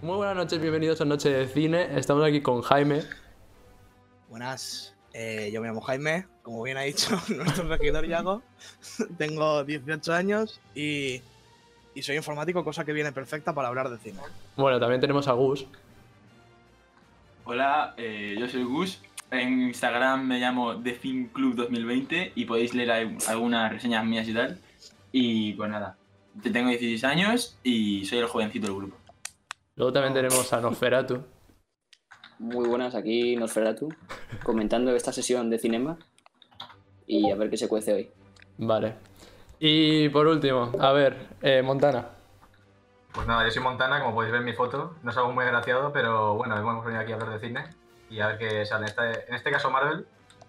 Muy buenas noches, bienvenidos a Noche de Cine. Estamos aquí con Jaime. Buenas, eh, yo me llamo Jaime, como bien ha dicho nuestro regidor Yago. Tengo 18 años y, y soy informático, cosa que viene perfecta para hablar de cine. Bueno, también tenemos a Gus. Hola, eh, yo soy Gus. En Instagram me llamo The Film Club 2020 y podéis leer ahí algunas reseñas mías y tal. Y pues nada, te- tengo 16 años y soy el jovencito del grupo. Luego también tenemos a Nosferatu. Muy buenas, aquí Nosferatu, comentando esta sesión de cinema y a ver qué se cuece hoy. Vale. Y por último, a ver, eh, Montana. Pues nada, yo soy Montana, como podéis ver en mi foto. No es algo muy desgraciado, pero bueno, hemos venido aquí a hablar de cine y a ver qué sale. En este, en este caso Marvel,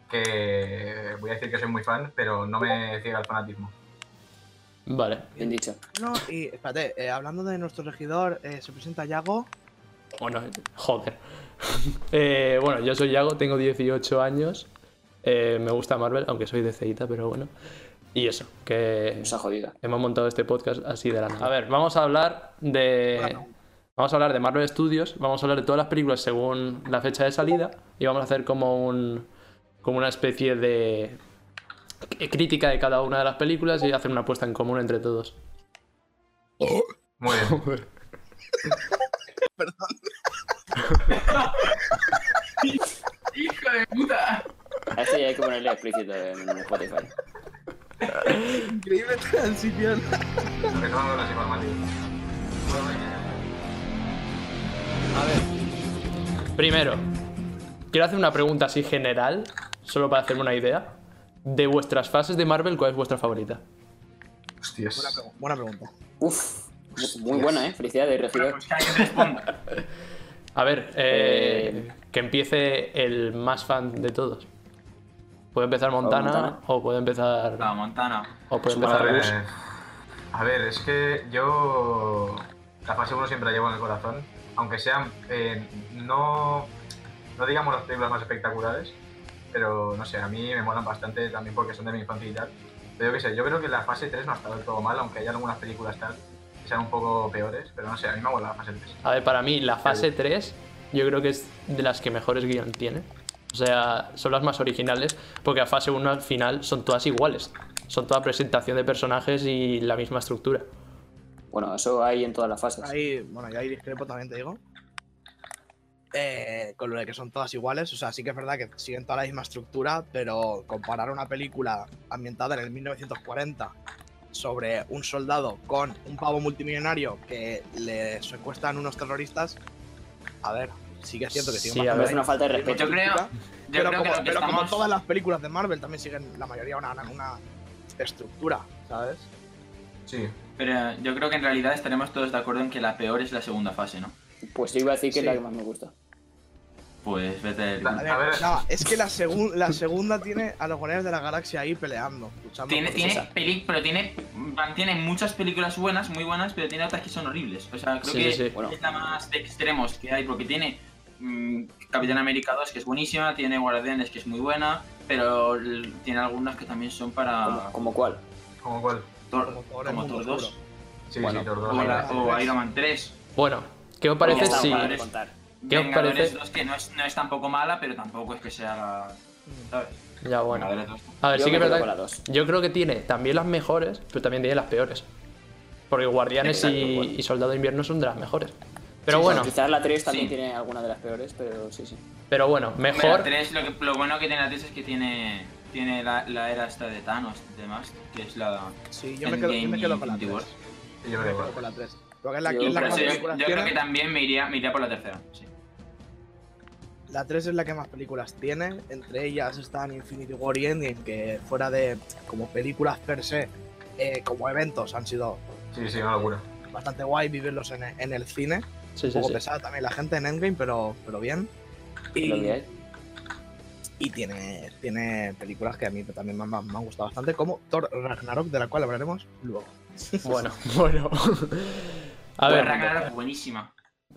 que voy a decir que soy muy fan, pero no me ciega el fanatismo. Vale. Bien dicho. No, y espérate, eh, hablando de nuestro regidor, eh, se presenta Yago. Bueno, joder. Eh, bueno, yo soy Yago, tengo 18 años. Eh, me gusta Marvel, aunque soy de Ceita, pero bueno. Y eso, que Nos ha jodido. hemos montado este podcast así de la nada. A ver, vamos a hablar de. Vamos a hablar de Marvel Studios, vamos a hablar de todas las películas según la fecha de salida y vamos a hacer como un. como una especie de. crítica de cada una de las películas y hacer una apuesta en común entre todos. Muy bien. ¡Hijo de puta! A esto ya hay que ponerle explícito en Spotify. Increíble transición. Lo que son los informáticos. Primero, quiero hacer una pregunta así general, solo para hacerme una idea. De vuestras fases de Marvel, ¿cuál es vuestra favorita? Buena, Hostias. pregu- buena pregunta. Uf, mu- muy buena, ¿eh? Felicidades, regidor. Pues que alguien responda. A ver, eh, que empiece el más fan de todos. Puede empezar Montana, Montana. o puede empezar. Va, Montana. O puede A Pues empezar Gus. ver, a ver, es que yo la fase 1 siempre la llevo en el corazón, aunque sean, eh, no, no digamos las películas más espectaculares, pero no sé, a mí me molan bastante también porque son de mi infancia y tal. Pero yo qué sé, yo creo que la fase 3 no ha estado del todo mal, aunque hay algunas películas tal que sean un poco peores, pero no sé, a mí me ha molado la fase 3. A ver, para mí, la fase 3, yo creo que es de las que mejores guión tiene. O sea, son las más originales, porque la fase 1 al final son todas iguales. Son toda presentación de personajes y la misma estructura. Bueno, eso hay en todas las fases. Ahí, bueno, yo ahí discrepo también, te digo. Eh, con lo de que son todas iguales, o sea, sí que es verdad que siguen toda la misma estructura, pero comparar una película ambientada en el 1940 sobre un soldado con un pavo multimillonario que le secuestran unos terroristas, a ver, sí que es cierto que Sí, siguen a Me ver. bastante la parece una falta de misma respeto. Yo creo- estructura, Yo Pues pero, creo como, que lo que pero como estamos... todas las películas de Marvel también siguen la mayoría una, una estructura, ¿sabes? Sí, Pero yo creo que en realidad estaremos todos de acuerdo en que la peor es la segunda fase, ¿no? Pues yo iba a decir que es Sí. la que más me gusta. Pues vete... La- A A ver, ver. nada, es que la, segun- la segunda tiene a los Guardianes de la Galaxia ahí peleando. luchando Tiene, por tiene, cosas. peli- pero tiene, tiene muchas películas buenas, muy buenas, pero tiene otras que son horribles. O sea, creo Sí, que sí, sí. Bueno. es la más de extremos que hay, porque tiene mm, Capitán América 2, que es buenísima, tiene Guardianes, que es muy buena, pero l- tiene algunas que también son para ¿Como, como cuál? como cual. Thor- Como Thor, el como mundo Thor oscuro. 2, Sí, Bueno, sí, los dos. o, la- Iron o Man Iron Man 3. Bueno, ¿qué os Parece parece Ya está, si. para de contar. ¿Qué os Vengadores parece? 2, que no es, no es tampoco mala, pero tampoco es que sea la... ¿Sabes? Ya, bueno. Vengadores 2. A ver, Yo sí que me es quedo verdad. con la dos. Yo creo que tiene también las mejores, pero también tiene las peores. Porque Guardianes Exacto, y, bueno. y Soldado de Invierno son de las mejores. Pero Sí, bueno, Quizás la 3 también Ah, Sí. tiene alguna de las peores, pero sí, sí. pero bueno, Hombre, mejor. La 3, lo, que- lo bueno que tiene la 3 es que tiene, tiene la, la era esta de Thanos y demás, que es la... Sí, yo me, quedo, yo me quedo con la Endgame 3. y Sí, yo Yo me creo que quedo igual. con la 3. Porque es la, Yo es la Por que creo más eso yo, yo películas creo tiene. que también me iría, me iría por la tercera, sí. La 3 es la que más películas tiene. Entre ellas están Infinity War y Endgame, que fuera de como películas per se, eh, como eventos, han sido Sí, sí, una locura. bastante guay vivirlos en, e- en el cine. Sí, Un sí, poco sí. pesada también la gente en Endgame, pero, pero bien. Y- Lo que hay. Y tiene, tiene películas que a mí también me, han- me han gustado bastante, como Thor Ragnarok, de la cual hablaremos luego. Bueno, bueno. A Pues ver, Ragnarok, buenísima.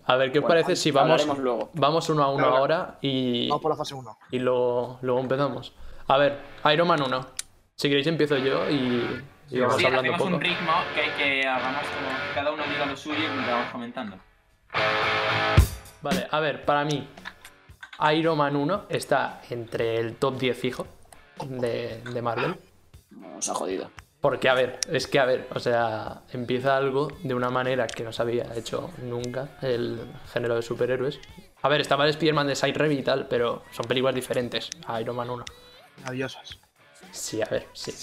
a ver, ¿qué os Bueno, parece si vamos, Hablaremos luego. vamos uno a uno Claro. ahora y, Vamos por la fase 1. y luego, luego empezamos? A ver, Iron Man 1. Si queréis empiezo yo y, y Sí, vamos Sí, hablando un hacemos poco. un ritmo que, que hagamos como cada uno diga lo suyo y lo vamos comentando. Vale, a ver, para mí, Iron Man 1 está entre el top 10 fijo de, de Marvel. Nos ha jodido. Porque, a ver, es que, a ver, o sea, empieza algo de una manera que no se había hecho nunca el género de superhéroes. A ver, estaba el Spider-Man de Side Revit y tal, pero son películas diferentes a Iron Man 1. Adiosas. Sí, a ver, sí.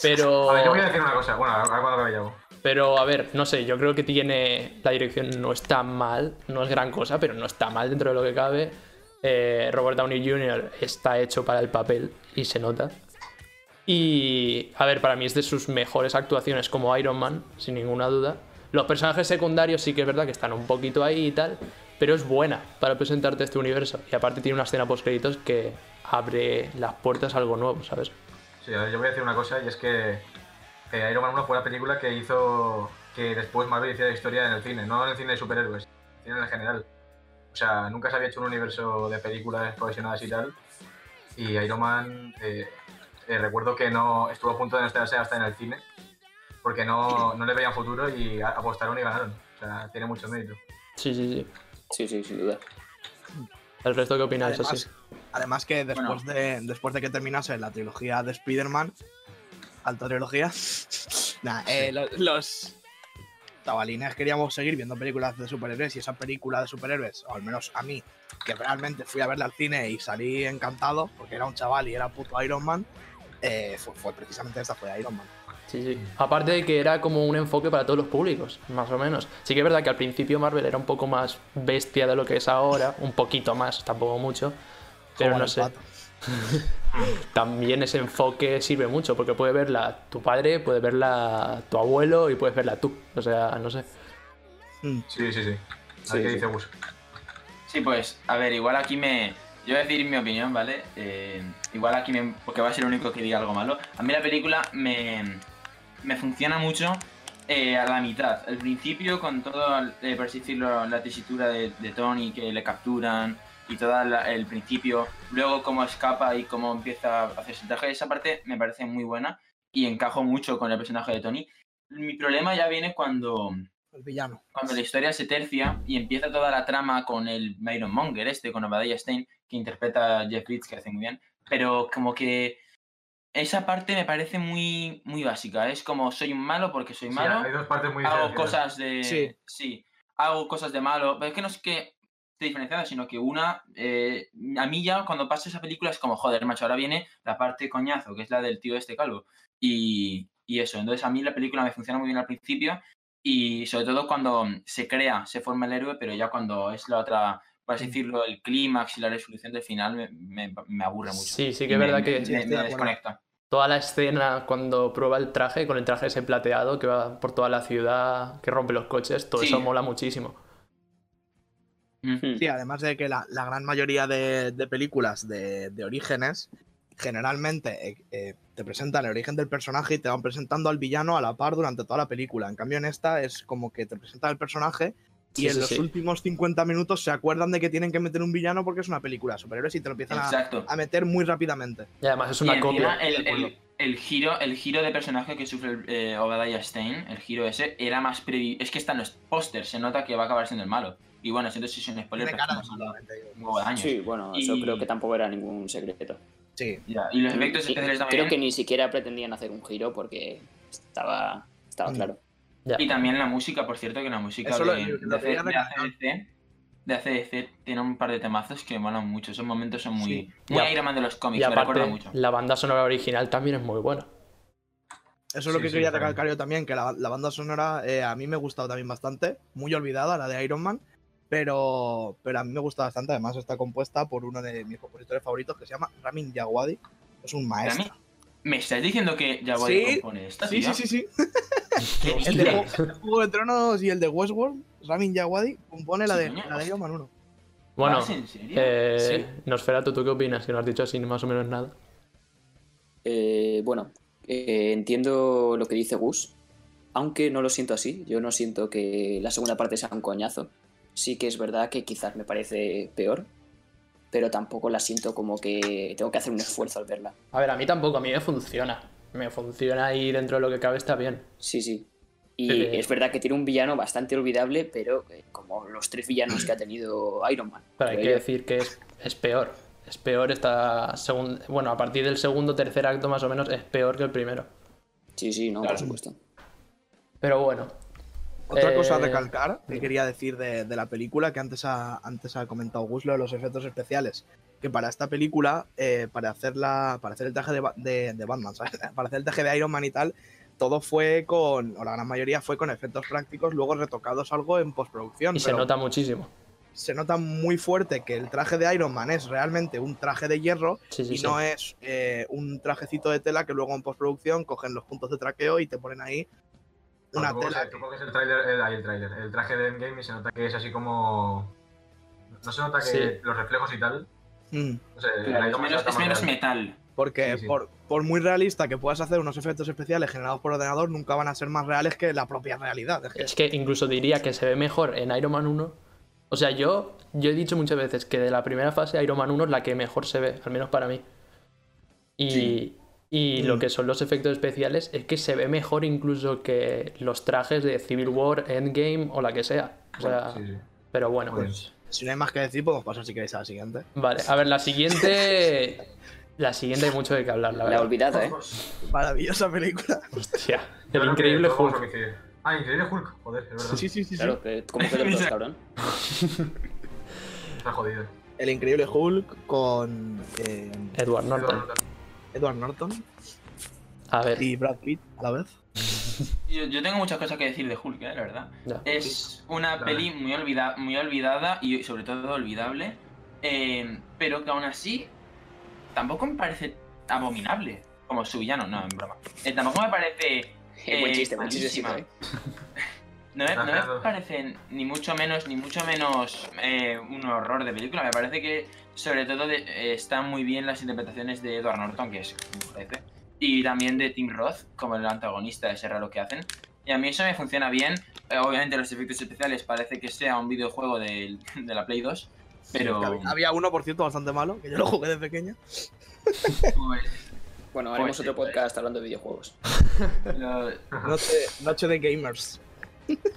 Pero. A ver, yo voy a decir una cosa. Bueno, ahora cuando acabe yo. Pero a ver, no sé, yo creo que tiene. La dirección no está mal, no es gran cosa, pero no está mal dentro de lo que cabe. Eh, Robert Downey Jr. está hecho para el papel y se nota. Y a ver, para mí es de sus mejores actuaciones como Iron Man, sin ninguna duda. Los personajes secundarios sí que es verdad que están un poquito ahí y tal, pero es buena para presentarte este universo. Y aparte tiene una escena post créditos que abre las puertas a algo nuevo, ¿sabes? Sí, a ver, yo voy a decir una cosa y es que eh, Iron Man 1 fue la película que hizo que después Marvel hiciera historia en el cine, no en el cine de superhéroes, sino en el general. O sea, nunca se había hecho un universo de películas cohesionadas y tal. Y Iron Man, eh, eh, recuerdo que no estuvo a punto de no estarse hasta en el cine, porque no, no le veían futuro y a- apostaron y ganaron. O sea, tiene mucho mérito. Sí, sí, sí. Sí, sí, sin duda. ¿El resto qué opináis? Además, Así. además que después, Bueno. de, después de que terminase la trilogía de Spider-Man, alta trilogía, nah, eh, lo- los tabalines queríamos seguir viendo películas de superhéroes y esa película de superhéroes, o al menos a mí, que realmente fui a verla al cine y salí encantado porque era un chaval y era puto Iron Man, eh, fue, fue precisamente esta, fue Iron Man. Sí, sí. Aparte de que era como un enfoque para todos los públicos, más o menos. Sí que es verdad que al principio Marvel era un poco más bestia de lo que es ahora, un poquito más, tampoco mucho. Pero Como no el sé. pato. También ese enfoque sirve mucho, porque puede verla tu padre, puede verla tu abuelo y puedes verla tú. O sea, no sé. Mm. Sí, sí, sí. Sí, A ver qué sí. dice Gus. Sí, pues, a ver, igual aquí me. Yo voy a decir mi opinión, ¿vale? Eh, igual aquí me. Porque va a ser el único que diga algo malo. A mí la película me. Me funciona mucho eh, a la mitad. Al principio, con todo, eh, por así decirlo, la tesitura de, de Tony que le capturan y todo el principio. Luego, cómo escapa y cómo empieza a hacerse el traje. Esa parte me parece muy buena y encajo mucho con el personaje de Tony. Mi problema ya viene cuando El villano. cuando la historia se tercia y empieza toda la trama con el Iron Monger este, con Obadiah Stein, que interpreta a Jeff Bridges, que hace muy bien, pero como que esa parte me parece muy, muy básica, es como soy un malo porque soy Sí, malo, hay dos partes muy hago diferenciadas. cosas de... Sí. Sí. hago cosas de malo, pero es que no es que esté diferenciada, sino que una, eh, a mí ya cuando pasa esa película es como, joder, macho, ahora viene la parte coñazo, que es la del tío este calvo. Y, y eso, entonces a mí la película me funciona muy bien al principio y sobre todo cuando se crea, se forma el héroe, pero ya cuando es la otra, por así decirlo, el clímax y la resolución del final me, me- me aburre mucho. Sí, sí que Y es me- verdad me- que me- Sí, estoy de me acuerdo. desconecta. toda la escena cuando prueba el traje, con el traje ese plateado que va por toda la ciudad, que rompe los coches, todo Sí. eso mola muchísimo. Mm. Sí, además de que la, la gran mayoría de, de películas de, de orígenes generalmente eh, eh, te presentan el origen del personaje y te van presentando al villano a la par durante toda la película. En cambio, en esta es como que te presentan el personaje y Sí, en sí, los sí. últimos 50 minutos se acuerdan de que tienen que meter un villano porque es una película de superhéroes y te lo empiezan a, Exacto. a meter muy rápidamente. Y además es Y una encima copia. el, de acuerdo. el- el giro, el giro de personaje que sufre eh, Obadiah Stein, el giro ese, era más previ... Es que está en los pósters, se nota que va a acabar siendo el malo. Y bueno, siento si es un spoiler, Tiene pero cara de estamos hablando malo, te digo. de un huevo de años. Sí, bueno, eso Y- creo que tampoco era ningún secreto. Sí, Ya, Y los efectos Ni- especiales creo también. que ni siquiera pretendían hacer un giro porque estaba, estaba Mm. claro. Y también la música, por cierto, que la música Eso lo- de, lo de, quería AC/DC, de ACDC tiene un par de temazos que molan mucho. Esos momentos son muy, Sí. Y muy a- Iron Man de los Y cómics, me recuerda aparte, mucho. la banda sonora original también es muy buena. eso es lo Sí, que sí, quería también. recalcar yo también, que la, la banda sonora eh, a mí me ha gustado también bastante, muy olvidada la de Iron Man, pero, pero a mí me gusta bastante, además está compuesta por uno de mis compositores favoritos que se llama Ramin Djawadi, es un maestro. También- ¿Me estás diciendo que ya voy Sí. a compone esta? Sí, sí, tía? sí, sí. ¿Qué El de, dices? Ju- el de Juego de Tronos y el de Westworld, Ramin Djawadi compone la de, Sí, coño. la de Iron Man 1. Bueno, ¿Vas en serio? eh, Sí. Nosferatu, ¿tú qué opinas? Que no has dicho así más o menos nada. Eh, bueno, eh, entiendo lo que dice Gus, aunque no lo siento así. Yo no siento que la segunda parte sea un coñazo. Sí que es verdad que quizás me parece peor, pero tampoco la siento como que tengo que hacer un esfuerzo al verla. A ver, a mí tampoco, a mí me funciona. Me funciona y dentro de lo que cabe está bien. Sí, sí. Y Sí. es verdad que tiene un villano bastante olvidable, pero eh, como los tres villanos que ha tenido Iron Man. Pero hay creo que yo. decir que es, es peor. Es peor esta segunda. Bueno, a partir del segundo, tercer acto más o menos, es peor que el primero. Sí, sí, no, Claro. por supuesto. Pero bueno. Otra Eh, cosa a recalcar que dime. quería decir de, de la película, que antes ha, antes ha comentado Gus lo de los efectos especiales. Que para esta película, eh, para, hacer la, para hacer el traje de, Ba- de- de Batman, ¿sabes? para hacer el traje de Iron Man y tal, todo fue con, o la gran mayoría fue con efectos prácticos, luego retocados algo en postproducción. Y se pero nota muchísimo. se nota muy fuerte que el traje de Iron Man es realmente un traje de hierro Sí, sí, y sí. no es eh, un trajecito de tela que luego en postproducción cogen los puntos de traqueo y te ponen ahí una Tampoco tela. sé, Tú coges el trailer, el, ahí el trailer, el traje de Endgame y se nota que es así como. No se nota que Sí. los reflejos y tal. Mm. No sé, Claro, es menos, es menos metal. metal. Porque Sí, sí. Por, por muy realista que puedas hacer unos efectos especiales generados por ordenador, nunca van a ser más reales que la propia realidad. Es que- Es que incluso diría que se ve mejor en Iron Man 1. O sea, yo, yo he dicho muchas veces que de la primera fase Iron Man 1 es la que mejor se ve, al menos para mí. Y, Sí. y Mm. lo que son los efectos especiales es que se ve mejor incluso que los trajes de Civil War, Endgame o la que sea. O sea, Sí, sí. pero bueno. Pues, Si no hay más que decir, podemos pasar si queréis a la siguiente. Vale, a ver, la siguiente. La siguiente hay mucho de que hablar, la La he verdad. olvidado, ¿eh? Maravillosa película. Hostia, yo el creo que increíble todos los Hulk. homicidios. Ah, increíble Hulk, joder, es verdad. Sí, sí, sí. sí. Claro, que- ¿cómo que los dos, cabrón? Está jodido. El increíble Hulk con eh, Edward Norton. Edward Edward Norton A ver, y Brad Pitt a la vez. Yo, yo tengo muchas cosas que decir de Hulk, eh, la verdad. ya. Es una Claro. peli muy, olvida- muy olvidada y sobre todo olvidable, eh, pero que aún así tampoco me parece abominable como su villano, no, en broma. Eh, tampoco me parece... eh, buen chiste, buen chiste. sí, malísima. ¿eh? No me, no me Gracias. parece ni mucho menos, ni mucho menos eh, un horror de película. Me parece que sobre todo de- eh, están muy bien las interpretaciones de Edward Norton, que es un jefe, y también de Tim Roth, como el antagonista, ese raro que hacen. Y a mí eso me funciona bien. Eh, obviamente los efectos especiales parece que sea un videojuego del- de, la Play 2, pero... Hab- Había uno, por cierto, bastante malo, que yo lo jugué de pequeño. pues, Bueno, haremos Pues sí, otro pues. podcast hablando de videojuegos. lo- Noche, noche de gamers.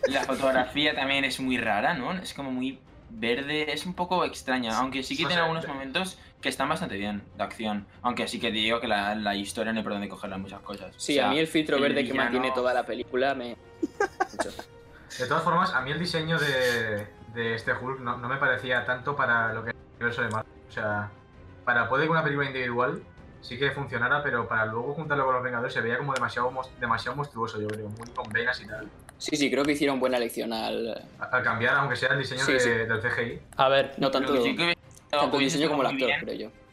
la fotografía también es muy rara, ¿no? Es como muy verde, es un poco extraña, aunque sí que No tiene sé, algunos eh. momentos que están bastante bien de acción, aunque sí que digo que la, la historia no hay por dónde cogerla en muchas cosas. Sí, O sea, a mí el filtro el verde que villano- mantiene toda la película me. De todas formas, a mí el diseño de, de este Hulk no, no me parecía tanto para lo que es el universo de Marvel. O sea, para poder que una película individual sí que funcionara, pero para luego juntarlo con los Vengadores se veía como demasiado, mos- demasiado monstruoso, yo creo, muy con venas y tal. Sí, sí, creo que hicieron buena elección al. A- Al cambiar, aunque sea el diseño Sí, de- sí. del CGI, A ver, No tanto, Lo que sí que hubiese- tanto el hubiese diseño estado como el muy actor, bien creo yo.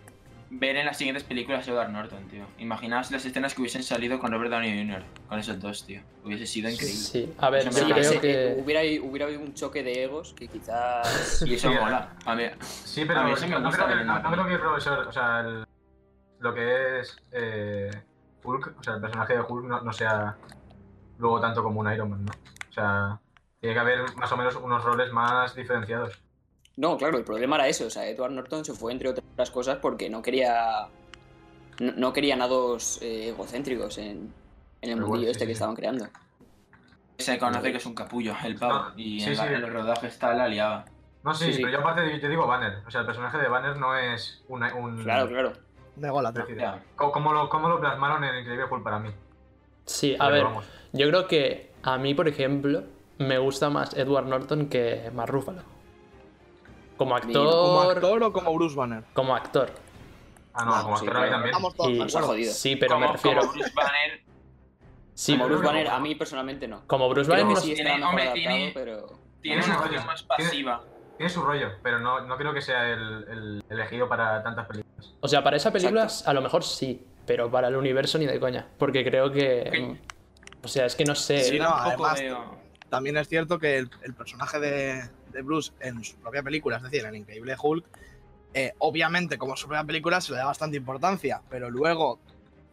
Ver en las siguientes películas de Edward Norton, tío. Imaginaos las escenas que hubiesen salido con Robert Downey Jr., con esos dos, tío. Hubiese sido increíble. sí. A ver, Eso yo me Sí, creo ese- eh, que. hubiera, hubiera habido un choque de egos que quizás. Y eso Sí, mola. A ver, Sí, pero A mí no eso me creo, gusta que, ver en no- la no creo que el profesor, o sea, el- lo que es eh, Hulk, o sea, el personaje de Hulk no, no sea luego tanto como un Iron Man, ¿no? O sea, tiene que haber más o menos unos roles más diferenciados. No, claro, el problema era eso. O sea, Edward Norton se fue, entre otras cosas, porque no quería. No, no quería nados eh, egocéntricos en, en el Pero bueno, mundillo sí, este sí, que sí. estaban creando. se conoce que es un capullo, el Ah, pavo. Y sí, en, la- sí. en los rodajes tal la liaba. No, sí, Sí, sí. pero yo aparte di- yo digo Banner, o sea, el personaje de Banner no es un... un Claro, claro. es Nególatra. decir, Ya. co- ¿cómo, lo, cómo lo plasmaron en Increíble Hulk para mí? Sí, a Pero ver, vamos. yo creo que a mí, por ejemplo, me gusta más Edward Norton que Mark Ruffalo. Como ¿Como actor. actor o como Bruce Banner? Como actor. Ah, no, Vamos, como sí, actor a mí claro. también. Vamos todos. Y- de Nos ha acuerdo. jodido. Sí, pero como, me refiero. como Bruce Banner. Sí, como pero Bruce creo que Banner, no. a mí personalmente no. como Bruce Creo Banner. que Banner sí tiene- está mejor hombre, adaptado, tiene- pero. Tiene una Tiene su acción rollo. más Tiene- pasiva. Tiene su rollo, pero no, no creo que sea el, el elegido para tantas películas. O sea, para esa película Exacto. a lo mejor sí, pero para el universo ni de coña. Porque creo que. Ok. mm, O sea, es que no sé. Sí, Yo no, tampoco además- veo- También es cierto que el, el personaje de, de Bruce en su propia película, es decir, en Increíble Hulk, eh, obviamente como su propia película se le da bastante importancia, pero luego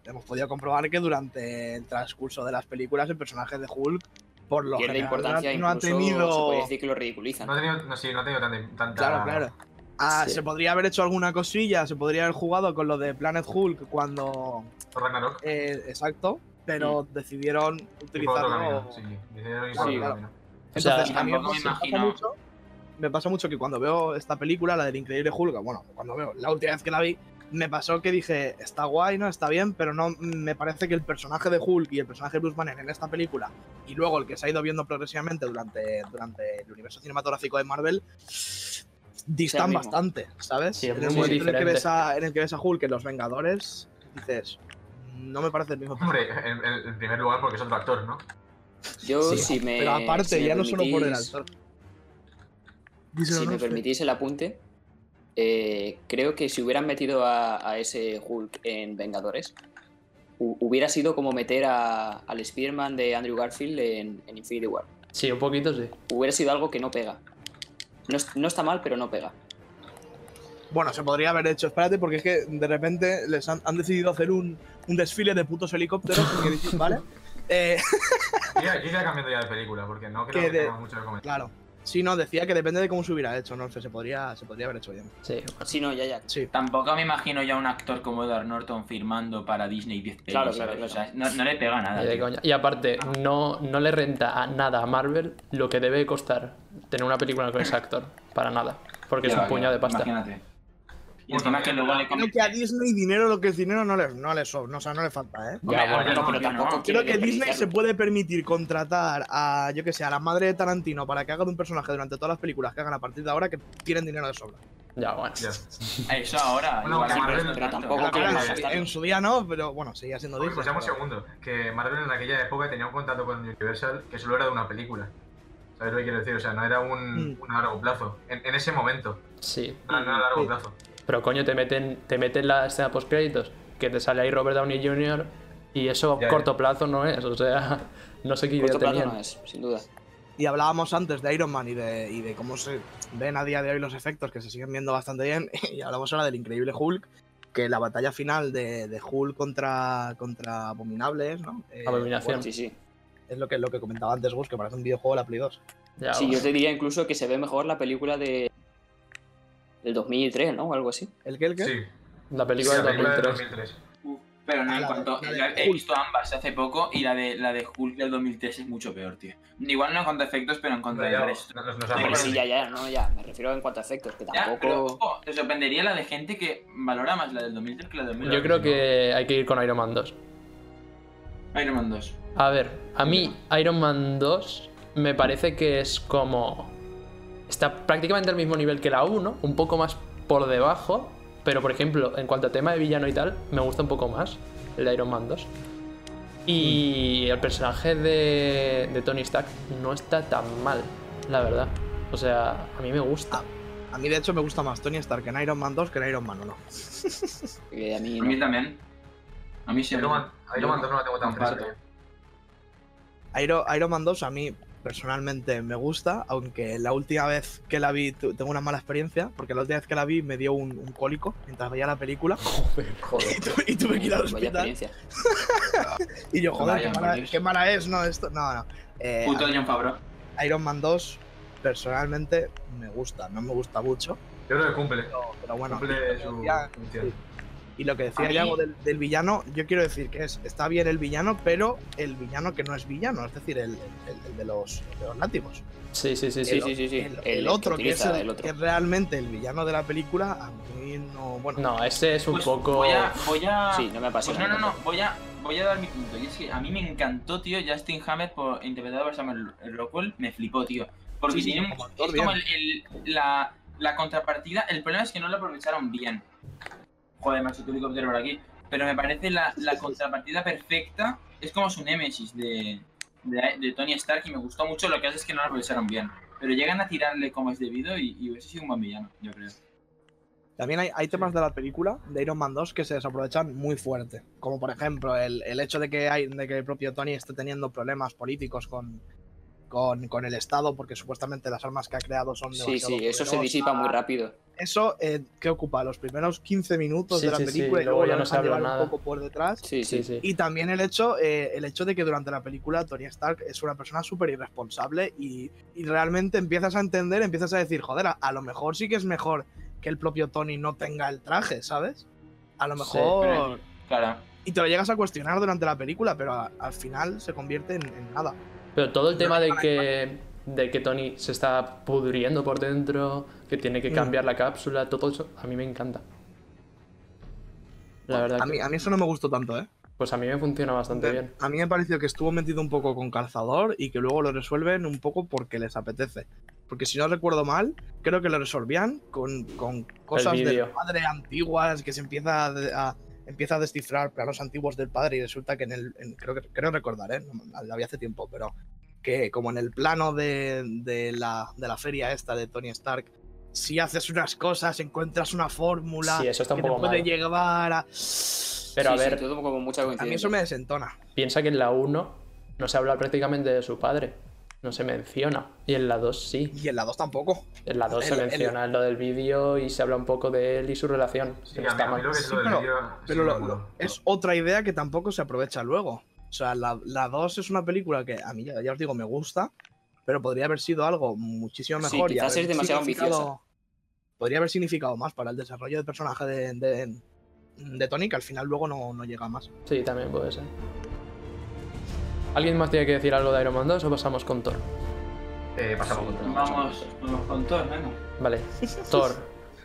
hemos podido comprobar que durante el transcurso de las películas el personaje de Hulk, por lo Pierde general, no ha- importancia, no ha incluso se puede tenido... Ah, decir que lo ridiculizan. No ha tenido, no, sí, no ha tenido tanta... tanta- Claro, claro. Ah, Sí. Se podría haber hecho alguna cosilla, se podría haber jugado con lo de Planet Hulk cuando... Thor Ragnarok. eh, exacto. pero Mm. decidieron Tipo otro utilizarlo. camino, sí. Decidieron ir por Sí, otro claro. camino. O sea, Entonces, a mí me tampoco me pasa- me pasa imagino- mucho- me pasa mucho que cuando veo esta película, la del Increíble Hulk, bueno, cuando veo, la última vez que la vi, me pasó que dije, está guay, ¿no? Está bien, pero no me parece que el personaje de Hulk y el personaje de Bruce Banner en esta película, y luego el que se ha ido viendo progresivamente durante, durante el universo cinematográfico de Marvel, distan mismo. bastante, ¿sabes? Sí, es en el muy momento en el, que diferente. ves a, en el que ves a Hulk en Los Vengadores, dices, no me parece el mismo Hombre, en, en- en primer lugar porque es otro actor, ¿no? Yo, Sí, si me. Pero aparte, si me ya no solo por el permitís- altar. Díselo, si no me sé. permitís el apunte, eh, creo que si hubieran metido a, a ese Hulk en Vengadores, hu- hubiera sido como meter a, al Spider-Man de Andrew Garfield en, en Infinity War. Sí, un poquito sí. Hubiera sido algo que no pega. No, es- no está mal, pero no pega. Bueno, se podría haber hecho, espérate, porque es que de repente les han, han decidido hacer un, un desfile de putos helicópteros, que dices, ¿vale? Eh, Yo ya, yo ya cambiando ya de película porque no creo Que que, de- tenga mucho que comentar. claro. Sí, no, decía que depende de cómo se hubiera hecho, no sé, se podría, se podría haber hecho bien. Sí, Sí, no, ya, ya. Sí. Tampoco me imagino ya un actor como Edward Norton firmando para Disney 10 pelis, Claro, claro, ¿sabes? claro. O sea, no, no le pega nada. ni de tío. coña. Y aparte, no, no le renta a nada a Marvel lo que debe costar tener una película con ese actor. Para nada. Porque es Ya, un puñado de claro, pasta. Imagínate. Y encima que luego le Creo comen. que a Disney dinero lo que es dinero no le, no le sobra, no, o sea, no le falta, ¿eh? Ya, Hombre, bueno, no, pero no, tampoco no. quiero Creo que Disney se puede permitir contratar a, yo que sé, a la madre de Tarantino para que haga de un personaje durante todas las películas que hagan a partir de ahora que tienen dinero de sobra. Ya, bueno. Ya. Eso ahora. Bueno, igual sí, no pero- tanto. pero tampoco Claro, que claro, lo en su- gastan. en su día no, pero bueno, seguía siendo Oye, Disney. escuchamos un pero- segundo. Que Marvel en aquella época tenía un contrato con Universal que solo era de una película. ¿Sabes lo que quiero decir? O sea, no era un, Mm. un a largo plazo. En, en ese momento. Sí. No, no a largo Sí. plazo. Pero coño, te meten, te meten la escena post créditos, que te sale ahí Robert Downey Jr. y eso a Ya, ya. corto plazo no es. O sea, no sé qué idea Corto plazo tenían. no es, sin duda. Y hablábamos antes de Iron Man y de, y de cómo se ven a día de hoy los efectos, que se siguen viendo bastante bien. Y hablamos ahora del increíble Hulk, que la batalla final de, de Hulk contra, contra Abominables, ¿no? Eh, Abominación. Sí, sí. es lo que, lo que comentaba antes Gus, que parece un videojuego de la Play 2. Ya, Sí, bueno. yo te diría incluso que se ve mejor la película de. del 2003, ¿no? O algo así. ¿El qué? ¿El qué? Sí. La Sí, película la del película del 2003. 2003. Pero no, Ah, en la de- cuanto. la de ya He Hulk. visto ambas hace poco y la de, la de Hulk del 2003 es mucho peor, tío. Igual no en cuanto a efectos, pero en cuanto Hombre, ya, al nos, resto. nos, nos Ah, Sí, han Pero sí, borrado. ya, ya, no, ya. Me refiero en cuanto a efectos, que Ya, pero tampoco. ojo, te sorprendería la de gente que valora más la del 2003 que la del 2003. Yo creo que hay que ir con Iron Man 2. Iron Man 2. A ver, a mí Iron Man 2 me parece que es como... Está prácticamente al mismo nivel que la 1, un poco más por debajo, pero por ejemplo, en cuanto a tema de villano y tal, me gusta un poco más el de Iron Man 2. Mm. Y el personaje de, de Tony Stark no está tan mal, la verdad. O sea, a mí me gusta. Ah. A mí, de hecho, me gusta más Tony Stark en Iron Man 2 que en Iron Man 1. que a mí A no. mí también. A mí siempre. Iron Man, Iron Man 2 no la tengo tan Comparto. fresca. Iron, Iron Man 2 a mí personalmente me gusta, aunque la última vez que la vi tu- tengo una mala experiencia, porque la última vez que la vi me dio un, un cólico mientras veía la película y, tuve- y tuve que ir al Vaya hospital. experiencia. Y yo, joder, Vaya, qué mala, por Dios. qué mala es, ¿no? Esto, no, no. Eh, Puto John Favreau. Iron Man 2 personalmente me gusta, no me gusta mucho, Yo creo que cumple. pero, pero bueno. Cumple su ya, función. Y lo que A decía mí- Yago del, del villano, yo quiero decir que es, está bien el villano, pero el villano que no es villano, es decir, el, el- el de los, el de los látigos. Sí, sí, sí, Sí, sí. sí, sí, sí. El, El este el otro, que, utiliza, es el- el otro. que es realmente el villano de la película, a mí no. Bueno, No, ese es un Pues poco... Voy a. Voy a... Sí, no me Pues apasiona. no, no, no, tampoco. voy a, voy a dar mi punto. Y es que a mí me encantó, tío, Justin Hammer por, interpretado por Samuel Rockwell. Me flipó, tío. Porque Sí, sí, tiene un- como actor, es como el- el- la, la contrapartida. El problema es que no lo aprovecharon bien. Joder, macho, tu helicóptero por aquí. Pero me parece la, la contrapartida perfecta. Es como su némesis de, de, de Tony Stark y me gustó mucho. Lo que hace es que no lo aprovecharon bien. Pero llegan a tirarle como es debido y, y hubiese sido un buen villano, yo creo. también hay, hay temas de la película de Iron Man 2 que se desaprovechan muy fuerte. Como por ejemplo el, el hecho de que, hay, de que el propio Tony esté teniendo problemas políticos con, con, con el Estado, porque supuestamente las armas que ha creado son. Sí, demasiado sí, eso se poderosas. disipa muy rápido. Eso, eh, ¿qué ocupa? Los primeros 15 minutos Sí, de la sí, sí, película y luego ya no se habla nada. un poco por detrás. Sí, sí. Sí, sí. Y también el hecho, eh, el hecho de que durante la película Tony Stark es una persona súper irresponsable y, y realmente empiezas a entender, empiezas a decir, joder, a, a lo mejor sí que es mejor que el propio Tony no tenga el traje, ¿sabes? A lo Sí, mejor... Claro. Y te lo llegas a cuestionar durante la película, pero a- al final se convierte en, en nada. Pero todo el tema de que, de que Tony se está pudriendo por dentro, que tiene que Mm. cambiar la cápsula, todo eso, a mí me encanta. La verdad, Pues A que- mí, a mí eso no me gustó tanto, ¿eh? pues a mí me funciona bastante bien. A mí me pareció que estuvo metido un poco con calzador y que luego lo resuelven un poco porque les apetece. Porque si no recuerdo mal, creo que lo resolvían con, con cosas del vídeo. padre antiguas que se empieza a, de- a- empieza a descifrar planos antiguos del padre y resulta que en el. en- creo, que- creo recordar, ¿eh? No, Lo había hace tiempo, pero. Que como en el plano de, de la, de la feria esta de Tony Stark, si haces unas cosas, encuentras una fórmula Sí, eso está un que te poco puede mal. ¿eh? llevar a. Pero Sí, a sí, ver, todo como mucha A mí coincidencia. eso me desentona. piensa que en la 1 no se habla prácticamente de su padre. No se menciona. Y en la 2 sí. Y en la 2 tampoco. En la 2 se El- el- menciona lo del vídeo y se habla un poco de él y su relación. Sí, que no a mí, está a mí mal. lo que es Sí, lo del pero- vídeo. sí Pero me lo- moló. lo- es otra idea que tampoco se aprovecha luego. O sea, la, la 2 es una película que a mí ya, ya os digo, me gusta, pero podría haber sido algo muchísimo Sí, mejor. y quizás haber es demasiado significado- ambiciosa. Podría haber significado más para el desarrollo del personaje de, de, de Tony, que al final luego no, no llega más. Sí, también puede ser. ¿Alguien más tiene que decir algo de Iron Man 2 o pasamos con Thor? Eh, pasamos con todo. Vamos, vamos con Thor, venga. Vale, Thor.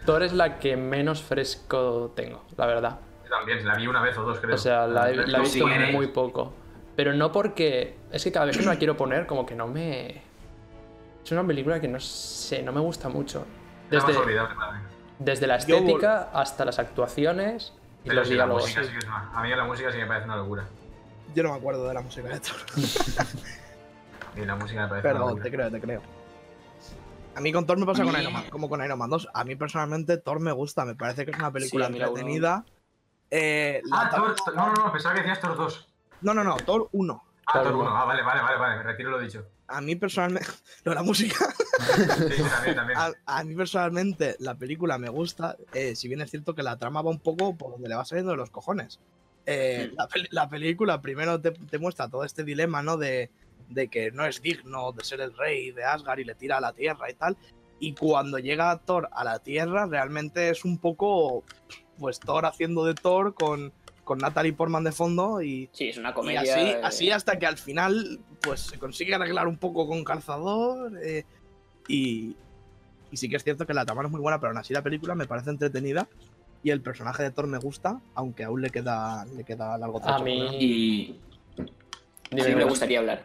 Thor es la que menos fresco tengo, la verdad. Yo también, la vi una vez o dos, creo. O sea, la, he- la he Tú visto sí eres. muy poco. Pero no porque. Es que cada vez que me la quiero poner, como que no me. Es una película que no sé, no me gusta mucho. Es la más Desde, olvidable para mí. desde la Yo vol- estética hasta las actuaciones y Pero los sí, la diálogos. música sí que es una- A mí la música sí me parece una locura. Yo no me acuerdo de la música de Thor. Y la música me parece una Pero locura. te creo, te creo. A mí con Thor me pasa A con mí- Iron Man, como con Iron Man 2. A mí personalmente Thor me gusta, me parece que es una película a mí la uno- entretenida. Eh, la Ah, tab- Thor. Thor- No, no, no, pensaba que decías Thor 2. No, no, no, Thor 1. Ah, Thor Thor uno. 1. Ah, vale, vale, vale, vale. Me retiro lo dicho. A mí personalmente, lo de la música, Sí, también, también. Ah. a, a mí personalmente la película me gusta, eh, si bien es cierto que la trama va un poco por donde le va saliendo de los cojones. Eh, la, pel- la película primero te, te muestra todo este dilema, ¿no? De, de que no es digno de ser el rey de Asgard y le tira a la tierra y tal. Y cuando llega Thor a la tierra, realmente es un poco, pues Thor haciendo de Thor con, con Natalie Portman de fondo y, Sí, es una Y comedia. así, eh, así hasta que al final pues se consigue arreglar un poco con calzador eh, y, y sí que es cierto que la trama no es muy buena, pero aún así la película me parece entretenida y el personaje de Thor me gusta, aunque aún le queda, le queda largo trecho A por delante. mí. Y dime, sí me dime. gustaría hablar.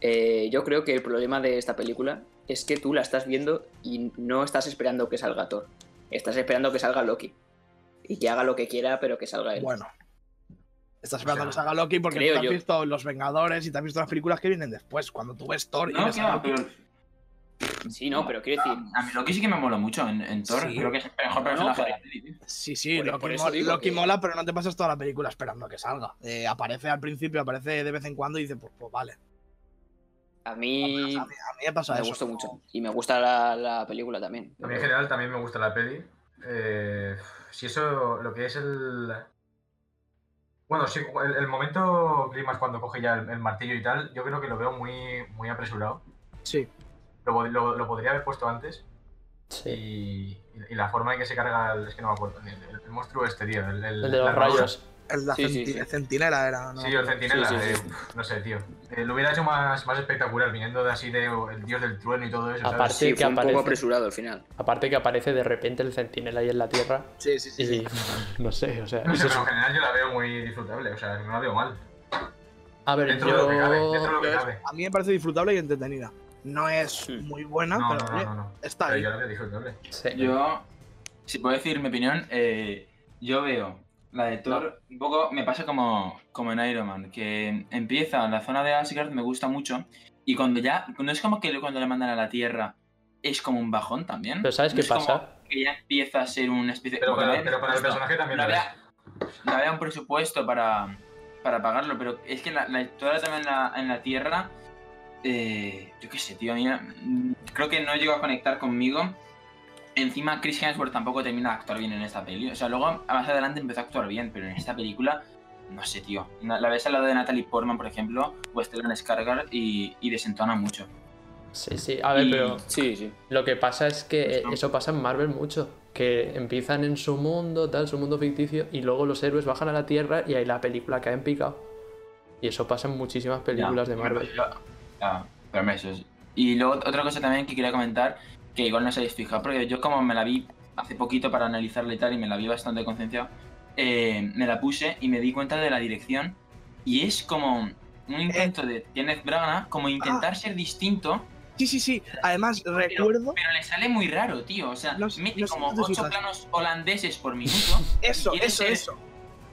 Eh, yo creo que el problema de esta película es que tú la estás viendo y no estás esperando que salga Thor. Estás esperando que salga Loki. Y que haga lo que quiera, pero que salga él. Bueno. Estás O esperando sea, que salga Loki porque creo tú te yo. has visto Los Vengadores y te has visto las películas que vienen después. Cuando tú ves Thor y No, ves a claro, Loki- pero sí, no, pero quiero decir, a mí Loki sí que me mola mucho en, en Thor. Sí. Creo que es el mejor No, personaje por- de la peli. tío. Sí, sí, Por- Loki, por eso mo- digo Loki que- mola, pero no te pasas toda la película esperando que salga. Eh, aparece al principio, aparece de vez en cuando y dices, pues, pues vale. a O mí sea, a, mí, a mí me pasa me eso. gustó mucho. Y me gusta la, la película también. A mí en general también me gusta la peli. Eh, si eso, lo que es el... Bueno, sí, el, el momento Climas cuando coge ya el, el martillo y tal, yo creo que lo veo muy, muy apresurado. Sí. Lo, pod- lo- lo podría haber puesto antes. Sí. Y, y la forma en que se carga, el- es que no me acuerdo, el, el- el monstruo este, tío. El, el- El de la los armadura. rayos. El de la Sí, sí, centi- sí. centinela era, ¿no? Sí, el centinela. Sí, sí, eh, no sé, tío. Eh, lo hubiera hecho más, más espectacular, viniendo de así de el dios del trueno y todo eso. ¿sabes? Aparte- Sí, Sí, que fue un poco aparece. apresurado al final. Aparte que aparece de repente el centinela ahí en la tierra. Sí, sí, sí. sí. Y no sé, o sea. No sé, eso es- pero en general yo la veo muy disfrutable, o sea, no la veo mal. A ver, Dentro de lo que cabe, dentro de yo. lo que Pero es- cabe. a mí me parece disfrutable y entretenida. No es Sí. muy buena, No, no, pero no, oye, no, no. está Pero bien. yo la veo disfrutable. Sí. Yo, si puedo decir mi opinión, eh, yo veo la de Thor un poco, me pasa como, como en Iron Man, que empieza en la zona de Asgard, me gusta mucho, y cuando ya, no es como que cuando le mandan a la Tierra es como un bajón también. Pero ¿sabes No qué es como pasa? Que ya empieza a ser una especie Pero porque para, no hay pero para el presupuesto. personaje también no lo había, no había un presupuesto para, para pagarlo, pero es que la, la historia también en la, en la Tierra, eh, yo qué sé, tío, a mí, mm, creo que no llegó a conectar conmigo. Encima, Chris Hemsworth tampoco termina de actuar bien en esta peli. O sea, luego más adelante empezó a actuar bien, pero en esta película, no sé, tío. Na- La ves al lado de Natalie Portman, por ejemplo, o Stellan Skarsgård y, y desentona mucho. Sí, sí, a ver, Y- pues pero Sí, sí. lo que pasa es que eh, Eso. eso pasa en Marvel mucho. Que empiezan en su mundo, tal, su mundo ficticio, y luego los héroes bajan a la Tierra y ahí la película cae en picado. Y eso pasa en muchísimas películas de Ya, Marvel. pero yo- ya, pero me- eso es- Y luego otra cosa también que quería comentar, que igual no os habéis fijado, porque yo como me la vi hace poquito para analizarla y tal, y me la vi bastante concienciado, eh, me la puse y me di cuenta de la dirección. Y es como un intento de Kenneth Branagh, como intentar Ah. ser distinto, Sí, sí, sí. Además, recuerdo pero le sale muy raro, tío. O sea, Los- mete los como intentos de ocho sus- planos holandeses por minuto. eso, quiere eso, ser- eso.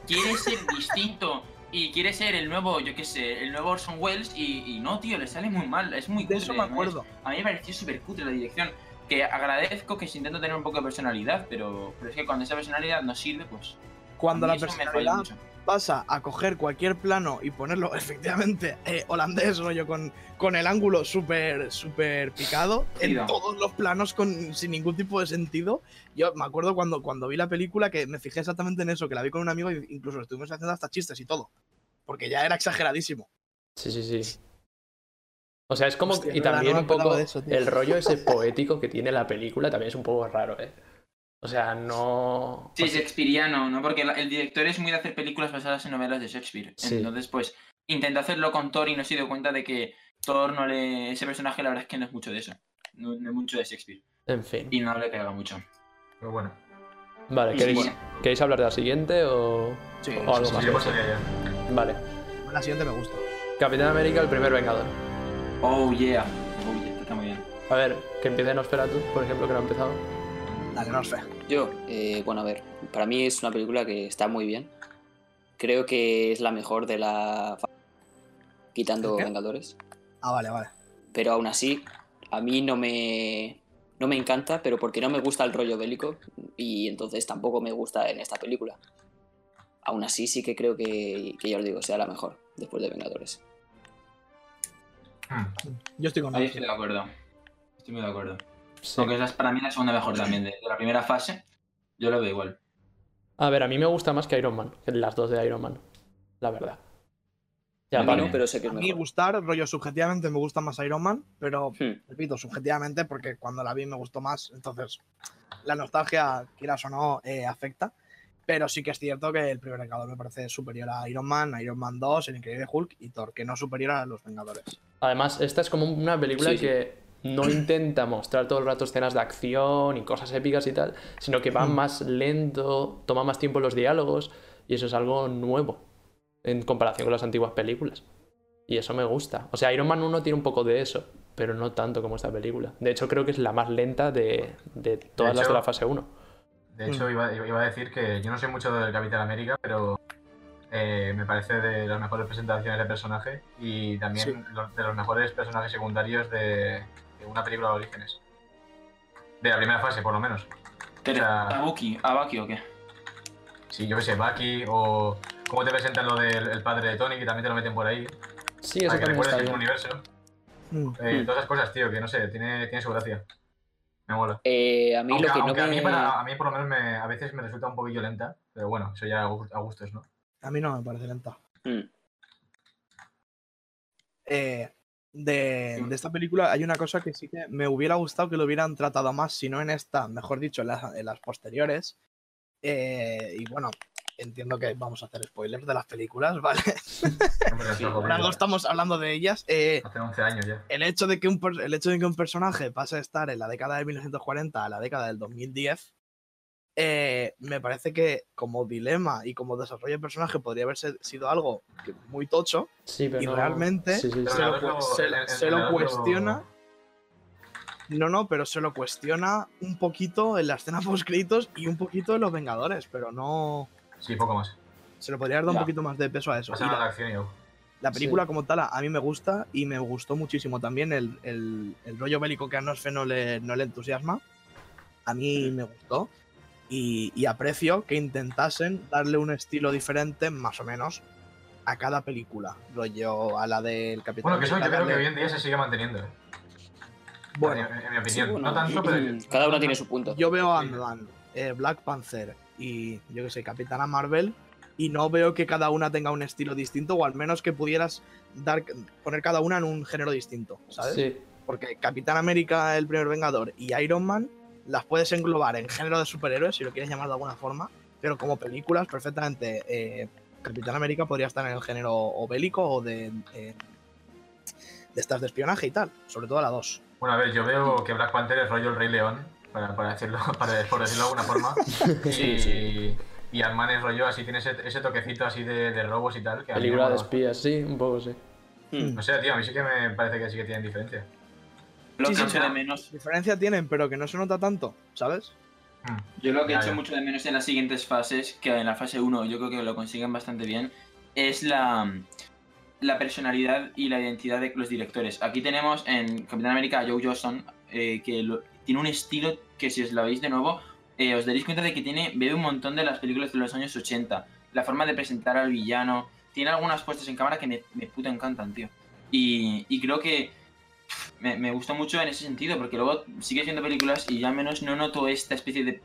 quiere ser distinto y quiere ser el nuevo, yo qué sé, el nuevo Orson Welles y, y no, tío, le sale muy mal, es muy De eso cutre, me ¿no? Es- acuerdo. A mí me pareció súper cutre la dirección, que agradezco que se intenta tener un poco de personalidad, pero, pero es que cuando esa personalidad no sirve, pues... Cuando a mí la eso me falla personalidad mucho. pasa a coger cualquier plano y ponerlo efectivamente eh, holandés, rollo, con, con el ángulo súper, súper picado, en Ido. todos los planos con, sin ningún tipo de sentido. Yo me acuerdo cuando, cuando vi la película que me fijé exactamente en eso, que la vi con un amigo e incluso estuvimos haciendo hasta chistes y todo. Porque ya era exageradísimo. Sí, sí, sí. O sea, es como. Hostia, y es verdad, también no me un poco. acordaba de eso, tío. el rollo ese poético que tiene la película también es un poco raro, ¿eh? O sea, no. Pues, Sí, o sea, Shakespeareano, ¿no? Porque la- el director es muy de hacer películas basadas en novelas de Shakespeare. Sí. Entonces, pues, intentó hacerlo con Thor y no se dio cuenta de que Thor no le... Ese personaje la verdad es que no es mucho de eso. No, no es mucho de Shakespeare. En fin. Y no le pega mucho. Pero bueno, Vale, y ¿queréis, bueno. queréis hablar de la siguiente o.? Sí, O algo más. seguiremos allá ya. Vale. La siguiente me gusta. Capitán América, el primer vengador. Oh, yeah. Oh, yeah, está muy bien. A ver, que empiece Nosferatu, por ejemplo, que no ha empezado. Dale, no sé. Yo, eh, bueno, a ver, para mí es una película que está muy bien. Creo que es la mejor de la... fa- Quitando ¿El qué? Vengadores. Ah, vale, vale. Pero aún así, a mí no me... No me encanta, pero porque no me gusta el rollo bélico y entonces tampoco me gusta en esta película. Aún así sí que creo que, que ya os digo, sea la mejor después de Vengadores. Hmm. Yo estoy con Ahí él. estoy de acuerdo. Estoy muy de acuerdo. Sí. Aunque esa es para mí la segunda mejor también. De, de la primera fase, yo lo veo igual. A ver, a mí me gusta más que Iron Man, que las dos de Iron Man. La verdad. Ya, A A mí vale. no, pero sé que A es mí mejor. gustar, rollo, subjetivamente me gusta más Iron Man, pero Hmm. repito, subjetivamente, porque cuando la vi me gustó más, entonces la nostalgia, quieras o no, eh, afecta. Pero sí que es cierto que el primer Vengador me parece superior a Iron Man, a Iron Man 2, el Increíble Hulk y Thor, que no superior a los Vengadores. Además, esta es como una película Sí, sí. que no intenta mostrar todo el rato escenas de acción y cosas épicas y tal, sino que va Ujú. más lento, toma más tiempo los diálogos y eso es algo nuevo en comparación con las antiguas películas. Y eso me gusta. O sea, Iron Man 1 tiene un poco de eso, pero no tanto como esta película. De hecho, creo que es la más lenta de, de todas las de hecho- la fase 1. De Mm. hecho, iba, iba a decir que yo no sé mucho del Capitán América, pero eh, me parece de las mejores presentaciones de personaje y también lo- de los mejores personajes secundarios de, de una película de orígenes. De la primera fase, por lo menos. Pero, sea- ¿a Bucky? ¿A Bucky o qué? Si yo qué sé, Bucky o cómo te presentan lo del el padre de Tony, que también te lo meten por ahí, Sí, eso para que también recuerdes está que es un bien. universo. Eh, Mm. Todas esas cosas, tío, que no sé, tiene, tiene su gracia. Me mola. Eh, a mí Aunque, lo que no aunque a, mí me... para- a mí por lo menos me- a veces me resulta un poquillo lenta, pero bueno, eso ya a gu- a gustos, ¿no? A mí no me parece lenta. Mm. Eh, de, de esta película hay una cosa que sí que me hubiera gustado que lo hubieran tratado más, si no en esta, mejor dicho, en las, en las posteriores. Eh, y bueno, entiendo que vamos a hacer spoilers de las películas, ¿vale? Hombre, Sí, loco, Por algo estamos hablando de ellas. Eh, Hace 11 años ya. el hecho, de que un, per- el hecho de que un personaje pase a estar en la década de 1940 a la década del 2010, eh, me parece que como dilema y como desarrollo de personaje podría haberse sido algo que- muy tocho. Sí, pero Y no- realmente- Sí, sí, Pero sí. se la lo verdad cu- lo- se el- lo- el- se el lo verdad cuestiona. No, no, pero se lo cuestiona un poquito en la escena post créditos y un poquito en los Vengadores, pero no. Sí, poco más. Se le podría haber dado Ya. un poquito más de peso a eso. Y Pasaron la- a la acción y ojo. La película como tal a- a mí me gusta y me gustó muchísimo también el, el- el rollo bélico que a Nosfe no le, no le entusiasma. A mí me gustó y, y aprecio que intentasen darle un estilo diferente, más o menos, a cada película. Rollo a la del Capitán Bueno, que eso yo América, creo que hoy darle- en día se sigue manteniendo, ¿eh? Bueno, en, en mi Sí, opinión. bueno, hmm, No tanto, pero... Cada una tiene su punto. yo veo a Sí. Ant-Man, eh, Black Panther y yo que sé, Capitana Marvel y no veo que cada una tenga un estilo distinto o al menos que pudieras dar, poner cada una en un género distinto, ¿sabes? Sí. Porque Capitán América, el primer Vengador y Iron Man las puedes englobar en género de superhéroes, si lo quieres llamar de alguna forma, pero como películas, perfectamente. eh, Capitán América podría estar en el género o bélico o de. eh, de estas de espionaje y tal, sobre todo la 2. Bueno, a ver, yo veo que Black Panther es rollo el Rey León, para, para decirlo, para, por decirlo de alguna forma. Sí, y, sí. y Ant-Man es rollo, así tiene ese, ese toquecito así de, de robos y tal. Que a mí Película me de mola. espías, sí, un poco sí. Mm. hmm. No sé, tío, a mí sí que me parece que sí que tienen diferencia. Lo Sí, que sí, echo sí. de menos Diferencia tienen, pero que no se nota tanto, ¿sabes? Mm. Yo lo que Ya, echo ya. mucho de menos en las siguientes fases, que en la fase 1 yo creo que lo consiguen bastante bien, es la, la personalidad y la identidad de los directores. Aquí tenemos en Capitán América a Joe Johnson, eh, que lo- tiene un estilo que si os la veis de nuevo, eh, os daréis cuenta de que tiene bebe un montón de las películas de los años 80. La forma de presentar al villano, tiene algunas puestas en cámara que me, me puto encantan, tío. Y, y creo que pff, me, me gustó mucho en ese sentido, porque luego sigue haciendo películas y ya al menos no noto esta especie de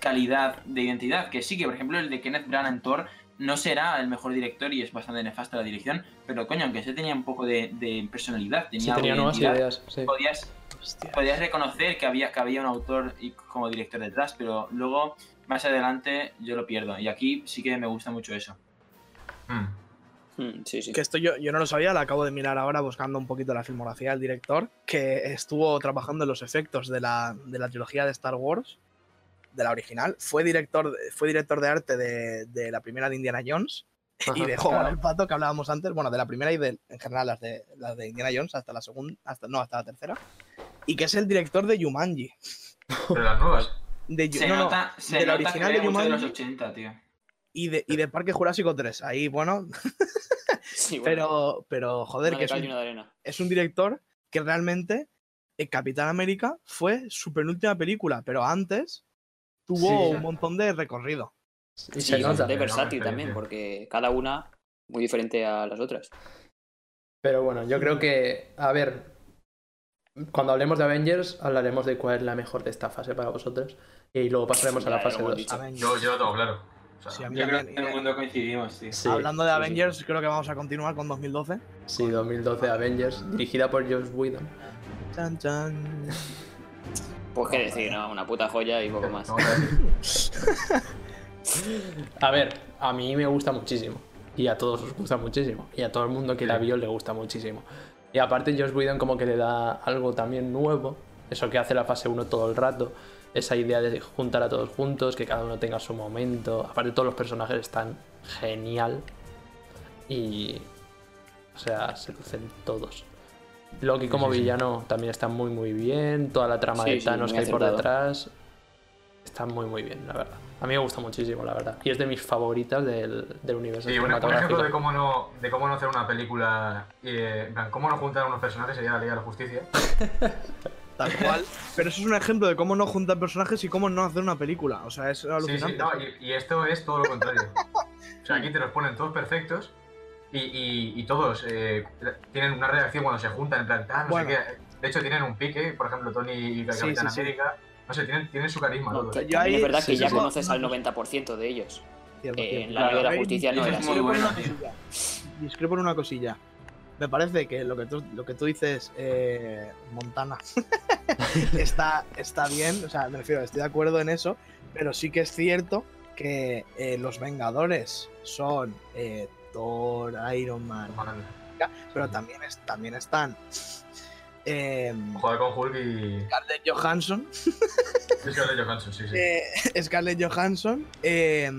calidad de identidad. Que sí, que por ejemplo el de Kenneth Branagh en Thor no será el mejor director y es bastante nefasta la dirección, pero coño, aunque se tenía un poco de, de personalidad, tenía, Sí, tenía algo nuevas de identidad, ideas, sí. podías podías reconocer que había, que había un autor y como director detrás, pero luego, más adelante, yo lo pierdo. Y aquí sí que me gusta mucho eso. Mm. Mm, sí, sí. Que esto yo, yo no lo sabía, lo acabo de mirar ahora buscando un poquito la filmografía del director, que estuvo trabajando en los efectos de la, de la trilogía de Star Wars, de la original. Fue director, fue director de arte de, de la primera de Indiana Jones y de Juego el Pato, que hablábamos antes, bueno, de la primera y de, en general las de, las de Indiana Jones hasta la segunda, hasta, no, hasta la tercera. Y que es el director de Yumanji. Pero las nuevas. De, Yu- Se no, no, nota, se de la nota original que de era mucho de los Jumanji. 80, tío. y, de, y de Parque Jurásico 3. Ahí, bueno, Sí, bueno, pero, pero joder, una que de es cal un y una de arena. es un director que realmente eh, Capitán América fue su penúltima película, pero antes tuvo Sí. un montón de recorrido. Y Sí, se nota. bastante versátil Enorme también, diferencia. porque cada una muy diferente a las otras. Pero bueno, yo creo que, a ver, cuando hablemos de Avengers, hablaremos de cuál es la mejor de esta fase para vosotros. Y luego pasaremos a la Vale, fase lo hemos 2. dicho. Avengers. Yo, yo lo tengo claro. O sea, Sí, a mí Yo creo que también. eh, todo el mundo coincidimos, tío. Sí, Hablando de sí, sí. Avengers, creo que vamos a continuar con 2012. sí, 2012 Avengers, dirigida por Josh Whedon. Chan, chan. Pues qué decir, ¿no? Una puta joya y poco más. vamos a ver. A ver, a mí me gusta muchísimo. Y a todos os gusta muchísimo. Y a todo el mundo que la vio le gusta muchísimo. Y aparte Josh Whedon como que le da algo también nuevo. Eso que hace la fase 1 todo el rato. Esa idea de juntar a todos juntos, que cada uno tenga su momento. Aparte todos los personajes están genial. Y... O sea, se lucen todos. Loki como Sí, sí, sí. villano también está muy muy bien. Toda la trama Sí, de sí, Thanos muy que hay por acertado. detrás está muy muy bien, la verdad. A mí me gusta muchísimo, la verdad. Y es de mis favoritas del, del universo Sí, un, un cinematográfico. ejemplo de cómo no, de cómo no hacer una película, eh, en plan, cómo no juntar unos personajes sería la Liga de la Justicia. Tal cual. Pero eso es un ejemplo de cómo no juntar personajes y cómo no hacer una película. O sea, es Sí, alucinante. sí, no, y, y esto es todo lo contrario. O sea, aquí te los ponen todos perfectos y, y- y todos eh, tienen una reacción cuando se juntan, en plan, ah, no Bueno. sé qué. De hecho, tienen un pique, por ejemplo, Tony y Sí, Capitán sí, sí. América. No sé, tienen, tienen su carisma No, todos. Yo que ahí- también es verdad sí, que sí, ya sí. conoces al 90% de ellos. Cierto, Eh, cierto. en la Liga de la Claro, Justicia no eso era es así. muy bueno. tío. Discrepo en una cosilla. Me parece que lo que tú, lo que tú dices, eh, Montana, está, está bien, o sea, me refiero, estoy de acuerdo en eso, pero sí que es cierto que eh, los Vengadores son eh, Thor, Iron Man, pero también, es- también están eh, Jugar con Hulk y. Scarlett Johansson, Es que lo de Johansson, sí, sí. eh, Scarlett Johansson, eh,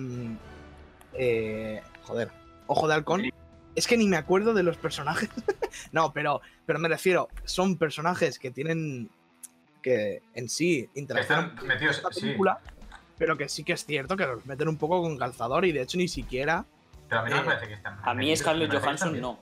eh, joder, Ojo de Halcón. Es que ni me acuerdo de los personajes. no, pero, pero me refiero, son personajes que tienen que en sí Que interactúan Están con metidos, la sí. película, pero que sí que es cierto que los meten un poco con calzador y de hecho ni siquiera. Pero a mí no eh, me parece que están. A mí metidos, Scarlett me parece que Johansson están no.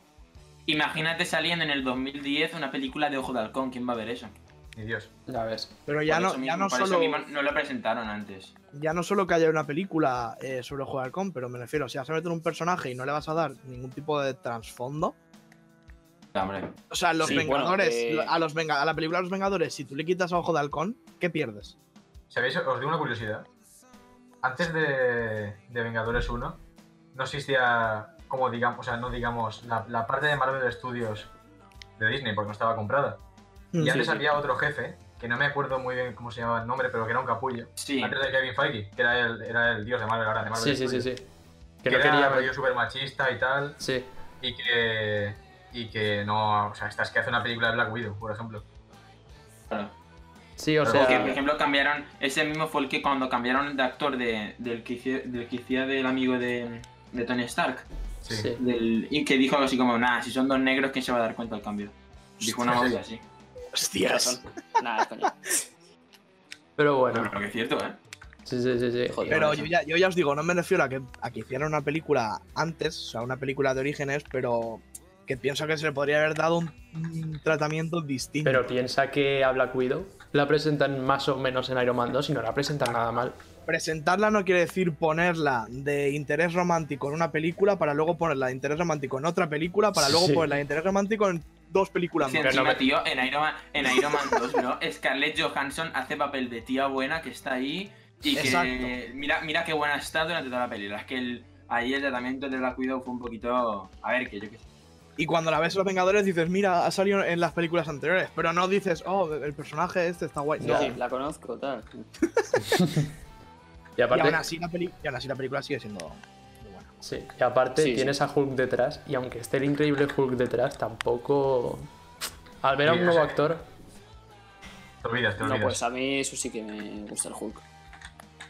Imagínate saliendo en el 2010 una película de Ojo de Halcón, ¿quién va a ver eso? bien. Ni Dios. Ya ves. Pero ya Por no, eso ya mismo- no por eso solo mismo no lo presentaron antes. ya no solo que haya una película eh, sobre el juego de halcón, pero me refiero, si vas a meter un personaje y no le vas a dar ningún tipo de trasfondo. Ya, hombre. O sea, los Sí, bueno, Vengadores, eh. lo- a, los venga, a la película de los Vengadores, si tú le quitas a Ojo de Halcón, ¿qué pierdes? ¿Sabéis? Os digo una curiosidad. Antes de, de Vengadores 1, no existía, como digamos, o sea, no digamos, la, la parte de Marvel Studios de Disney, porque no estaba comprada. Y Sí, antes sí. había otro jefe, que no me acuerdo muy bien cómo se llamaba el nombre, pero que era un capullo. Sí, Antes de Kevin Feige, que era el, era el dios de Marvel ahora, de Sí, Marvel sí, sí, Studios. sí. Que Que, no era quería. rollo súper machista y tal, Sí, y que, y que no... O sea, esta es que hace una película de Black Widow, por ejemplo. claro. sí, o Pero sea. Porque, por ejemplo, cambiaron. Ese mismo fue el que cuando cambiaron de actor de, del, que hici- del que hacía del amigo de, de Tony Stark. Sí. sí. Del, y que dijo algo así como: Nah, si son dos negros, ¿quién se va a dar cuenta del cambio? Dijo una Hostia, movida así. Hostias. Nada, coño. Pero Bueno, bueno, pero que es cierto, ¿eh? sí, sí, sí. sí. Joder. Pero yo ya, yo ya os digo, no me refiero a que, a que hicieran una película antes, o sea, una película de orígenes, pero que pienso que se le podría haber dado un, un tratamiento distinto. Pero piensa que a Black Widow la presentan más o menos en Iron Man 2 y no la presentan nada mal. Presentarla no quiere decir ponerla de interés romántico en una película para luego ponerla de interés romántico en otra película para luego Sí. ponerla de interés romántico en dos películas Sí, más. no encima, me- tío, en Iron, Man, en Iron Man 2, bro, Scarlett Johansson hace papel de tía buena que está ahí y que Exacto. mira, mira qué buena está durante toda la película. Es que el, ahí el tratamiento de la cuidado fue un poquito. A ver, que yo qué sé. Y cuando la ves en Los Vengadores dices, mira, ha salido en las películas anteriores, pero no dices, oh, el personaje este está guay. No. Ya, la conozco, tal. Y Y, aparte, aún así la peli- y aún así la película sigue siendo muy buena. sí, y aparte Sí, sí. tienes a Hulk detrás y aunque esté el increíble Hulk detrás, tampoco... Al ver a Sí, un o nuevo sea, actor, Te olvidas, te No, olvidas. pues a mí eso sí que me gusta el Hulk.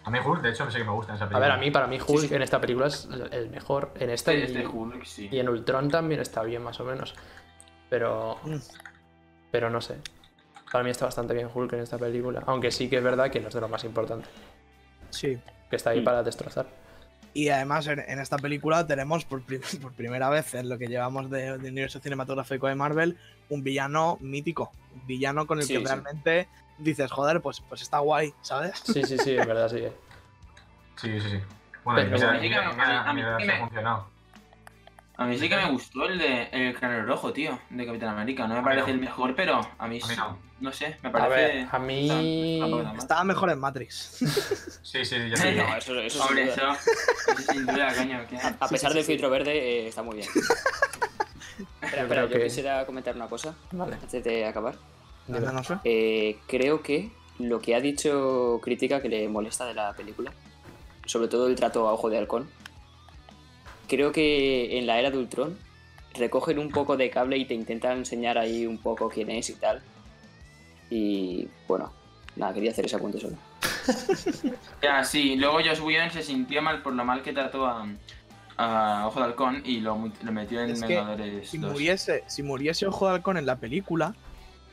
A mí Hulk, de hecho, sí que me gusta esa a película. ver, a mí, para mí Hulk Sí, sí. en esta película es el mejor. En esta y, Este, este Hulk, sí. y en Ultron también está bien, más o menos. Pero... Mm. Pero no sé. Para mí está bastante bien Hulk en esta película. Aunque sí que es verdad que no es de lo más importante. Sí. Que está ahí Mm. para destrozar. Y además en, en esta película tenemos por, prim- por primera vez en lo que llevamos de, de universo cinematográfico de Marvel un villano mítico, un villano con el Sí, que sí. realmente dices, joder, pues, pues está guay, ¿sabes? Sí, sí, sí, en verdad sí. eh. Sí, sí, sí. Bueno, Pero- A mí y mira, sí que- a mira, mí- mira, a mí mira, sí se ha me- funcionado. A mí sí que me gustó el de el Cráneo Rojo, tío, de Capitán América. No me mí parece no. el mejor, pero a mí, A sí- mí no. no. sé, me A parece. ver, a mí... Estaba mejor en Matrix. Sí, sí, ya Sí, sé. No, eso, eso Hombre, sin duda. eso, eso sin duda, coño. que- A pesar del filtro verde, eh, está muy bien. Espera, espera, creo yo que- quisiera Ah, comentar una cosa Vale. antes de acabar. No, Dime. no sé. Eh, creo que lo que ha dicho crítica que le molesta de la película, sobre todo el trato a ojo de halcón, creo que en la era de Ultron recogen un poco de cable y te intentan enseñar ahí un poco quién es y tal. Y bueno, nada, quería hacer ese apunte solo. Ya, sí, luego Josh Whedon se sintió mal por lo mal que trató a, a Ojo de Halcón y lo, mu- lo metió en Es que Vengadores Si 2. muriese, si muriese Ojo de Halcón en la película,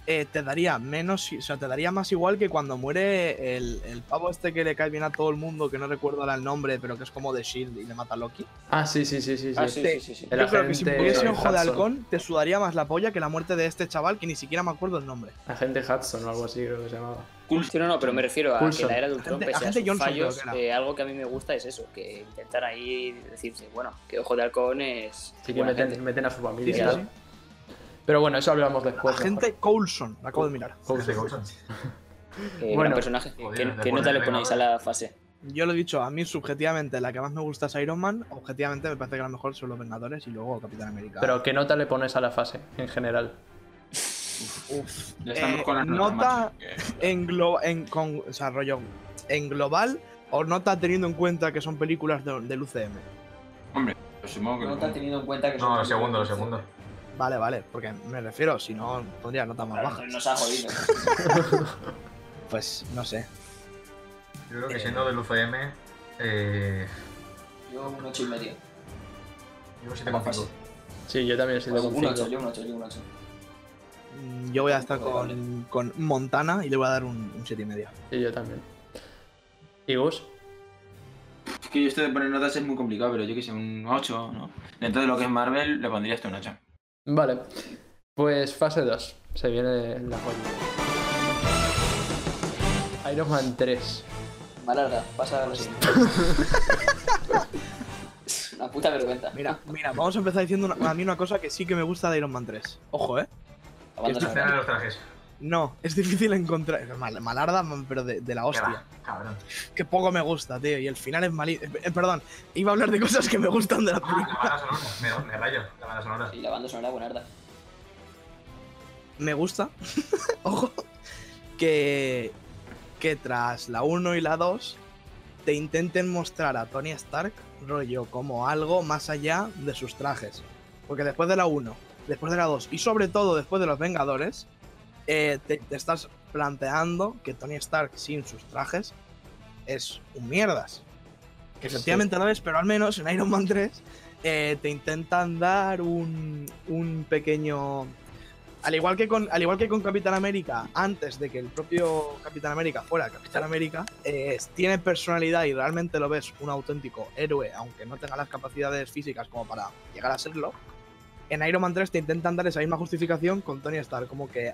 eh, te daría menos, o sea, te daría más igual que cuando muere el, el pavo este que le cae bien a todo el mundo, que no recuerdo ahora el nombre, pero que es como de Shield E y le mata a Loki. Ah, sí, sí, sí, sí. sí. Ah, sí, sí, sí. sí. El Yo creo que si agente muriese Ojo de Hudson. Halcón, te sudaría más la polla que la muerte de este chaval que ni siquiera me acuerdo el nombre. Agente Hudson o algo así creo que se llamaba. Cool. Sí, no, no, pero me refiero a Coulson. que la era de Ultron, Agente- pese a agente sus Johnson, fallos, creo que eh, algo que a mí me gusta es eso, que intentar ahí decirse, bueno, que Ojo de Halcón es... Sí que buena meten, gente. meten a su familia. Sí, sí, y tal. Pero bueno, eso hablamos después. Agente Coulson, la acabo de mirar. mejor. Este Coulson. Eh, Bueno. gran personaje. Joder, ¿Qué, de qué acuerdo, nota le venga, ponéis a vale. la fase? Yo lo he dicho, a mí subjetivamente la que más me gusta es Iron Man, objetivamente me parece que la mejor son los Vengadores y luego Capitán América. Pero ¿qué nota le pones a la fase en general? Uf, Ya estamos eh, con las notas, nota macho. en, glo- en, con, o sea, rollo, en global o nota teniendo en cuenta que son películas de- del UCM. Hombre, pues supongo que No te has tenido en cuenta que No, lo segundo, lo segundo. Vale, vale, porque me refiero, si no, pondría nota más baja. Nos ha jodido. Pues no sé. Yo creo que siendo del UCM, eh, Yo un 8 y medio. yo 7,5. Sí, yo también soy de Un 8, conflicto. yo un 8, yo un 8. Mm, Yo voy a estar con, con Montana y le voy a dar un, un 7,5. Y yo también. ¿Y Gus? Es que yo esto de poner notas es muy complicado, pero yo que sé, un 8, ¿no? Dentro de lo que es Marvel, le pondría esto un 8. Vale. Pues fase 2. Se viene la joya. Iron Man 3. Malarda, pasa a la siguiente. Una puta vergüenza. Mira, mira, vamos a empezar diciendo una- a mí una cosa que sí que me gusta de Iron Man 3. Ojo, ¿eh? La banda La sonora. escena de los trajes. No, es difícil encontrar. mal- malarda, pero de, de la Qué hostia. va, Cabrón. Que poco me gusta, tío. Y el final es malísimo. perdón, iba a hablar de cosas que me gustan de la Ah, película. La banda sonora. Me, me rayo. La banda sonora. Y la banda sonora buenarda. me gusta, ojo, que, que tras la 1 y la 2 te intenten mostrar a Tony Stark, rollo, como algo más allá de sus trajes. Porque después de la 1, después de la 2 y sobre todo después de los Vengadores, eh, te, te estás planteando que Tony Stark sin sus trajes es un mierdas. Que efectivamente lo es, pero al menos en Iron Man 3 eh, te intentan dar un, un pequeño. Al igual, que con, al igual que con Capitán América, antes de que el propio Capitán América fuera Capitán América, eh, es- tiene personalidad y realmente lo ves un auténtico héroe, aunque no tenga las capacidades físicas como para llegar a serlo. En Iron Man 3 te intentan dar esa misma justificación con Tony Stark, como que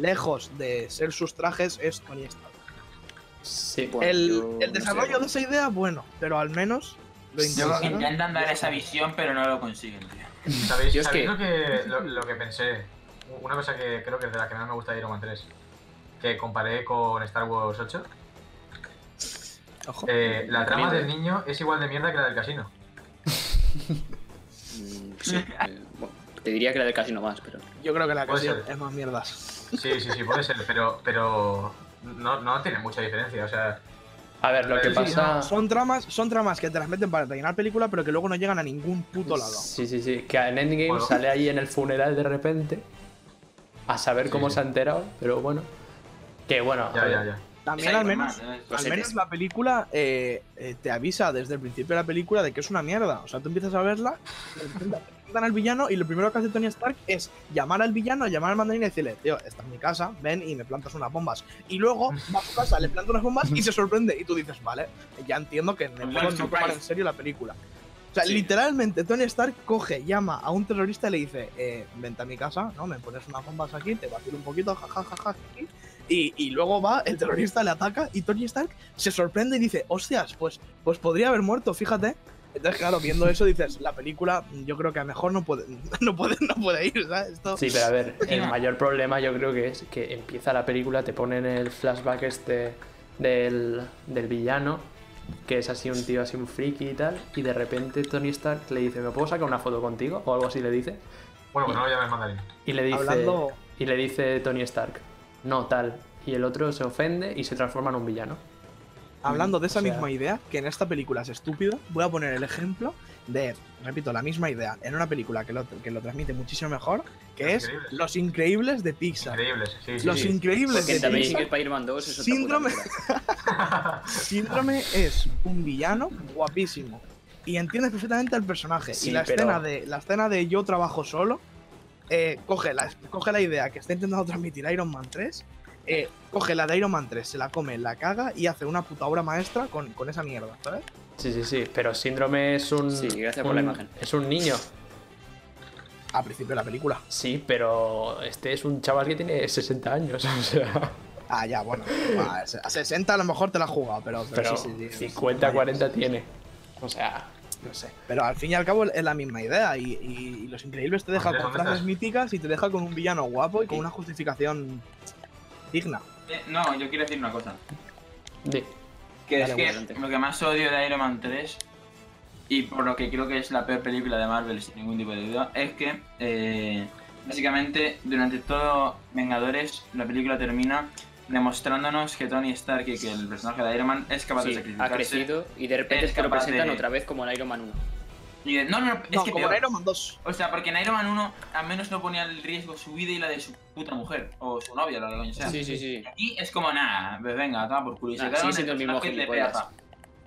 lejos de ser sus trajes es Tony Stark. Sí. Bueno, yo El, no el sé. desarrollo de esa idea, bueno, pero al menos lo Sí, Yo creo que intentan. intentan dar esa visión, pero no lo consiguen, tío. ¿Sabéis, Yo es sabéis que- lo, que, lo, lo que pensé? Una cosa que creo que es de la que más me gusta de Iron Man 3, que comparé con Star Wars 8. Ojo. eh, la trama del niño es igual de mierda que la del casino. Mm, sí, eh, bueno, te diría que la del casino más, pero. Yo creo que la Puede canción ser. es más mierdas. Sí, sí, sí, puede ser, pero, pero no, no tiene mucha diferencia. O sea, A ver, lo que Sí, pasa. Son tramas, son tramas que te las meten para rellenar película, pero que luego no llegan a ningún puto lado. Sí, sí, sí. Que en Endgame Bueno. sale ahí en el funeral de repente. A saber Sí, cómo sí. se ha enterado, pero bueno. Que bueno. a ya, ver, ya, ya. También Sí, al pues, menos, más, ¿sabes? Pues al el menos des- la película eh, eh, te avisa desde el principio de la película de que es una mierda. O sea, tú empiezas a verla, te presentan- te presentan al villano y lo primero que hace Tony Stark es llamar al villano, llamar al mandarín y decirle, tío, esta es mi casa, ven y me plantas unas bombas. Y luego Mm. va a su casa, le planta unas bombas y se sorprende. Y tú dices, vale, ya entiendo que me Claro, puedo no surprise. tomar en serio la película. O sea, Sí. literalmente Tony Stark coge, llama a un terrorista y le dice, eh, vente a mi casa, ¿no? Me pones unas bombas aquí, te vacilo un poquito, jajajaja. y, y luego va, el terrorista le ataca y Tony Stark se sorprende y dice, hostias, pues, pues podría haber muerto, fíjate. Entonces, claro, viendo eso dices, la película yo creo que a mejor no puede, no puede, no puede ir, ¿sabes? Esto... Sí, pero a ver, el Encima- mayor problema yo creo que es que empieza la película, te ponen el flashback este del, del villano, que es así un tío así un friki y tal, y de repente Tony Stark le dice, ¿me puedo sacar una foto contigo? O algo así le dice. Bueno, pues no lo llames mandarín. Y le dice, Hablando- y le dice Tony Stark, no tal. Y el otro se ofende y se transforma en un villano. Hablando de esa o sea- misma idea, que en esta película es estúpida, voy a poner el ejemplo de, repito, la misma idea en una película que lo, que lo transmite muchísimo mejor, que Los es Increíbles. Los Increíbles de Pixar. Increíbles, sí, sí. Los sí. Increíbles Porque de también Pixar. Spider-Man 2 es otra puta Síndrome- locura. Síndrome es un villano guapísimo y entiendes perfectamente al personaje. Sí, y la, pero- escena de, la escena de yo trabajo solo, eh, coge, la, coge la idea que está intentando transmitir Iron Man 3, eh, coge la de Iron Man 3, se la come, la caga y hace una puta obra maestra con, con esa mierda, ¿sabes? Sí, sí, sí, pero Síndrome es un... Sí, gracias por la un- imagen. Es un niño, Al principio de la película. sí, pero este es un chaval que tiene 60 años, o sea... Ah, ya, bueno. va, a 60 a lo mejor te la has jugado, pero, pero Pero sí, sí, sí, 50, sí. 40 tiene. O sea, no sé. Pero al fin y al cabo es la misma idea. Y, y- y Los Increíbles te deja Andrés, con ¿dónde frases estás? míticas y te deja con un villano guapo y con Sí. una justificación digna. Eh, No, yo quiero decir una cosa. Di. Que Dale, es que adelante. lo que más odio de Iron Man 3, y por lo que creo que es la peor película de Marvel sin ningún tipo de duda, es que eh, básicamente durante todo Vengadores la película termina demostrándonos que Tony Stark y que el personaje de Iron Man es capaz de Sí, ha sacrificarse. crecido y de repente Es te lo capaz presentan de- otra vez como en Iron Man 1. Y de- no, no, no, es no, que como peor. en Iron Man 2. O sea, porque en Iron Man 1 al menos no ponía en riesgo su vida y la de su puta mujer, o su novia, lo que coño sea. Sí, sí, sí. Aquí es como nada, pues venga, toma por culo. Y Nah, sacaron sigue siendo el mismo personaje de gilipollas. pedazo.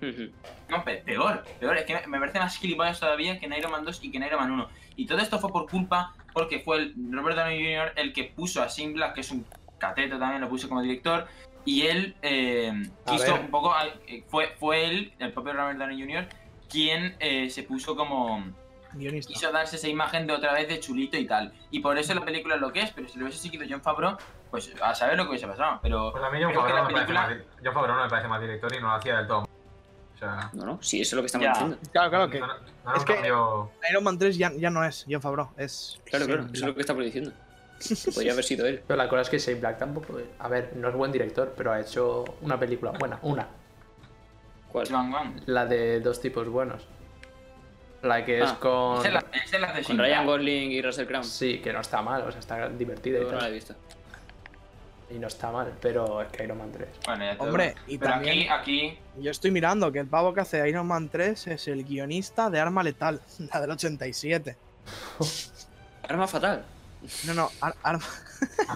Ujú. No, pe- peor, peor, es que me- me parece más gilipollas todavía que en Iron Man 2 y que en Iron Man 1. Y todo esto fue por culpa, porque fue el Robert Downey Jr. el que puso a Sim Black, que es un cateto también, lo puso como director, y él eh, A quiso ver. un poco, al- eh, fue, fue él, el propio Robert Downey Jr., quien eh, se puso como... Guionista. Quiso darse esa imagen de otra vez de chulito y tal. Y por eso la película es lo que es, pero si lo hubiese seguido John Favreau, pues a saber lo que hubiese pasado. Pero Pues a mí creo John que Favreau, la me parece película- más, di- John Favreau no me parece más director y no lo hacía del todo. O sea, No, no, sí, eso es lo que estamos Ya. diciendo. Claro, Ah, claro que no, no- no era es un que- cambio... Iron Man 3 ya, ya no es John Favreau, es. Claro, sí, claro, eso es lo que estamos diciendo. Que Podría haber sido él. Pero la cosa es que Shane Black tampoco. A ver, no es buen director, pero ha hecho una película buena. Una. ¿Cuál? Iván Wang. La de dos tipos buenos. La que es Ah, con. Esa es la- esa es la de Con Shin. Ryan Gosling y Russell Crowe. Sí, que no está mal, o sea, está divertida y Yo no la he tal. visto. Y no está mal, pero es que Iron Man 3. Bueno, ya todo. Hombre, y Pero también aquí, aquí, yo estoy mirando que el pavo que hace Iron Man 3 es el guionista de Arma Letal, la del 87. Arma fatal. No, no, Ar- Arma...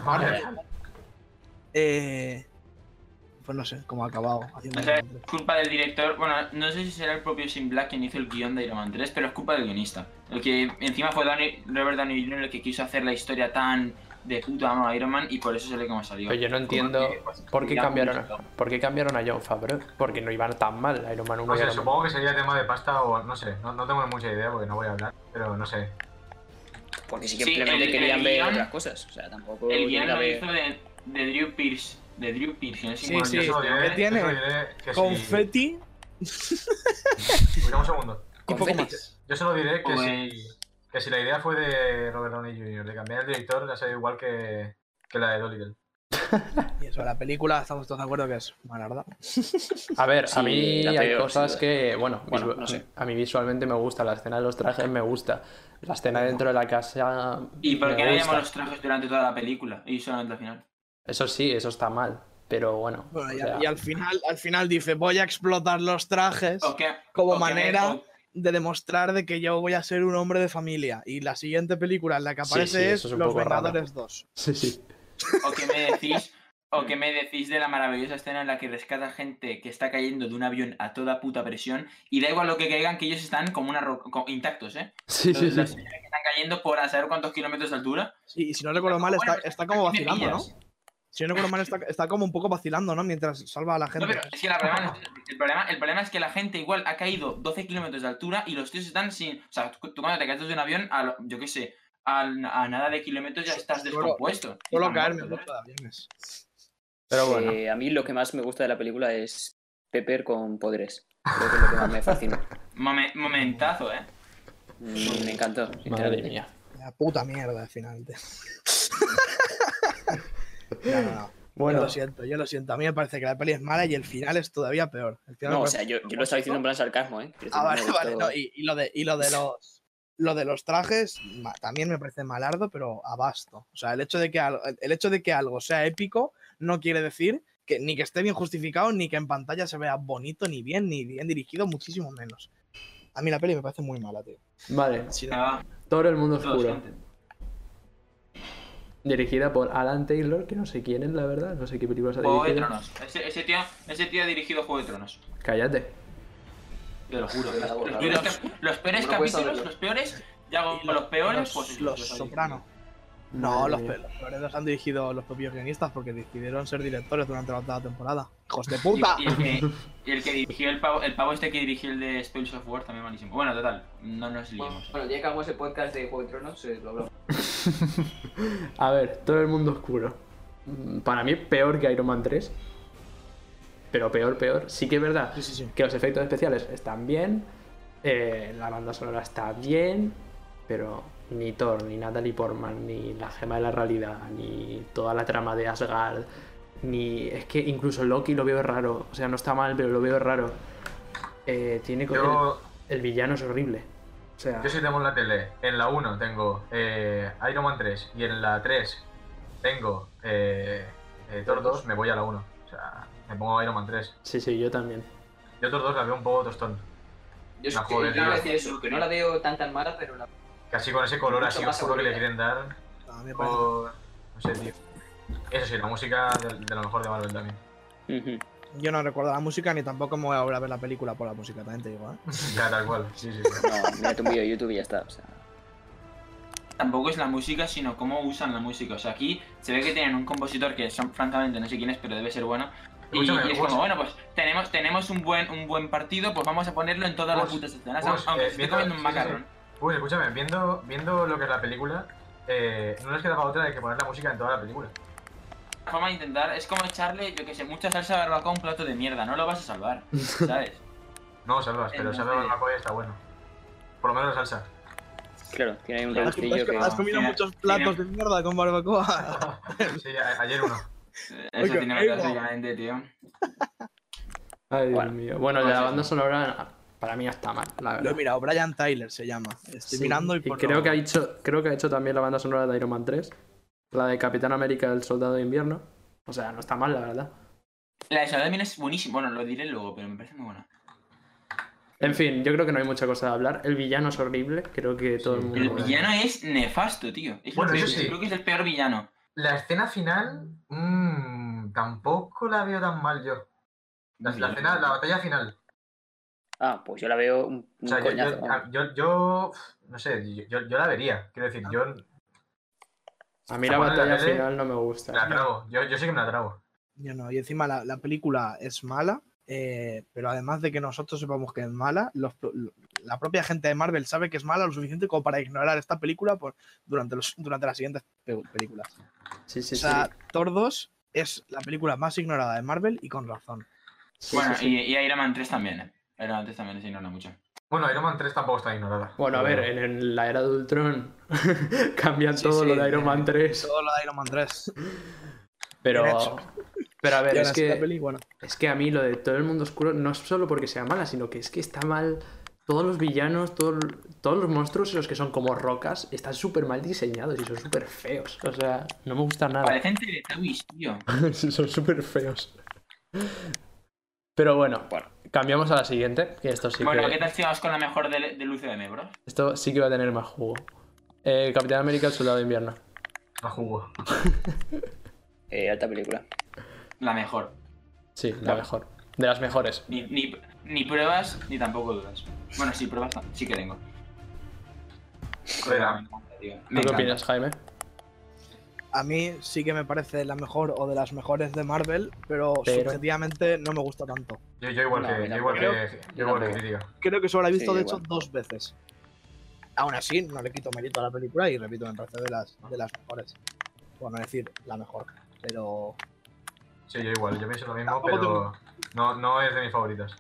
Vale. eh, pues no sé cómo ha acabado. haciendo o sea, es Iron Man culpa del director. Bueno, no sé si será el propio Sin Black quien hizo el guión de Iron Man 3, pero es culpa del guionista. El que encima fue Downey- Robert Downey Jr. el que quiso hacer la historia tan de puta mano a Iron Man y por eso sale como pues, salió. Pero Pues yo no entiendo por qué cambiaron, por qué cambiaron a John Favreau. Porque no iban tan mal Iron Man 1 y No sé, Iron Man supongo que sería tema de pasta o no sé, no, no tengo mucha idea porque no voy a hablar, pero no sé. Porque sí Sí, que simplemente el- querían el ver guión- otras cosas. O sea, tampoco. El guión tiene lo que hizo haber- de, de Drew Pierce. De Drew Pierce, no sé Sí, cómo sí, se Yo llama solo este diré- hombre. ¿qué tiene? yo solo diré que sí. Confetti Espera un segundo. y poco Confeti. más. Yo solo diré que Pues- si, que si la idea fue de Robert Downey Jr., de cambiar el director, la sería igual que, que la de Dolittle. Y eso, la película estamos todos de acuerdo que es una mierda. A ver, a Sí, mí la hay peor, cosas sin que, bueno, Bueno, visu- eh, no sé. a mí visualmente me gusta, la escena de los trajes me gusta, la escena dentro de la casa ¿Y por me qué no gusta. llamó los trajes durante toda la película y solamente al final? Eso sí, eso está mal, pero bueno. Bueno, o y, sea, y al final, al final dice, voy a explotar los trajes ¿O qué- como o qué- manera o- de demostrar de que yo voy a ser un hombre de familia. Y la siguiente película en la que Sí, aparece sí, es, eso es un Los poco raro. Vengadores 2. Sí, sí. ¿O qué me decís? ¿O qué me decís de la maravillosa escena en la que rescata gente que está cayendo de un avión a toda puta presión? Y da igual lo que caigan, que ellos están como una ro- co- intactos, ¿eh? Sí, sí, Los- sí. los señores que están cayendo por a saber cuántos kilómetros de altura. Sí, y si no recuerdo mal, está, Ah, Bueno, está como ¿qué me vacilando, ¿no? pillas? Si no recuerdo mal, está, está como un poco vacilando, ¿no? Mientras salva a la No, gente. pero es que la problema no es- el, problema, el problema es que la gente igual ha caído 12 kilómetros de altura y los tíos están sin... O sea, tú, tú cuando te caes de un avión, a lo- yo qué sé, a, a nada de kilómetros ya estás Solo- descompuesto. Solo Están caerme muertos, de aviones. Pero bueno. Eh, a mí lo que más me gusta de la película es Pepper con poderes. Creo que es lo que más me fascina. ¿eh? Momen- momentazo, ¿eh? Mm, Me encantó. Madre sinceramente. mía. La puta mierda al final. tío. no, no, no. Yo Bueno, lo siento, yo lo siento. A mí me parece que la peli es mala y el final es todavía peor. El final me No, o parece sea, yo, yo lo estaba diciendo en plan sarcasmo, ¿eh? Quiero decir, Ah, no vale, me vale. gustó. no, y, y lo de, y lo de los. Lo de los trajes ma- también me parece malardo, pero abasto. O sea, el hecho de que, al- el hecho de que algo sea épico no quiere decir que ni que esté bien justificado, ni que en pantalla se vea bonito, ni bien, ni bien dirigido, muchísimo menos. A mí la peli me parece muy mala, tío. vale. Sí, Venga, va, Todo el mundo todos, oscuro. gente. Dirigida por Alan Taylor, que no sé quién es, la verdad. No sé qué películas ha Juego de dirigido. Tronos. Ese, ese tío, ese tío ha dirigido Juego de Tronos. Cállate. Te lo juro. Sí, Los, la los borra, peores, ¿verdad? cap- los peores No puedes capítulos, saberlo. los peores. Ya con Y los, peores, los, pues. los ha dirigido. Soprano. No, Madre los, mía. pe- los peores los han dirigido los propios guionistas porque decidieron ser directores durante la octava temporada. ¡Hijos de puta! Y, y el que, y el que dirigió el pavo, el pavo este que dirigió el de Spells of War también malísimo. Bueno, total, no nos Bueno, liemos. bueno, ya que hagamos el podcast de Juego de Tronos, eh, lo hablamos. A ver, todo el mundo oscuro. Mm, Para mí, peor que Iron Man 3. Pero peor, peor. Sí que es verdad Sí, sí, sí. que los efectos especiales están bien. eh, la banda sonora está bien. Pero ni Thor, ni Natalie Portman, ni la gema de la realidad, ni toda la trama de Asgard, ni. Es que incluso Loki lo veo raro. O sea, no está mal, pero lo veo raro. Eh, tiene co- Yo, el, el villano es horrible. O sea, yo sí tengo en la tele, en la 1 tengo eh, Iron Man 3 y en la 3 tengo eh, eh, Thor 2, me voy a la 1. O sea, me pongo Iron Man 3. sí, sí, yo también. Yo Thor 2 la veo un poco tostón. Yo No, sí que- joder, yo iba a tío. decir eso, que no la veo tan tan mala, pero la. Casi con ese color Mucho así más oscuro que le aburrida. quieren dar. A mí me parece- por- No sé, tío. Eso sí, la música de, de lo mejor de Marvel también. Yo no recuerdo la música ni tampoco me voy a volver a ver la película por la música, también te digo, ¿eh? Ya, tal cual. Sí, sí. sí. No, mírate un vídeo de YouTube y ya está. O sea, Tampoco es la música, sino cómo usan la música. O sea, aquí se ve que tienen un compositor que son, francamente no sé quién es, pero debe ser bueno. Y, Escúchame, y es Gus, como, bueno, pues tenemos, tenemos un buen un buen partido, pues vamos a ponerlo en todas las Pues, putas escenas, pues, aunque eh, esté viendo- comiendo un sí, sí, sí. macarrón. Pues escúchame, viendo, viendo lo que es la película, eh, no les quedaba otra de que poner la música en toda la película. La forma de intentar es como echarle, yo que sé, mucha salsa de barbacoa a un plato de mierda, no lo vas a salvar, ¿sabes? No, salvas, pero Eh, sabe sí. barbacoa y está bueno. Por lo menos la salsa. claro, tiene ahí un Has, rebustillo que. has comido tiene- muchos platos de mierda con barbacoa. Sí, a- ayer uno. Eso Oye, tiene ahí que va. básicamente, tío. Ay, Dios Bueno. mío. Bueno, No, la sí, banda sí. sonora ah, Para mí no está mal, la Lo he verdad. mirado, Brian Tyler se llama. Estoy Sí, mirando y, por creo, lo- que ha hecho, creo que ha hecho también la banda sonora de Iron Man 3, la de Capitán América, el Soldado de Invierno. O sea, no está mal, la verdad. La de Shadow también es buenísima. Bueno, lo diré luego, pero me parece muy buena. En fin, yo creo que no hay mucha cosa de hablar. El villano es horrible, creo que todo el Sí, mundo... El Bueno. villano es nefasto, tío. Es Bueno, el eso peor- sí. Creo que es el peor villano. La escena final, mm, tampoco la veo tan mal yo. La, la escena- la batalla final. Ah, pues yo la veo un, un O sea, yo, ah. coñazo. yo, a- yo- yo, no sé, yo, yo- yo la vería. Quiero decir, yo A mí la Bueno, la batalla tele- final no me me la gusta. trago. Yo, yo sí que me la trago. yo no, y encima la, la película es mala, eh, pero además de que nosotros sepamos que es mala, los pro- lo- la propia gente de Marvel sabe que es mala lo suficiente como para ignorar esta película por, durante, los, durante las siguientes pe- películas. Sí, sí, sí. o sea, Thor 2 es la película más ignorada de Marvel y con razón. Sí, bueno, sí, sí. Y, y Iron Man 3 también, eh. Iron Man 3 también se ignora mucho. Bueno, Iron Man 3 tampoco está ignorada. Bueno, a ver, en, en la era de Ultron cambian Sí, todo sí, lo de Iron Man 3, Todo lo de Iron Man 3. pero... bien hecho. Pero a ver, Y aún es así la que, peli, bueno, es que a mí lo de todo el mundo oscuro no es solo porque sea mala, sino que es que está mal... Todos los villanos, todo- todos los monstruos, los que son como rocas, están súper mal diseñados y son súper feos. O sea, no me gusta nada. Parecen Teletubbies, tío. Son súper feos. Pero bueno, cambiamos a la siguiente, que esto sí bueno, que... ¿qué tal si vamos con la mejor del, del UCM, bro? Esto sí que va a tener más jugo. Eh, Capitán América, el soldado de invierno. No jugo. Eh, alta película. La mejor. Sí, la mejor. De las mejores. Ni, ni, ni pruebas ni tampoco dudas. Bueno, sí, pruebas tam- sí que tengo. Espera. Me encanta, tío. Me ¿Tú qué encanta. opinas, Jaime? a mí sí que me parece la mejor o de las mejores de Marvel, pero, Pero- subjetivamente no me gusta tanto. Yo, yo igual No, que, mira, yo igual creo- que, yo yo igual que tampoco. Lirio. Creo que solo la he visto, Sí, de igual. hecho, dos veces. Aún así, no le quito mérito a la película y repito, me parece de las, de las mejores. Por no decir la mejor. Pero Sí, yo igual. Yo pienso lo mismo, Tampoco pero no, no es de mis favoritas.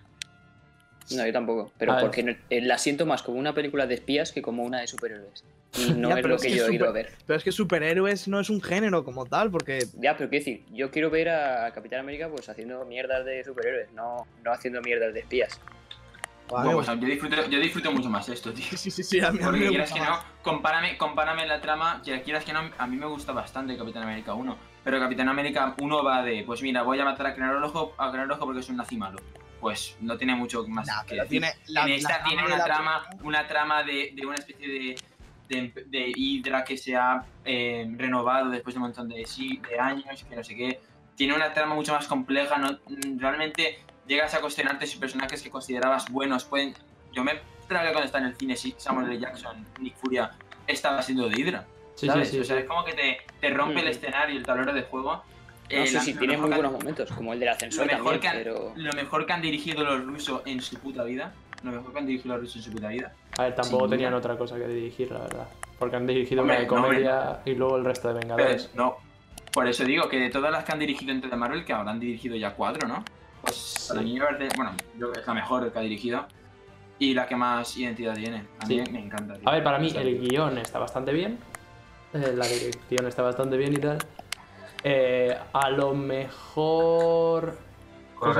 No, yo tampoco. Pero A ver. porque no- eh, la siento más como una película de espías que como una de superhéroes. Y no Ya, es pero lo es que que yo he ido a super- ver. Pero es que superhéroes no es un género como tal, porque Ya, pero quiero decir, yo quiero ver a Capitán América pues haciendo mierdas de superhéroes, no, no haciendo mierdas de espías. a mí me Bueno, pues, gusta- yo, disfruto, yo disfruto mucho más esto, tío. Sí, sí, sí, a mí, a mí Porque me quieras gusta que más. no, compárame, compárame la trama, que quieras que no, a mí me gusta bastante Capitán América 1. Pero Capitán América 1 va de, pues mira, voy a matar a Cranerojo a Cranerojo porque es un nazi malo. Pues no tiene mucho más Nah, que pero decir. tiene la- en la esta tiene de una la- trama, una trama de, de una especie de, de, de hidra que se ha eh, renovado después de un montón de, sí- de años, que no sé qué. Tiene una trama mucho más compleja, no, Mm, realmente llegas a cuestionarte si personajes que considerabas buenos pueden... Yo me tragué cuando estaba en el cine si Samuel L. Jackson, Nick Furia, estaba siendo de hidra, Sí, ¿sabes? sí, sí. o sea, sí. es como que te, te rompe el Mm. escenario, el tablero de juego. No Eh, sé la- si lo tiene muy mejor que- buenos momentos, como el del ascensor lo mejor también, que- pero... Lo mejor que han dirigido los rusos en su puta vida. Lo mejor que han dirigido los rusos en su puta vida. A ver, tampoco sin duda. tenían otra cosa que dirigir, la verdad. Porque han dirigido Hombre, una de no, Eh, hombre, comedia y luego el resto de Pero Vengadores. no. Por eso digo que de todas las que han dirigido entre de Marvel, que habrán dirigido ya cuatro, ¿no? Pues para mí me parece- bueno, yo creo que es la mejor que ha dirigido y la que más identidad tiene. A mí Sí. me encanta. tío. A ver, para mí O sea, el guión está bastante bien. eh, la dirección está bastante bien y tal. Eh, a lo mejor... cosas-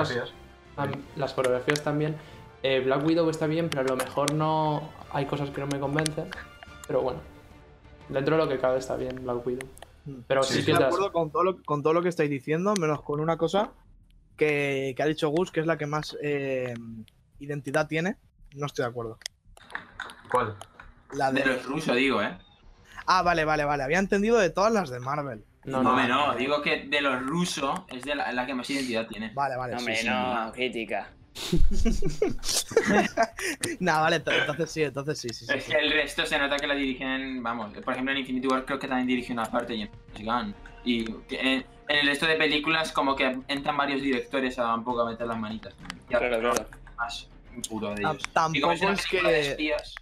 Coreografías. Am- Las coreografías también. Eh, Black Widow está bien, pero a lo mejor no. Hay cosas que no me convencen. Pero bueno. Dentro de lo que cabe está bien Black Widow. Mm. Pero Sí, sí, sí. que Estoy de las- acuerdo con todo, lo, con todo lo que estáis diciendo, menos con una cosa que, que ha dicho Gus, que es la que más eh, identidad tiene. No estoy de acuerdo. ¿Cuál? La de de... los rusos digo, ¿eh? Ah, vale, vale, vale. Había entendido de todas las de Marvel. No, No, no. hombre, no, digo que de los rusos es de la, la que más identidad tiene. Vale, vale. No, sí, hombre, sí. no, crítica. Nah, vale, to- entonces sí, entonces sí, sí, sí, Es sí. que el resto se nota que la dirigen, vamos, por ejemplo en Infinity War creo que también dirigió una parte James Gunn. Y que en, en el resto de películas como que entran varios directores a un poco a meter las manitas. Y a- Claro, claro. más puro Ah, de Tam- ellos. Y Tampoco como es una es película de que espías,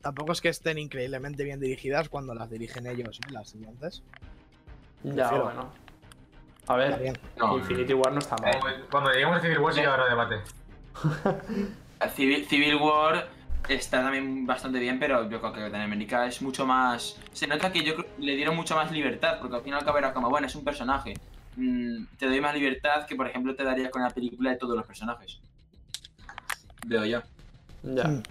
tampoco es que estén increíblemente bien dirigidas cuando las dirigen ellos, ¿eh? las siguientes. Ya, Prefiero. bueno. A Está ver, bien. No, Infinity War no está mal. Cuando lleguemos a Civil War sí que habrá debate. Eh, Civil, Civil War está también bastante bien, pero yo creo que Capitán América es mucho más... Se nota que yo creo- le dieron mucho más libertad, porque al final acaba era como, bueno, es un personaje. Mm, te doy más libertad que, por ejemplo, te daría con la película de todos los personajes. Veo yo. Ya. Mm.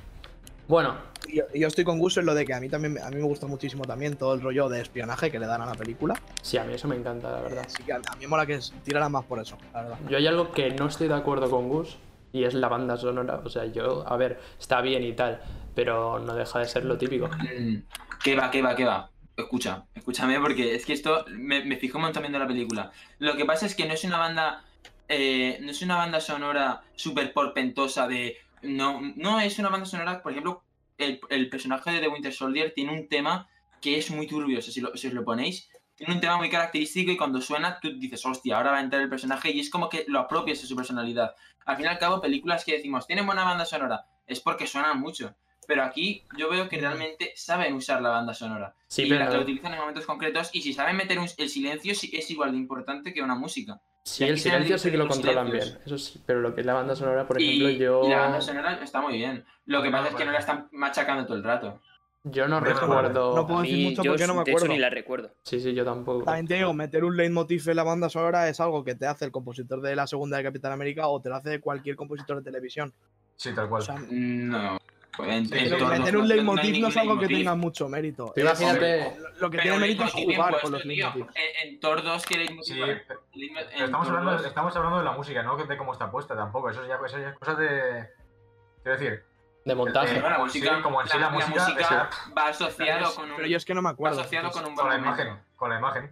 Bueno, Y Yo, y yo estoy con gusto en lo de que a mí también me- a mí me gusta muchísimo también todo el rollo de espionaje que le dan a la película. sí, a mí eso me encanta, la verdad. Así que a, a mí me mola que tiraran más por eso, la verdad. Yo hay algo que no estoy de acuerdo con Gus y es la banda sonora. O sea, yo, a ver, está bien y tal, pero no deja de ser lo típico. Mm, ¿Qué va, qué va, qué va? Escucha, escúchame porque es que esto me, me fijó un montón viendo la película. Lo que pasa es que no es una banda, eh, no es una banda sonora súper porpentosa de... No, no es una banda sonora, por ejemplo, el, el personaje de The Winter Soldier tiene un tema que es muy turbio, o sea, si, lo- si os lo ponéis. Tiene un tema muy característico y cuando suena tú dices, hostia, ahora va a entrar el personaje y es como que lo apropias a su personalidad. Al fin y al cabo, películas que decimos, tienen buena banda sonora, es porque suenan mucho. Pero aquí yo veo que realmente saben usar la banda sonora. Sí, y la que pero la utilizan en momentos concretos. Y si saben meter un- el silencio, sí- es igual de importante que una música. sí, aquí el se han silencio sí que lo dicho los controlan silencios. bien. Eso sí, pero lo que es la banda sonora, por ejemplo, y, yo, y la banda sonora está muy bien. Lo que No, pasa es que bueno. pues no la están machacando todo el rato. yo no Pero no, recuerdo. no puedo A decir mí, mucho yo, porque no me de hecho, acuerdo. ni la recuerdo. Sí, sí, yo tampoco. También te digo, meter un leitmotiv en la banda sonora es algo que te hace el compositor de la segunda de Capitán América o te lo hace cualquier compositor de televisión. Sí, tal O cual. sea, No. En- Sí, en sí, Pero Pero todos los- meter un no- no hay leitmotiv no ningún es algo que leitmotiv. tenga mucho mérito. Tú Es- imagínate, Lo que Pero tiene mérito es leitmotiv jugar bien con puesto, los tío. leitmotivs. En, en Thor 2, que leitmotiv Sí, para- pero leitmo- en estamos Thor hablando, 2. estamos hablando de la música, no de cómo está puesta tampoco. Eso ya, eso ya es cosa de. Quiero decir, de eh, montaje. Bueno, pues la música, Sí, como en sí la música, va asociado con un, Pero yo es que no me va acuerdo. asociado con un buen con la momento. imagen. Con la imagen.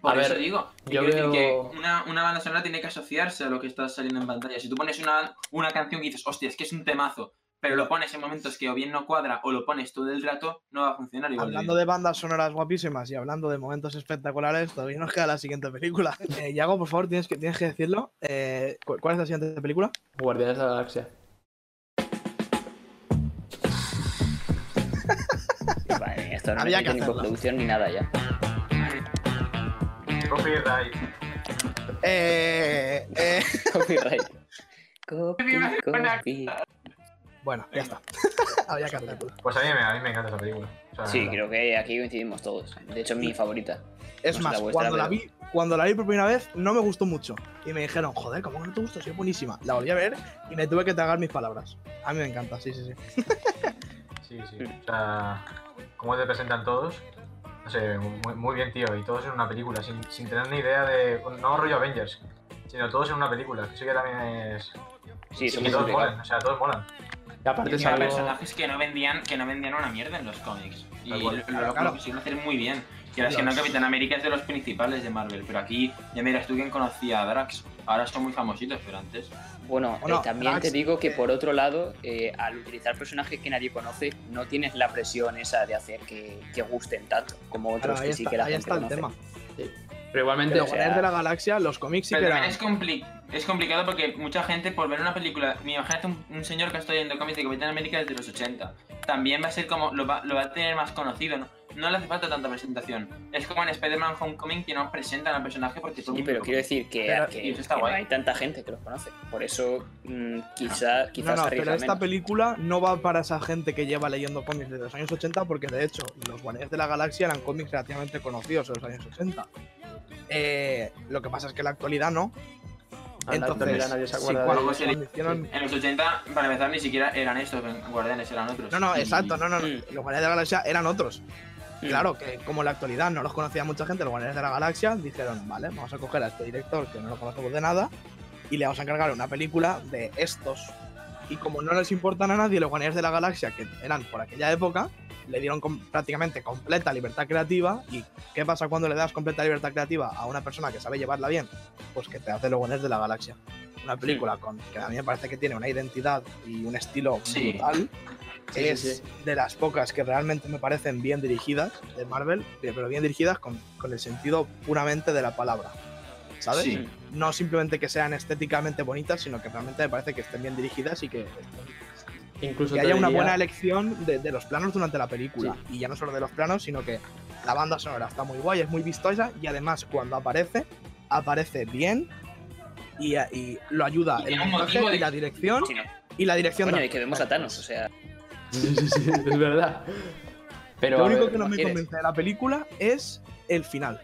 Por A eso ver, digo, que yo quiero decir veo- que una, una banda sonora tiene que asociarse a lo que está saliendo en pantalla. Si tú pones una, una canción y dices, hostia, es que es un temazo, pero lo pones en momentos que o bien no cuadra o lo pones todo el rato, no va a funcionar igual. Pues Hablando de bandas sonoras guapísimas y hablando de momentos espectaculares, todavía nos queda la siguiente película. Eh, Yago, por favor, tienes que, tienes que decirlo. Eh, ¿cu- ¿Cuál es la siguiente película? Guardianes de la Galaxia. Vale, esto no Había que necesito ni hacerlo. postproducción ni nada ya. Copyright. Eh, eh, Copyright. Copy, copy. bueno, ya está. Había que hacerlo. Pues a mí, me, a mí me encanta esa película. O sea, Sí, creo que aquí coincidimos todos. De hecho, es mi favorita. Es No sé más, la vuestra, cuando la, pero- vi, cuando la vi por primera vez, no me gustó mucho. Y me dijeron, joder, ¿cómo que no te gustó? Sí, es buenísima. La volví a ver y me tuve que tragar mis palabras. A mí me encanta, sí, sí, sí. Sí, sí. O sea, cómo te presentan todos. No sé, muy, muy bien, tío. Y todos en una película, sin, sin tener ni idea de. No rollo Avengers, sino todos en una película. que Eso ya también es. Sí, eso y es muy todos complicado. molan, o sea, todos molan. Y aparte es Encima algo- personajes que no vendían que no vendían una mierda en los cómics y Tal lo, cual. lo- lo Claro. consiguieron hacer muy bien que las que no Los- Capitán América es de los principales de Marvel pero aquí ya miras tú quien conocía a Drax ahora son muy famositos pero antes Bueno, Bueno, eh, también Drax, te digo que eh, por otro lado, eh, al utilizar personajes que nadie conoce, no tienes la presión esa de hacer que, que gusten tanto como Claro, otros ahí que sí está, que la ahí gente está el conoce. tema. Pero igualmente, Pero o sea, Guardianes de la Galaxia, los cómics sí que pero también eran... es, compli- es complicado porque mucha gente por ver una película me imagínate un, un señor que está viendo cómics de Capitán América desde los 80 también va a ser como lo va, lo va a tener más conocido ¿no? No le hace falta tanta presentación. Es como en Spider-Man Homecoming que no presentan al personaje porque todo el Sí, mundo pero lo quiero conoce. decir que, Pero- que- y eso está que no guay. hay tanta gente que los conoce. Por eso, mm, quizá, No, quizás no, se pero arriesga esta menos. película no va para esa gente que lleva leyendo cómics desde los años 80, porque de hecho, los Guardianes de la Galaxia eran cómics relativamente conocidos en los años 80. Eh, lo que pasa es que en la actualidad no. a la actualidad nadie Entonces, se sí, acuerda de- cuando, Luego se cuando hicieron- En los 80, para empezar, ni siquiera eran estos guardianes, eran otros. No, no, exacto, no, no, no. Mm. Los Guardianes de la Galaxia eran otros. Mm. Claro, que como en la actualidad no los conocía mucha gente, los Guardianes de la Galaxia dijeron, vale, vamos a coger a este director que no lo conocemos de nada y le vamos a encargar una película de estos. Y como no les importan a nadie los Guardianes de la Galaxia, que eran por aquella época, le dieron com- prácticamente completa libertad creativa. ¿Y qué pasa cuando le das completa libertad creativa a una persona que sabe llevarla bien? Pues que te hace los Guardianes de la Galaxia. Una película con, que a mí me parece que tiene una identidad y un estilo Sí. brutal Sí, sí, es sí. de las pocas que realmente me parecen bien dirigidas de Marvel, pe- pero bien dirigidas con, con el sentido puramente de la palabra. ¿Sabes? Sí. No simplemente que sean estéticamente bonitas, sino que realmente me parece que estén bien dirigidas y que, estén- incluso que te haya una diría- buena elección de, de los planos durante la película. Y ya no solo de los planos, sino que la banda sonora está muy guay, es muy vistosa y además cuando aparece, aparece bien y, a- y lo ayuda Y el tiene un montaje motivo de- y la dirección Sí, no. y la dirección Coño, de- y que vemos a Thanos, o sea, Sí, sí, sí, es verdad. Pero Lo a único ver, que no me ¿quieres? convence de la película es el final.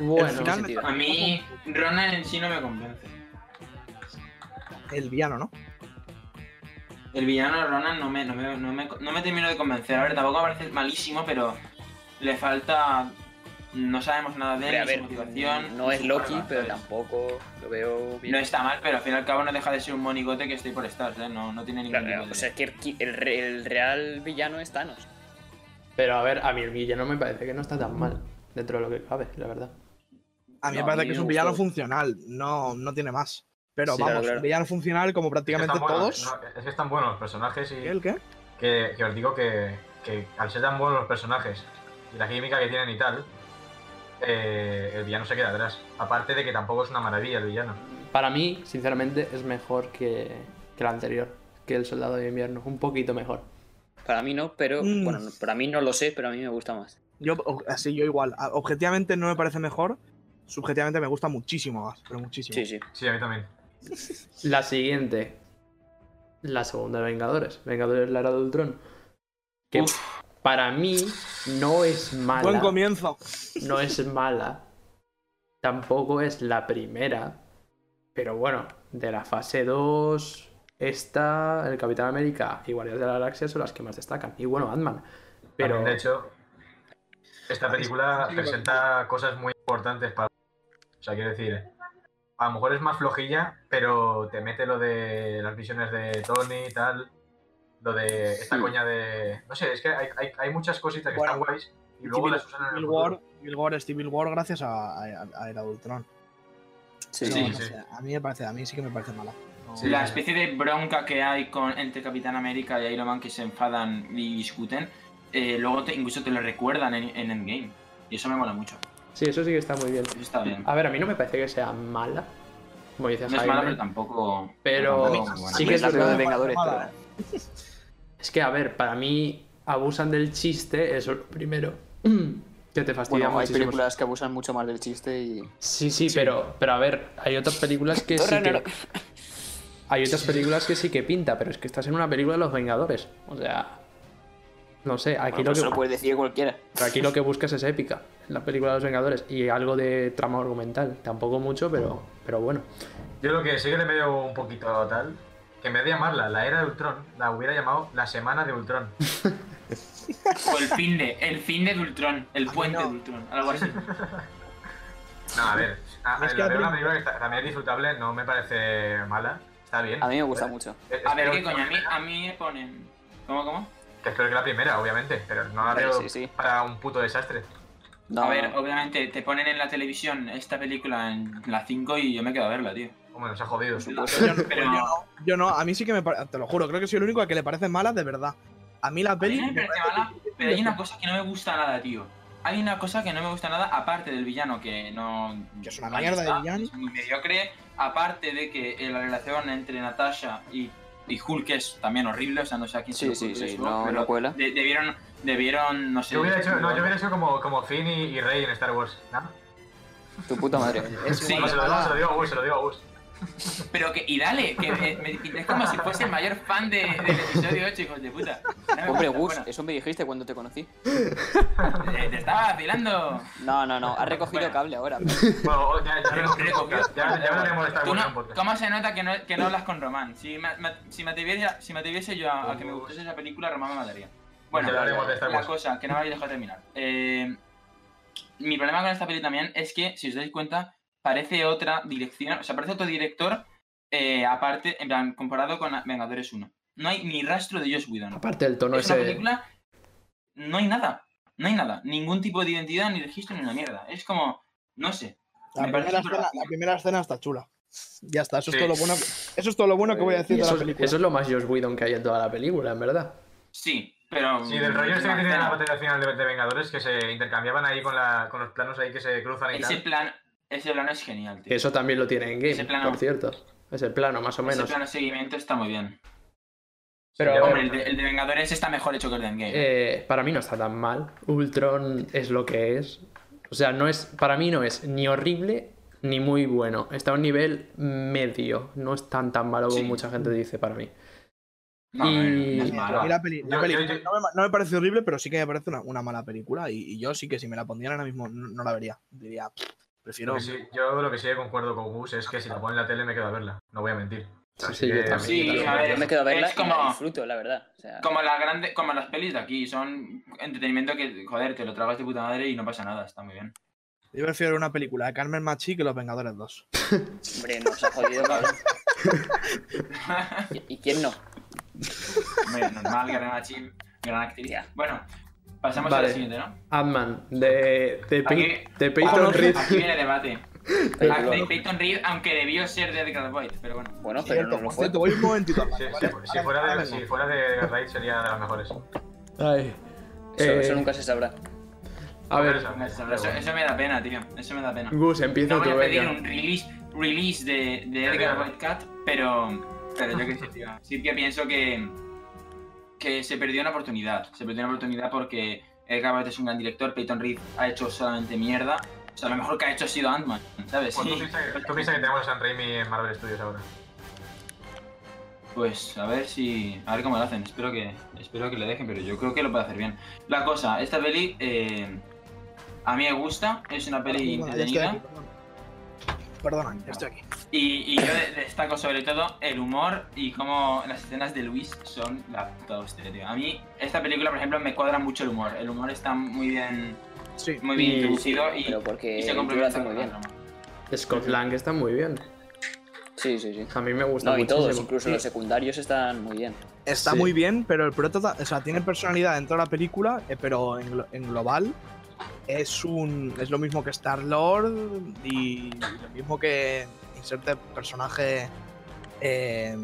bueno, el final me sentido. A mí, Ronan en sí no me convence. el villano, ¿no? El villano de Ronan no me, no, me, no, me, no me termino de convencer. A ver, tampoco me parece malísimo, pero le falta. No sabemos nada de él, Hombre, a ni ver, su mm, motivación. no ni es su Loki, arma, pero ¿sabes? tampoco lo veo bien. No está mal, pero al fin y al cabo no deja de ser un monigote que estoy por estar, ¿sabes? No, no tiene ningún Claro, pues tipo de- O sea, es que el- el, re- el real villano es Thanos. Pero a ver, a mí el villano me parece que no está tan mal dentro de lo que cabe, la verdad. A mí me No, a parece mí que es me un villano gustó. funcional, no, no tiene más. Pero Sí, vamos, claro, claro. villano funcional como Es que prácticamente están buenos, todos. no, es que están buenos los personajes y ¿El qué? que, que os digo que, que al ser tan buenos los personajes y la química que tienen y tal, eh, el villano se queda atrás. Aparte de que tampoco es una maravilla el villano. Para mí, sinceramente, es mejor que, que el anterior, que el soldado de invierno. Un poquito mejor. Para mí no, pero Mm. bueno, no- para mí no lo sé, pero a mí me gusta más. Yo, o- así, yo igual. A- Objetivamente no me parece mejor. Subjetivamente me gusta muchísimo más, pero muchísimo. Sí, sí. Sí, a mí también. La siguiente. La segunda de Vengadores. Vengadores la era de Ultron. Que Uf. para mí no es mala. Buen comienzo. no es mala. Tampoco es la primera. Pero bueno, de la fase 2, esta, el Capitán América y Guardianes de la Galaxia son las que más destacan. Y bueno, Ant-Man. Pero También, de hecho, esta película sí que me presenta cosas muy importantes para. O sea, quiero decir, a lo mejor es más flojilla, pero te mete lo de las visiones de Tony y tal. Lo de esta Hmm. coña de. No sé, es que hay, hay- hay muchas cositas que Bueno, están guays y luego Civil, las Ah, usan en el Civil futuro. War, Civil War, Civil War gracias a, a, a Era de Ultron. Sí, Sí, No, sí. no sí. sé, a mí me parece, a mí sí que me parece mala. No- Sí. la especie de bronca que hay con, entre Capitán América y Iron Man que se enfadan y discuten, eh, luego te- incluso te lo recuerdan en, en Endgame. Y eso me mola mucho. sí, eso sí que está muy bien. Eso está bien. A ver, a mí no me parece que sea mala. Como dice No es Jaime. mala, pero tampoco. Pero Oh, tampoco es muy buena. sí A mí que es la verdad. primera de Vengadores. Mala. pero- Es que, a ver, para mí abusan del chiste, eso es lo primero. que te fastidia Bueno, hay muchísimo. películas que abusan mucho más del chiste y. Sí, sí, Pero, pero a ver, hay otras películas que sí que... Hay otras películas que sí que pinta, pero es que estás en una película de los Vengadores. O sea... No sé, aquí, Bueno, pues eso lo, lo que, puedes decir cualquiera. aquí lo que buscas es épica. En la película de los Vengadores. Y algo de trama argumental. Tampoco mucho, pero, pero bueno. Yo lo que sí que le veo un poquito tal, que en vez de llamarla la era de Ultron, la hubiera llamado la semana de Ultron. O el fin de, el fin de Ultron, el A mí puente no. de Ultron, algo así. No, a ver, a, Es que la veo la una película que está- también es disfrutable, no me parece mala, está bien. A mí me gusta mucho. Es- es A ver peor qué que la coño, a mí, primera, a mí me ponen. ¿Cómo, cómo? Que es peor que la primera, obviamente, pero no la Hombre, veo sí, sí. para un puto desastre. No, a ver, no. obviamente te ponen en la televisión esta película en la 5 y yo me quedo a verla, tío. Hombre, nos ha jodido. Yo no, Pero- yo no, yo no, a mí sí que me parece, te lo juro, creo que soy el único al que le parece mala de verdad. A mí la A mí peli no me me parece parece- mala, pero hay una cosa que no me gusta nada, tío. Hay una cosa que no me gusta nada, aparte del villano, que no. Que es una ahí mierda de está, villano. Es muy mediocre. Aparte de que eh, la relación entre Natasha y, y Hulk es también horrible, o sea, no sé a quién se Sí, le sí, ocurre sí, eso, no- pero no cuela. de- debieron, debieron, no sé. Yo hubiera hecho, no, yo hubiera hecho como, como Finn y, y Rey en Star Wars, ¿no? Tu puta madre. es Sí, No, igual se de lo, no, se lo mala. digo a Gus, se lo digo a Gus. Pero que, y dale, que me, me pintáis como si fuese el mayor fan de- del episodio 8, hijos de puta. No me Hombre, gusta, Gus, bueno, eso me dijiste cuando te conocí. eh, te estaba vacilando. No, no, no. Has recogido Bueno. cable ahora. Bueno, ya, ya, Pero- ya, ya, ya, ya hablaremos de Star Tú Wars en no- un podcast. ¿Cómo se nota que no, que no hablas con Román? Si me, me- si me atreviese, si me atreviese yo a, a que me gustase esa película, Román me mataría. Bueno, Ya hablaremos de Star la Wars. cosa, que no me habéis dejado terminar. Eh, mi problema con esta peli también es que, si os dais cuenta, parece otra dirección, o sea, parece otro director, eh, aparte, en plan, comparado con Vengadores 1. No hay ni rastro de Josh Whedon. Aparte del tono es una ese... película, no hay nada, no hay nada, ningún tipo de identidad, ni registro, ni una mierda. Es como, no sé. La me parece primera, súper escena, vacía. la primera escena está chula. Ya está, eso es Sí. todo lo bueno. Eso es todo lo bueno que voy a decir de Eso, la es- película. eso es lo más Josh Whedon que hay en toda la película, en verdad. Sí, pero. Sí, del rollo este que no, tiene en la no. batalla final de, de Vengadores, que se intercambiaban ahí con, la, con los planos ahí que se cruzan y Ese tal. plan, ese plano es genial, tío. Eso también lo tiene en Ese game, plano. por cierto. Es el plano, más o Ese menos. plano de seguimiento está muy bien. Pero, Sí, ya Hombre, veremos. el de, el de Vengadores está mejor hecho que el de Endgame. Eh, para mí no está tan mal. Ultron es lo que es. O sea, no es. Para mí no es ni horrible ni muy bueno. Está a un nivel medio. No es tan tan malo como Sí. mucha gente dice para mí. no, no, y- no es Sí, a mí malo. la peli- la Yo- peli- yo- yo- No, me, no me parece horrible, pero sí que me parece una, una mala película. Y, y yo sí que si me la pondrían ahora mismo no, no la vería. Diría, "Pff, Lo prefiero. que sí- yo lo que sí que concuerdo con Gus es que si la ponen en la tele me quedo a verla, no voy a mentir. Sí, Así Pues sí, yo que- también. Sí, yo también. a ver, Yo me quedo a verla es y la como- disfruto, la verdad. O sea, Como, la grande, como las pelis de aquí, son entretenimiento que, joder, te lo tragas de puta madre y no pasa nada, está muy bien. Yo prefiero una película de Carmen Machi que Los Vengadores 2. hombre, nos ha jodido, cabrón. ¿Y y quién no? Hombre, normal, gran, achi- gran actriz. Ya. Bueno, pasamos a Vale. la siguiente, ¿no? Ant-Man, de, de, Pey- Aquí- de Peyton Reed. Aquí viene debate. Pero- Actriz Peyton Reed, aunque debió ser de Edgar White, pero bueno. Bueno, pero Cierto, no lo por fue. cierto, voy un momentito. a hablar, Si, ¿vale? si- si fuera de, si fuera de Raid sería de las mejores. Ay. Eso, Eh, eso nunca se sabrá. A ver, Pero Eso, eso- eso me da pena, tío. Eso me da pena. Gus, empieza No voy tú, a pedir venga. un release, release de, de Edgar White Cat, pero, pero yo qué sé, tío. Sí que pienso que, que se perdió una oportunidad. Se perdió una oportunidad porque Edgar White es un gran director, Peyton Reed ha hecho solamente mierda. O sea, lo mejor que ha hecho ha sido Ant-Man, ¿sabes? Pues tú Sí. piensas que, tú piensa que tenemos a San Raimi en Marvel Studios ahora. Pues a ver si. A ver cómo lo hacen. Espero que. Espero que le dejen, pero yo creo que lo puede hacer bien. La cosa, esta peli. eh, a mí me gusta. Es una peli Bueno, ya estoy entretenida. aquí, Perdona, Perdona, ya estoy aquí. Y, y yo de- destaco sobre todo el humor y cómo las escenas de Luis son la puta hostia, tío. A mí, esta película, por ejemplo, me cuadra mucho el humor. El humor está muy bien. Sí, Muy bien Y- introducido y, Pero y porque se tú lo complementa hace muy con la bien. trama. Scott Lang está muy bien. Sí, sí, sí. A mí me gusta No, y muchísimo. todos, incluso los secundarios están muy bien. está Sí. muy bien, pero el prota, o sea, tiene personalidad dentro de la película, eh, pero en, glo- en global es un es lo mismo que Star Lord y lo mismo que inserte personaje eh,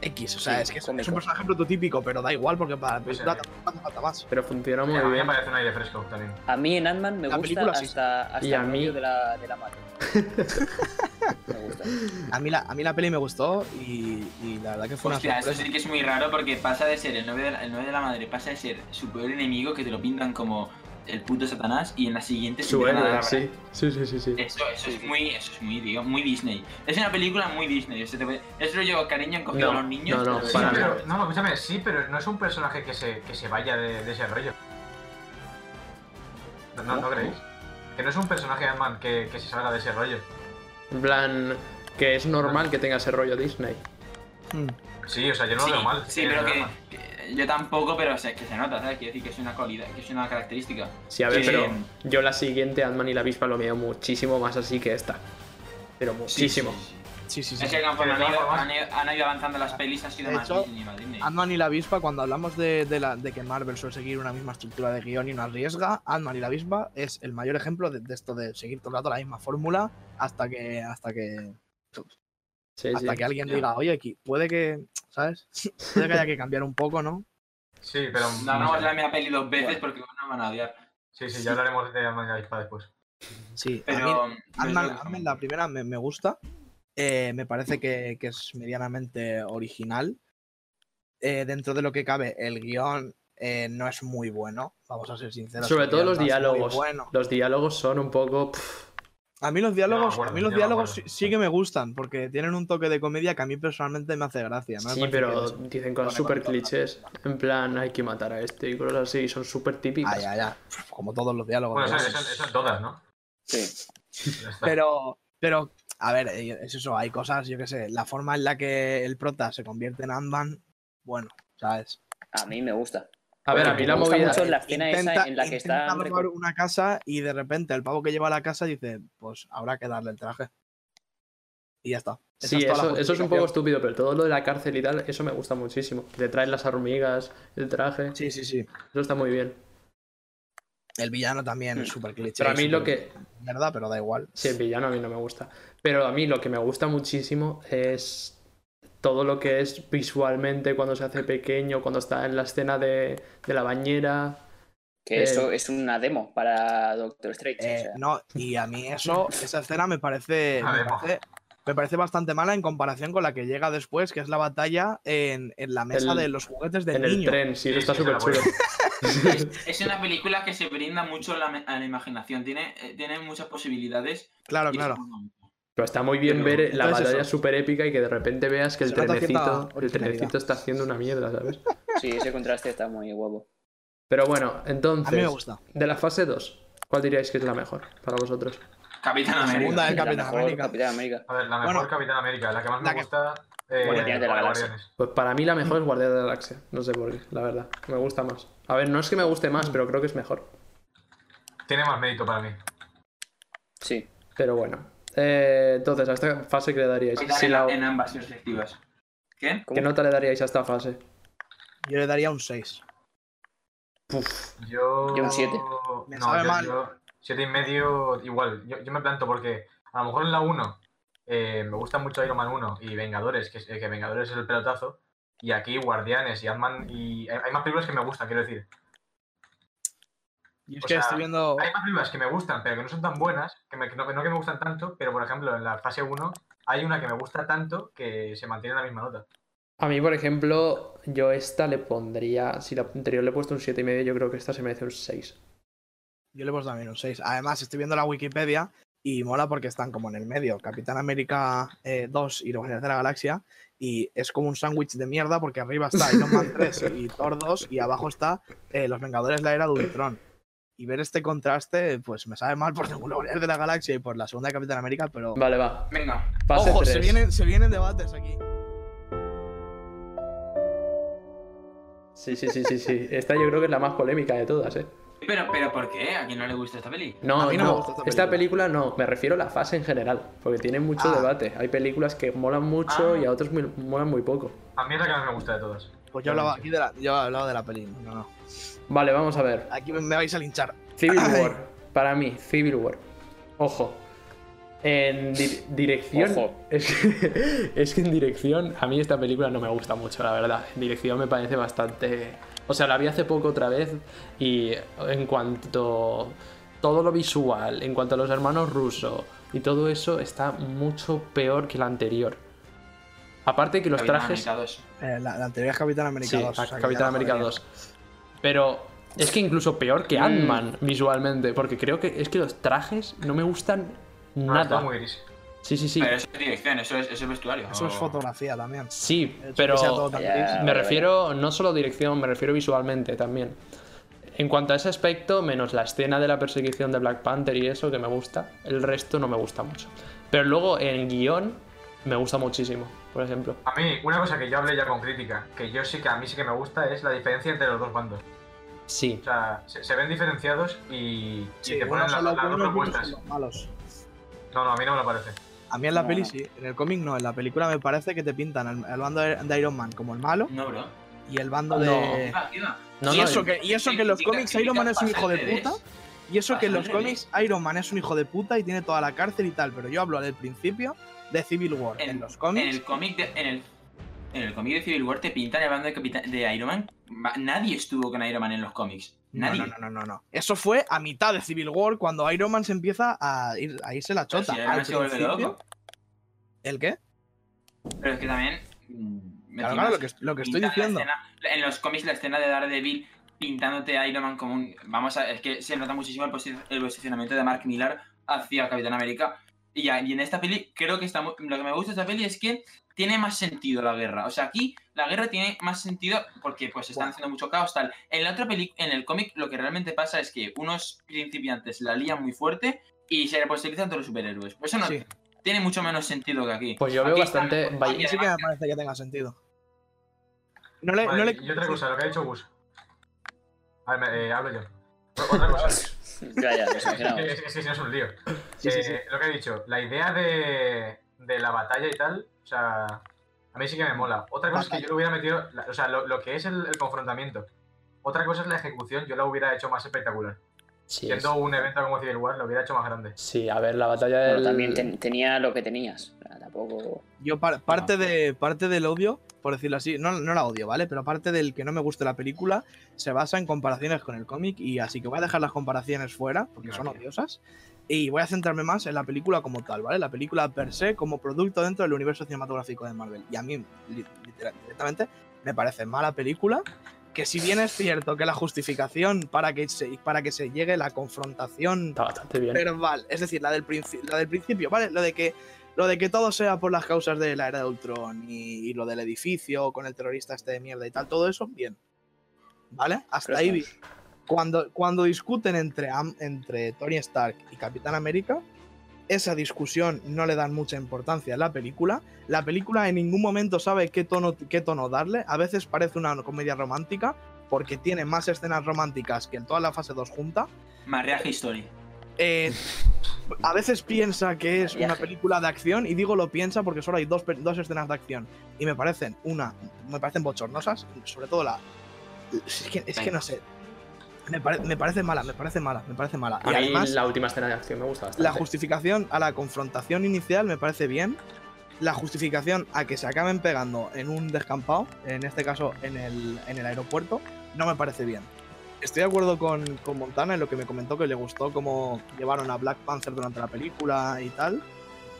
X, o sea, Sí, es que es, es cómico. un personaje prototípico, pero da igual porque para la Pues película sí. tampoco hace falta más. Pero funciona muy A mí me bien. parece un aire fresco también. A mí en Ant-Man me La gusta película sí. hasta, hasta Y a el mí- rollo de la, de la madre. me gusta. A mí la a mí la peli me gustó y, y la verdad que fue Hostia, una eso sorpresa. sí que es muy raro porque pasa de ser el novio de la, el novio de la madre, pasa de ser su peor enemigo que te lo pintan como el puto Satanás y en la siguiente se Su empiezan a héroe, dar- sí. Sí, sí, sí, sí. Eso, eso es muy, eso es muy, tío, muy Disney. Es una película muy Disney. o sea, te puede- Es rollo cariño encogido No, a los niños. no, no, pero- Sí, para pero, nada. no, escúchame, sí, pero no es un personaje que se, que se vaya de, de ese rollo. ¿No, no, ¿no creéis? Que no es un personaje de Ant-Man que, que se salga de ese rollo. En plan, que es normal que tenga ese rollo Disney. Mm. Sí, o sea, yo no sí, lo veo mal. sí, que pero es que, Ant-Man. que yo tampoco, pero o sea, que se nota, ¿sabes? Quiero decir que es una cualidad, que es una característica. Sí, a ver, Sí. pero yo la siguiente, Ant-Man y la avispa, lo veo muchísimo más así que esta. Pero muchísimo. Sí, sí, sí. Sí, sí, sí. Es que conforme De han todas ido, formas- han ido- han ido avanzando las pelis, ha sido De más hecho, Disney, más Disney. Ant-Man y la avispa, cuando hablamos de, de la- de que Marvel suele seguir una misma estructura de guión y no arriesga, Ant-Man y la avispa es el mayor ejemplo de, de esto de seguir todo el rato la misma fórmula hasta que hasta que Sí, sí. hasta que alguien Ya. diga, oye, aquí puede que, ¿sabes? Puede que haya que cambiar un poco, ¿no? Sí, pero. No no hagamos sé. la misma peli dos veces porque no van a odiar. Sí, sí, ya hablaremos de Ant-Man y la avispa después. Sí, a mí Pero. Ant-Man, pero- Ant-Man, la primera me, me gusta. Eh, me parece que, que es medianamente original. Eh, dentro de lo que cabe, el guión eh, no es muy bueno, vamos a ser sinceros. Sobre el todo guión los no es muy diálogos. bueno. Los diálogos son un poco. pff, A mí los diálogos, acuerdo, a mí yo los me diálogos sí, acuerdo. sí que me gustan, porque tienen un toque de comedia que a mí personalmente me hace gracia. ¿no? Me sí, parece que pero es- dicen cosas Bueno, súper con- clichés. En plan, hay que matar a este y cosas así. Son súper Ah, típicas. ya, ya. Como todos los diálogos. Bueno, ¿no? eso, eso- eso en todas, ¿no? Sí. Ya está. Pero, pero, a ver, eh, es eso, hay cosas, yo qué sé, la forma en la que el prota se convierte en Ant-Man, bueno, ¿sabes? A mí me gusta. A ver, a mí Me la gusta movida. mucho la escena esa en la que intenta están robar reco- una casa y de repente el pavo que lleva a la casa dice, pues habrá que darle el traje. Y ya está. Esa Sí, es toda la eso, eso es un poco justificación. estúpido, pero todo lo de la cárcel y tal, eso me gusta muchísimo. Le traen las hormigas, el traje, Sí, sí, sí. eso está muy bien. El villano también Mm. es súper cliché. Pero a mí súper lo que. Mierda, pero da igual. Sí, el villano a mí no me gusta. Pero a mí lo que me gusta muchísimo es todo lo que es visualmente cuando se hace pequeño, cuando está en la escena de, de la bañera. Que Eh. eso es una demo para Doctor Strange. o Eh, sea. no, y a mí eso, esa escena me parece, A me ver, parece, me parece bastante mala en comparación con la que llega después, que es la batalla en, en la mesa El- de los juguetes del en el niño. tren, sí, eso Sí, está sí, se súper la chulo. Es una película que se brinda mucho a la, me- a la imaginación. Tiene, eh, tiene muchas posibilidades. Claro, y claro. es muy bonito. Pero está muy bien ver la Entonces batalla eso. súper épica y que de repente veas que el Se nota cierta trenecito, el originalidad. trenecito está haciendo una mierda, ¿sabes? Sí, ese contraste está muy guapo. Pero bueno, A mí me entonces, gusta. de la fase 2, ¿cuál diríais que es la mejor para vosotros? Capitán América. segunda- La del La Capitán mejor América. Capitán América. A ver, la mejor Bueno, Capitán América, la que más la me que- gusta Eh, Guardianes de la Galaxia. Guardianes. Pues para mí la mejor es Guardián de la Galaxia. No sé por qué, la verdad. Me gusta más. A ver, no es que me guste Mm. más, pero creo que es mejor. Tiene más mérito para mí. Sí. Pero bueno. Eh, entonces, ¿a esta fase qué le daríais? Voy a dar Si en, la- en ambas perspectivas. ¿Qué? ¿Qué nota le daríais a esta fase? Yo le daría un 6. Yo. Yo un siete. Me no, sabe yo, mal. yo siete y medio igual. Yo, yo me planto porque a lo mejor en la 1 eh, me gusta mucho Iron Man 1 y Vengadores, que, es- eh, que Vengadores es el pelotazo. Y aquí Guardianes y Ant-Man. Y hay, hay más películas que me gustan, quiero decir. Y es O que sea, estoy viendo. Hay más películas que me gustan, pero que no son tan buenas, que, me- que no, no que me gustan tanto, pero por ejemplo en la fase 1 hay una que me gusta tanto que se mantiene en la misma nota. A mí, por ejemplo, yo esta le pondría. Si la anterior le he puesto un 7,5, yo creo que esta se merece un 6. Yo le he puesto también un 6. Además, estoy viendo la Wikipedia y mola porque están como en el medio. Capitán América eh, 2 y los Guardianes de la Galaxia. Y es como un sándwich de mierda porque arriba está Iron Man 3 y Thor 2 y abajo está eh, Los Vengadores la Era de Ultron. Y ver este contraste, pues me sabe mal por los Guardianes de la Galaxia y por la segunda de Capitán América, pero... Vale, va. Venga. Fase Ojo, se 3. vienen, se vienen debates aquí. Sí, sí, sí, sí, sí. Esta yo creo que es la más polémica de todas, ¿eh? Pero, pero ¿por qué? ¿A quién no le gusta esta peli? No, A mí no me no, gusta esta esta película no, me refiero a la fase en general, porque tiene mucho Ah. debate. Hay películas que molan mucho Ah. y a otras muy- molan muy poco. A mí es la que más me gusta de todas. Pues yo hablaba aquí de la, yo hablaba de la peli. No, no. Vale, vamos a ver. Aquí me, me vais a linchar. Civil Ay. War, para mí, Civil War. Ojo. En di- dirección. Ojo. Es que, es que en dirección, a mí esta película no me gusta mucho, la verdad. En dirección me parece bastante. O sea, la vi hace poco otra vez y en cuanto. Todo lo visual, en cuanto a los hermanos rusos y todo eso, está mucho peor que la anterior. Aparte que los Capitán trajes. América 2. Eh, la, la anterior es Capitán América Sí, 2. o sea que ya Capitán la América jodería. 2. Pero es que incluso peor Mm. que Ant-Man visualmente, porque creo que es que los trajes no me gustan No, nada. Ah, está muy Eh, gris. Sí, sí, sí. Pero eso es dirección, eso es, eso es vestuario. Eso es Oh. O- fotografía también. Sí, El hecho pero que sea todo tan Ya, gris. vale, me vale. refiero no solo dirección, me refiero visualmente también. En cuanto a ese aspecto, menos la escena de la persecución de Black Panther y eso que me gusta, el resto no me gusta mucho. Pero luego en guión me gusta muchísimo, por ejemplo. A mí, una cosa que yo hablé ya con crítica, que yo sí que a mí sí que me gusta, es la diferencia entre los dos bandos. Sí, O sea, se, se ven diferenciados y, y Sí, te uno ponen la- son los las dos buenos y unos propuestas. son los malos. No, no, a mí no me lo parece. A mí en la No, peli no. sí, en el cómic no, en la película me parece que te pintan al, al bando de, de Iron Man como el malo No, bro. Ah, y el bando No. de... Iba, iba. No, y, no, eso el- que, y eso que en los cómics Iron Man es un hijo de puta, y eso que en los cómics Iron Man es un hijo de puta y tiene toda la cárcel y tal, pero yo hablo del principio de Civil War. En, los En cómics el cómic de, en el, en el cómic de Civil War te pintan el bando de, Capitán- de Iron Man. Va- Nadie estuvo con Iron Man en los cómics. No, Nadie. no, no, no, no, no. Eso fue a mitad de Civil War cuando Iron Man se empieza a, ir, a irse la Pero chota. si Iron Man Al se vuelve principio- loco. ¿El qué? Pero es que también. mm, Claro, encima claro, lo que, lo que estoy pintan la diciendo. escena- en los cómics, la escena de Daredevil pintándote a Iron Man como un. Vamos a. Es que se nota muchísimo el, posi- el posicionamiento de Mark Millar hacia Capitán América. Y, ya, y en esta peli, creo que está mu- lo que me gusta de esta peli es que tiene más sentido la guerra. O sea, aquí la guerra tiene más sentido porque pues están haciendo mucho caos, tal. En la otra peli, en el cómic, lo que realmente pasa es que unos principiantes la lían muy fuerte y se responsabilizan todos los superhéroes. Pues eso no Sí. tiene mucho menos sentido que aquí. Pues yo veo Aquí bastante- están- vaya- y Y sí que me parece que tenga sentido. No le, Vale, no le- Y otra cosa, lo que ha dicho Gus. A ver, me- eh, hablo yo. Otra cosa. Ya, ya, nos es imaginamos. que- es que si no es un lío. Sí, sí, Eh, sí. Lo que he dicho, la idea de, de la batalla y tal, o sea, a mí sí que me mola. Otra cosa es que yo le hubiera metido, la- o sea, lo, lo que es el, el confrontamiento. Otra cosa es la ejecución, yo la hubiera hecho más espectacular. sí. Siendo un evento como Civil War, lo hubiera hecho más grande. Sí, a ver, la batalla Bueno, del... también ten- tenía lo que tenías. O sea, Tampoco. Yo par- parte, de, parte del odio, por decirlo así, no, no la odio, ¿vale? Pero parte del que no me gusta la película se basa en comparaciones con el cómic y así que voy a dejar las comparaciones fuera porque son Gracias. odiosas y voy a centrarme más en la película como tal, ¿vale? La película per se como producto dentro del universo cinematográfico de Marvel. Y a mí, li- literal- directamente, me parece mala película que si bien es cierto que la justificación para que se, para que se llegue la confrontación Está bastante bien. verbal, es decir, la del, princi- la del principio, ¿vale? Lo de que lo de que todo sea por las causas de la era de Ultron y, y lo del edificio con el terrorista este de mierda y tal, todo eso, bien. ¿Vale? Hasta ahí. bien. Cuando, cuando discuten entre, Am- entre Tony Stark y Capitán América, esa discusión no le dan mucha importancia a la película. La película en ningún momento sabe qué tono, qué tono darle. A veces parece una comedia romántica porque tiene más escenas románticas que en toda la fase 2 junta. Marreaje History. Eh, a veces piensa que es una película de acción y digo lo piensa porque solo hay dos, pe- dos escenas de acción y me parecen una me parecen bochornosas sobre todo la es que, es que no sé me, pare- me parece mala me parece mala me parece mala A y mí además la última escena de acción me gusta bastante. la justificación a la confrontación inicial me parece bien la justificación a que se acaben pegando en un descampado en este caso en el, en el aeropuerto no me parece bien Estoy de acuerdo con, con Montana en lo que me comentó que le gustó cómo llevaron a Black Panther durante la película y tal.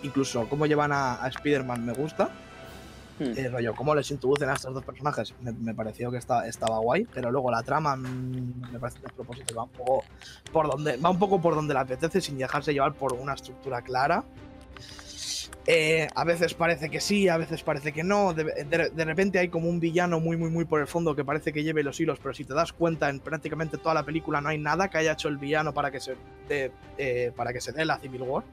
Incluso cómo llevan a, a Spider-Man me gusta. Hmm. Eh, rollo, cómo les introducen a estos dos personajes me, me pareció que está, estaba guay. Pero luego la trama mm, me parece despropósito. Va un poco por donde, va un poco por donde le apetece sin dejarse llevar por una estructura clara. Eh, a veces parece que sí, a veces parece que no. De, de- de repente hay como un villano muy, muy, muy por el fondo que parece que lleve los hilos, pero si te das cuenta, en prácticamente toda la película no hay nada que haya hecho el villano para que se dé, eh, para que se dé la Civil War.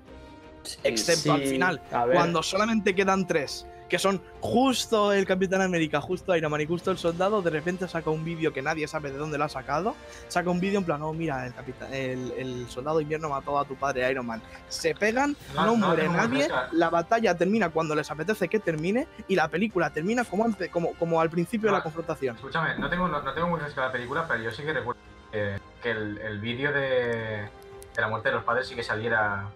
Excepto al final, a ver, cuando solamente quedan tres, que son justo el Capitán América, justo Iron Man y justo el Soldado, de repente saca un vídeo que nadie sabe de dónde lo ha sacado. Saca un vídeo en plan, oh, mira, el, capitán, el, el Soldado Invierno mató a tu padre Iron Man. Se pegan, no, No, no muere tengo nadie, prisa. la batalla termina cuando les apetece que termine y la película termina como, ante- como, como al principio de la Ah. confrontación. Escúchame, no tengo, no, no tengo muy fresca la película, pero yo sí que recuerdo que, que el, el vídeo de, de la muerte de los padres sí que saliera.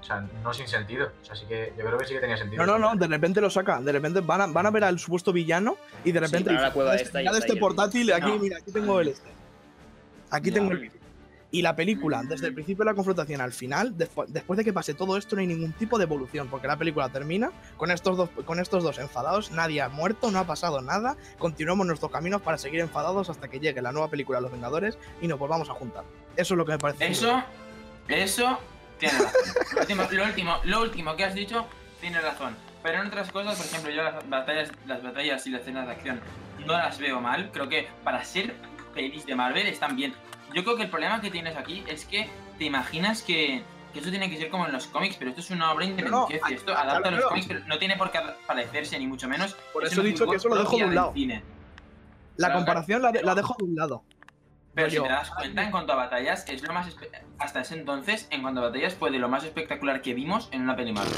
O sea, no sin sentido. O sea, sí que yo creo que sí que tenía sentido. No, no, no, de repente lo saca, de repente van a, van a ver al supuesto villano y de repente van a la dicen, cueva "Mirad esta y mirad está este ahí el portátil, aquí, No. mira, aquí tengo el este. Aquí No. tengo el vídeo". Y la película, desde el principio de la confrontación al final, despu- después de que pase todo esto, no hay ningún tipo de evolución, porque la película termina con estos dos, con estos dos enfadados, nadie ha muerto, no ha pasado nada, continuamos nuestros caminos para seguir enfadados hasta que llegue la nueva película Los Vengadores y nos volvamos a juntar. Eso es lo que me parece. Eso, eso, tiene razón. Lo último, lo último, lo último que has dicho, tiene razón. Pero en otras cosas, por ejemplo, yo las batallas, las batallas y las escenas de acción no las veo mal. Creo que para ser pelis de Marvel están bien. Yo creo que el problema que tienes aquí es que te imaginas que, que esto tiene que ser como en los cómics, pero esto es una obra independiente. a- esto a- adapta ah, a los claro. cómics, pero no tiene por qué parecerse, ni mucho menos. Por Es eso he una dicho que película eso lo dejo de propia un del lado. cine. La claro, comparación la, de- la dejo de un lado. Pero si Rollo, te das cuenta, en cuanto a batallas, es lo más. espe- Hasta ese entonces, en cuanto a batallas, fue de lo más espectacular que vimos en una peli Marvel.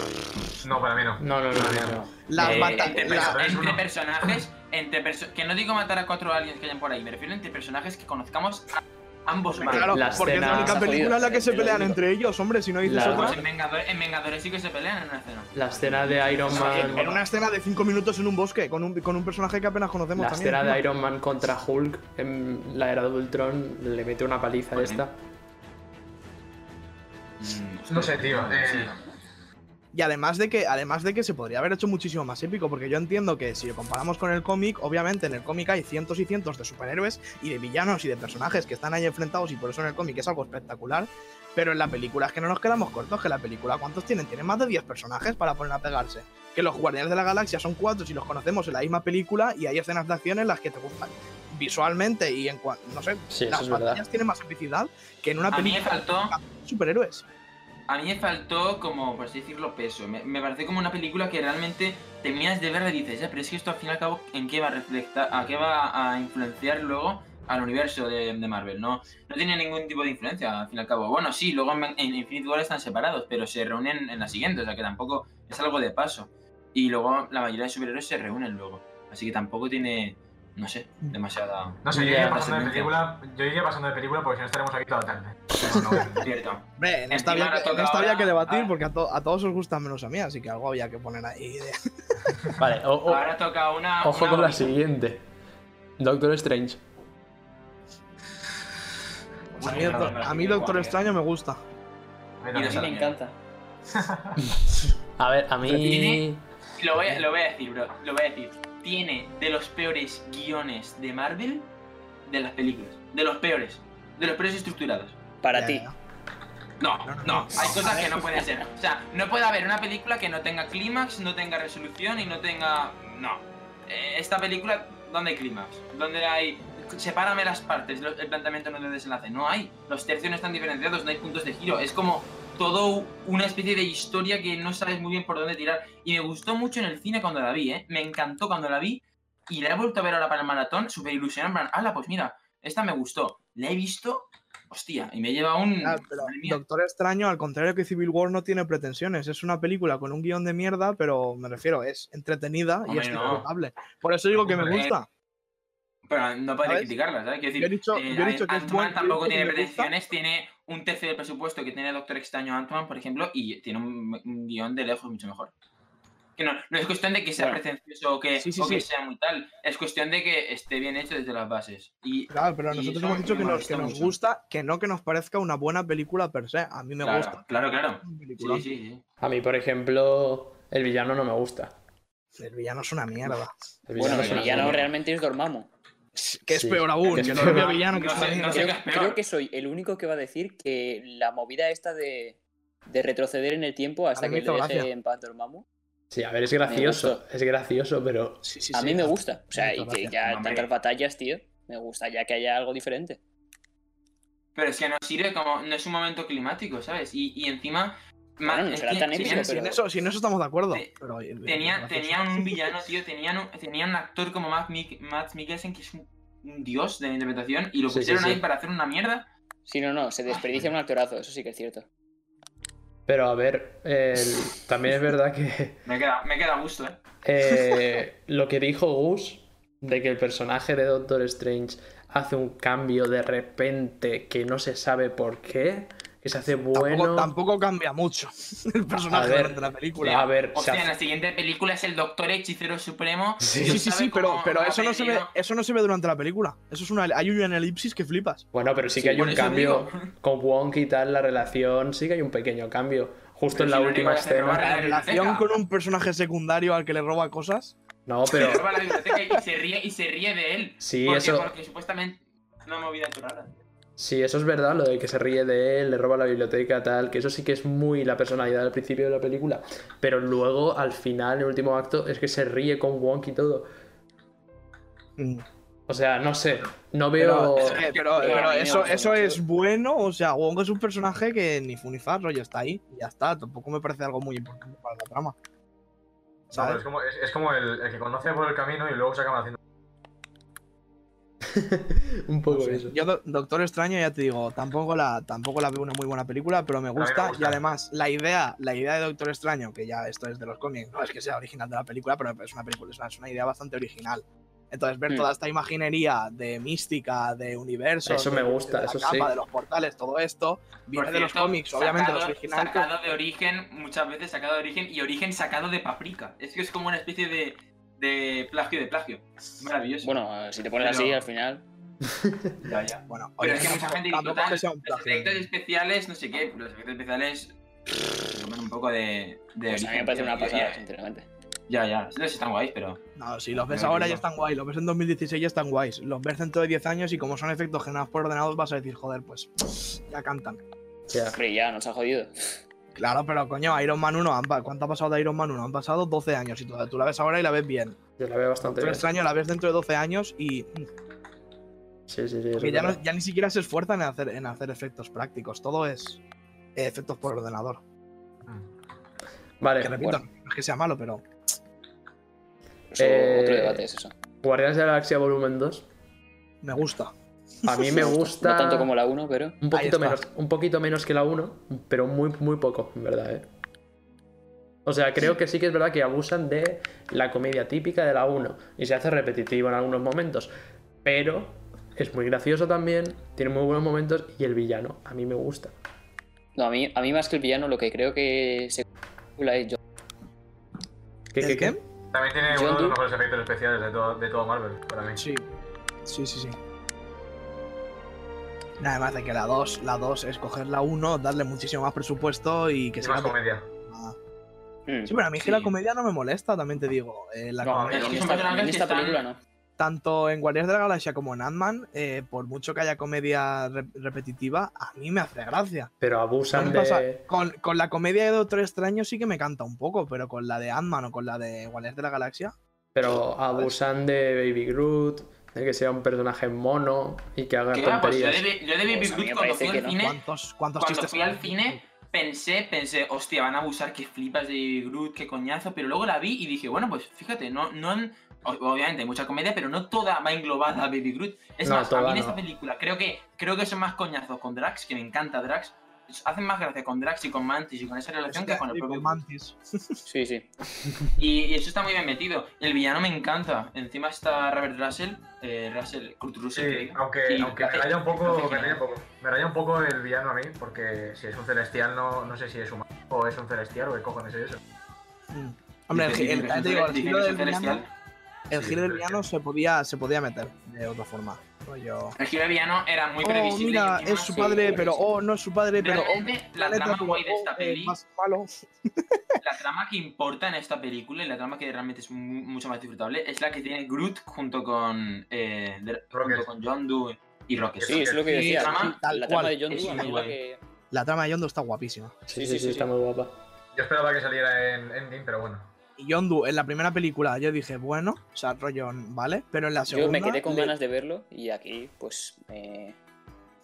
No, para mí no. No, no, no, no, no. Las Eh, bata- entre, la- perso- es entre uno. personajes, entre perso- que no digo matar a cuatro aliens que hayan por ahí, me refiero entre personajes que conozcamos a ambos más. Claro, la porque es la escena- única película en la que se Está jodido. pelean entre ellos, hombre, si no dices La- otra. en, Vengador- en Vengadores sí que se pelean en una escena. La escena de Iron Man. En una escena de 5 minutos en un bosque, con un, con un personaje que apenas conocemos La también. escena encima. de Iron Man contra Hulk en la era de Ultron le mete una paliza de esta. No sé, tío, eh. Y además de que además de que se podría haber hecho muchísimo más épico, porque yo entiendo que si lo comparamos con el cómic, obviamente en el cómic hay cientos y cientos de superhéroes y de villanos y de personajes que están ahí enfrentados y por eso en el cómic es algo espectacular. Pero en la película es que no nos quedamos cortos, que la película ¿cuántos tienen? Tienen más de 10 personajes para poner a pegarse. Que los Guardianes de la Galaxia son cuatro si los conocemos en la misma película y hay escenas de acción en las que te gustan visualmente y en cuanto, no sé, Sí, eso las es verdad. batallas tienen más epicidad que en una A mí me película faltó. de superhéroes. A mí me faltó, como por así decirlo, peso. Me, me pareció como una película que realmente terminas de verla y dices, ya, pero es que esto al fin y al cabo, ¿en qué va a reflectar, a qué va a influenciar luego al universo de, de Marvel? No, no tiene ningún tipo de influencia, al fin y al cabo. Bueno, sí, luego en, en Infinity War están separados, pero se reúnen en la siguiente, o sea que tampoco es algo de paso. Y luego la mayoría de superhéroes se reúnen luego. Así que tampoco tiene, no sé, demasiada... No sé, Ya, yo iría pasando de trascendencia. película, yo iría pasando de película porque si no estaremos aquí toda la tarde. Pero no. Cierto. Hombre, en esta, Encima había nos que, en toca esta había ahora- que debatir ah. porque a, to- a todos os gusta menos a mí, así que algo había que poner ahí. de- Vale, o- o- Ahora toca una... Oh. ojo una con la bonita. siguiente. Doctor Strange. A mí, Sí, Doctor- claro, a mí claro, Doctor claro. Extraño me gusta. Ahí Y no A mí está. me encanta. A ver, a mí. Tiene- Lo voy, a, lo voy a decir, bro. Lo voy a decir. Tiene de los peores guiones de Marvel de las películas. De los peores. De los peores estructurados. Para Ya, ti. ya. No, No, no, no. no. Hay cosas que no pueden ser. O sea, no puede haber una película que no tenga clímax, no tenga resolución y no tenga. No. Eh, esta película, ¿dónde hay clímax? ¿Dónde hay.? Sepárame las partes, lo- el planteamiento no de desenlace. No hay. Los tercios no están diferenciados, no hay puntos de giro. Es como. todo una especie de historia que no sabes muy bien por dónde tirar. Y me gustó mucho en el cine cuando la vi, ¿eh? Me encantó cuando la vi y la he vuelto a ver ahora para el maratón, súper ilusionada, en plan, ala, pues mira, esta me gustó. La he visto, hostia, y me lleva un... Ah, pero madre mía. Doctor Extraño, al contrario que Civil War, no tiene pretensiones. Es una película con un guión de mierda, pero me refiero, es entretenida y Hombre, es no. disfrutable. Por eso digo que me Hombre, gusta. Pero no podría ¿Sabes? criticarla, ¿sabes? Quiero Yo he decir, dicho- yo he dicho que es Ant-Man buen eh, tampoco proyecto tiene y me gusta. pretensiones, tiene un tercio del presupuesto que tiene Doctor Extraño Ant-Man, por ejemplo, y tiene un, un guión de lejos mucho mejor. Que no, no es cuestión de que sea Bueno. pretencioso o que, Sí, sí, o que sí. sea muy tal, es cuestión de que esté bien hecho desde las bases. Y Claro, pero Y nosotros eso hemos dicho me que nos, molesta que nos mucho. gusta, que no que nos parezca una buena película per se. A mí me claro, gusta. Claro, claro. Es un peliculón. Sí, sí, sí. A mí, por ejemplo, el villano no me gusta. El villano es una mierda. El Bueno, es el una villano mierda. realmente es Dormammu. Que es Sí. peor aún, Que que es el peor. propio villano que No es una sé, mierda. no sé. Creo, que es peor. creo que soy el único que va a decir que la movida esta de, de retroceder en el tiempo hasta A mí me que le hizo deje gracia. en paz Dormammu, Sí, a ver, es gracioso, es gracioso, pero Sí, sí, a sí. mí me gusta. O sea, Me hizo y que gracia. ya Hombre. tantas batallas, tío, me gusta ya que haya algo diferente. Pero es que nos sirve como. No es un momento climático, ¿sabes? Y, y encima. ma- Bueno, no es será que tan Sí, épico, tenían- sí, pero- en eso, sí, en eso estamos de acuerdo. Te- pero- Tenía, gracioso. tenían un villano, tío. Tenían un, tenían un actor como Matt, Mik- Matt Mikkelsen, que es un, un dios de la interpretación, y lo Sí, sí, pusieron sí. ahí para hacer una mierda. Sí, no, no, se desperdicia un actorazo, eso sí que es cierto. pero a ver, el- también es verdad que Me queda, me queda a gusto, ¿eh? eh, lo que dijo Gus de que el personaje de Doctor Strange hace un cambio de repente que no se sabe por qué, que se hace Tampoco, bueno. tampoco cambia mucho el personaje ver. durante la película. A ver, se Hostia, en hace- la siguiente película es el Doctor Hechicero Supremo. Sí. Sí, sí, sí, sabe pero, cómo pero ha eso, no se ve, perdido. eso no se ve durante la película. Eso es una, hay una elipsis que flipas. bueno, pero sí que Sí, hay por un eso cambio digo. con Wong y tal, la relación, sí que hay un pequeño cambio. Justo Pero en si la no le última ibas a escena. robar La la relación biblioteca. con un personaje secundario al que le roba cosas. No, Pero pero roba la biblioteca y se ríe, y se ríe de él. Sí, porque, eso- Porque supuestamente. Una movida chorrada. Sí, eso es verdad, lo de que se ríe de él, le roba la biblioteca, tal, que eso sí que es muy la personalidad al principio de la película. Pero luego, al final, en el último acto, es que se ríe con Wonk y todo. Mm. O sea, no sé, no Pero, veo... es que- pero- Pero pero a mí me eso, gusta eso mucho. es bueno. O sea, Wong es un personaje que ni fun ni fa, rollo, está ahí. y Ya está. Tampoco me parece algo muy importante para la trama. No, pero ¿Sabes? es como, es, es como el, el que conoce por el camino y luego se acaba haciendo. Un poco No sé. eso. Yo, Do- Doctor Extraño, ya te digo, tampoco la, tampoco la veo una muy buena película, pero me mí me gusta, Y gusta. además, la idea, la idea de Doctor Extraño, que ya esto es de los cómics, no es que sea original de la película, pero es una película, es una, es una idea bastante original. Entonces, ver Mm. toda esta imaginería de mística, de universo, Eso de, me gusta, de la eso capa, sí. de los portales, todo esto, viene Por de los cierto, cómics, obviamente, de los sacado- originales. Sacado de origen, muchas veces sacado de origen y origen sacado de paprika. Es que es como una especie de, de plagio de plagio. Es maravilloso. Bueno, eh, si te pones Pero- así al final. ya, ya. Bueno, oye, Pero es que mucha gente dice, tampoco es que total, sea un los plagio. efectos especiales, no sé qué, los efectos especiales pff, comen un poco de, de Pues a mí me origen, parece tío. una pasada, Ya, sinceramente. ya, ya. No sé si están guays, pero... No, si los ves No, ahora no. ya están guay, los ves en 2016 ya están guays, los ves dentro de 10 años y como son efectos generados por ordenador vas a decir, joder, pues ya cantan. Ya. Hombre, ya nos ha jodido. Claro, pero coño, Iron Man 1, han pa- ¿cuánto ha pasado de Iron Man 1? Han pasado 12 años y tú, tú la ves ahora y la ves bien. Yo la veo bastante Pero bien. extraño, la ves dentro de 12 años y mm, Sí, sí, sí. eso que es ya, no- verdad. ya ni siquiera se esfuerzan en hacer, en hacer efectos prácticos, todo es eh, efectos por ordenador. Vale, Que repito, no es que sea malo, pero Eso, Eh, Otro debate es eso. Guardianes de la Galaxia Volumen 2. me gusta. A mí me gusta... No tanto como la 1, pero. Un poquito, Ahí está. menos, un poquito menos que la 1, pero muy, muy poco, en verdad, ¿eh? O sea, creo que sí que es verdad que abusan de la comedia típica de la 1 y se hace repetitivo en algunos momentos, pero es muy gracioso también, tiene muy buenos momentos y el villano a mí me gusta. No, a mí, a mí más que el villano, lo que creo que se. es John- ¿Qué, ¿El qué, qué? También tiene John uno de Doe. los mejores efectos especiales de todo, de todo Marvel, para mí. Sí, sí, sí, sí. Nada más de que la 2, la 2 es coger la 1, darle muchísimo más presupuesto y que Es sea más una comedia. película- Mm. Sí, pero a mí es que la Sí. comedia no me molesta, también te digo. Eh, la No, comedia- es en que son esta, personajes en esta que están- película no. tanto en Guardianes de la Galaxia como en Ant-Man, eh, por mucho que haya comedia re- repetitiva, a mí me hace gracia. Pero No abusan Pues me pasa- de... Con, con la comedia de Doctor Extraño sí que me canta un poco, pero con la de Ant-Man o con la de Guardianes de la Galaxia, Pero abusan de Baby Groot, de que sea un personaje mono y que haga ¿Qué va? Pues yo tonterías. de, yo de Baby Pues a mí Groot me cuando parece fui al que no. cine... ¿cuántos, cuántos Cuando chistes? fui al cine, pensé, pensé, hostia, van a abusar que flipas de Groot, qué coñazo, pero luego la vi y dije, bueno, pues fíjate, no, no han- o- obviamente hay mucha comedia, pero no toda va englobada a Baby Groot. Es No, más, a mí toda en no. esta película creo que, creo que son más coñazos con Drax, que me encanta Drax, hacen más gracia con Drax y con Mantis y con esa relación que con el Y propio con Mantis. Sí, sí. y, y eso está muy bien metido. El villano me encanta. Encima está Robert Russell, eh, Russell, Kurt Russell. Sí, creo. aunque, Sí, aunque hace- me raya un hace poco, me genial. raya un poco. Me raya un poco el villano a mí, porque si es un celestial no, no sé si es humano o es un celestial o qué cojones es eso. Mm. Hombre, el, gi- Dicen que el- es un te digo, el celestial, giro del dicen que es un villano, celestial. el Sí, giro del pero- villano se podía, se podía meter de otra forma. Rollo. El giro de villano era muy Oh, previsible. mira, y encima es su se- padre, sí, pero sí. oh, no es su padre, pero oh, Realmente, la planeta, trama como, guay de oh, esta eh, peli, más malo. la trama que importa en esta película y la trama que realmente es mu- mucho más disfrutable, es la que tiene Groot junto con, eh, de- Rocket. junto con John Doe y Rocket. Sí, Sí, es lo que Sí, decía. trama, la tal la cual. trama de John Es Doe, muy a mí la guay. que- La trama de Yondu está guapísima. Sí, sí, Sí, sí, sí, sí. está muy guapa. Yo esperaba que saliera en Endgame, pero bueno. Y Yondu, en la primera película, yo dije, bueno, o sea, rollo, vale, pero en la segunda. Yo me quedé con le- ganas de verlo y aquí, pues, me,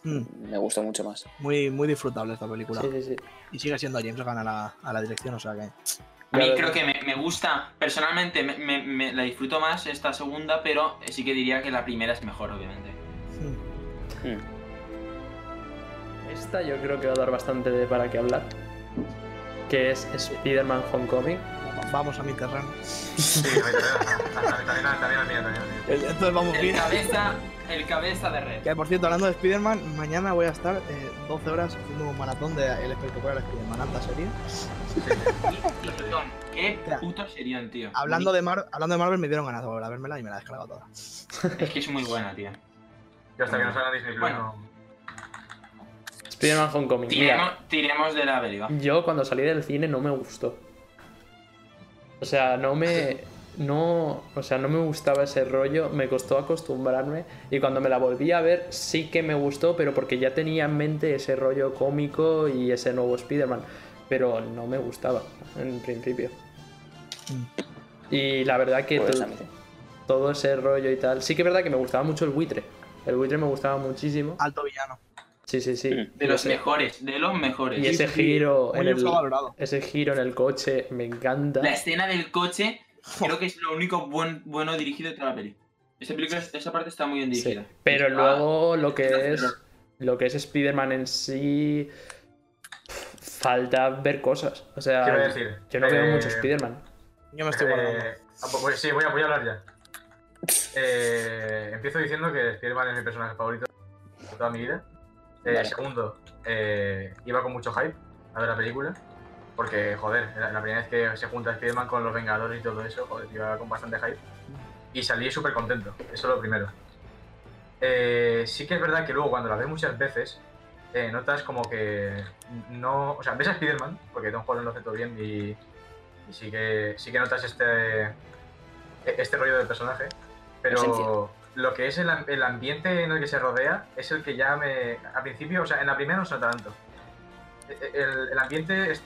Mm, me gusta mucho más. muy, muy disfrutable esta película. Sí, sí, sí. Y sigue siendo James Gunn a la, a la dirección, o sea que. A mí Ya creo ves. que me, me gusta, personalmente me, me- me- la disfruto más esta segunda, pero sí que diría que la primera es mejor, obviamente. mm. Mm. Esta yo creo que va a dar bastante de para qué hablar. Que es Spider-Man Homecoming. Vamos a mi terreno. Sí, a mí también, a- a- a mí también, a- también a mí, también a mí. Entonces vamos El bien. cabeza, el cabeza de red. Que por cierto, hablando de Spider-Man, mañana voy a estar eh, 12 horas haciendo un maratón de El espectacular Spider-Man, alta serie. Qué putón, Qué Espera. puto serión, tío. Hablando de, Mar- hablando de Marvel, me dieron ganas de volver a verme y me la he descargado toda. Es que es muy buena, tío. Yo hasta que no salga Disney Plus Bueno. no- Spider-Man Homecoming. Mira, Tiremos, tiremos de la deriva. yo cuando salí del cine no me gustó. O sea, no me. No. O sea, no me gustaba ese rollo. Me costó acostumbrarme. Y cuando me la volví a ver, sí que me gustó, pero porque ya tenía en mente ese rollo cómico y ese nuevo Spider-Man. Pero no me gustaba, en principio. Y la verdad que. Pues, to- a mí sí. todo ese rollo y tal. Sí que es verdad que me gustaba mucho el buitre. El buitre me gustaba muchísimo. Ah. Alto villano. Sí, sí, sí. Mm. De los Ese- mejores, de los mejores. Y ese Sí, sí, giro en Muy el infravalorado. ese giro en el coche me encanta. La escena del coche creo que es lo único buen- bueno dirigido de toda la peli. Esa, película, esa parte está muy bien Sí. dirigida. Pero Ah, luego lo que está es cerrado. lo que es Spider-Man en sí falta ver cosas. O ¿Qué iba a sea, decir? yo no veo Eh, mucho Spider-Man. Yo me estoy guardando. Eh, ah, pues- pues sí, voy a, voy a hablar ya. Eh, empiezo diciendo que Spider-Man es mi personaje favorito de toda mi vida. Eh, Vale. Segundo, eh, iba con mucho hype a ver la película. Porque, joder, la, la primera vez que se junta Spider-Man con los Vengadores y todo eso, joder, iba con bastante hype. Y salí súper contento, eso es lo primero. Eh, sí que es verdad que luego cuando la ves muchas veces, eh, notas como que no... O sea, ves a Spider-Man, porque Tom Holland lo hace todo bien y, y sí, que, sí que notas este, este rollo del personaje, pero Esencia. lo que es el, am- el ambiente en el que se rodea es el que ya me... Al principio, o sea, en la primera no se nota tanto. E- e- El, el ambiente es...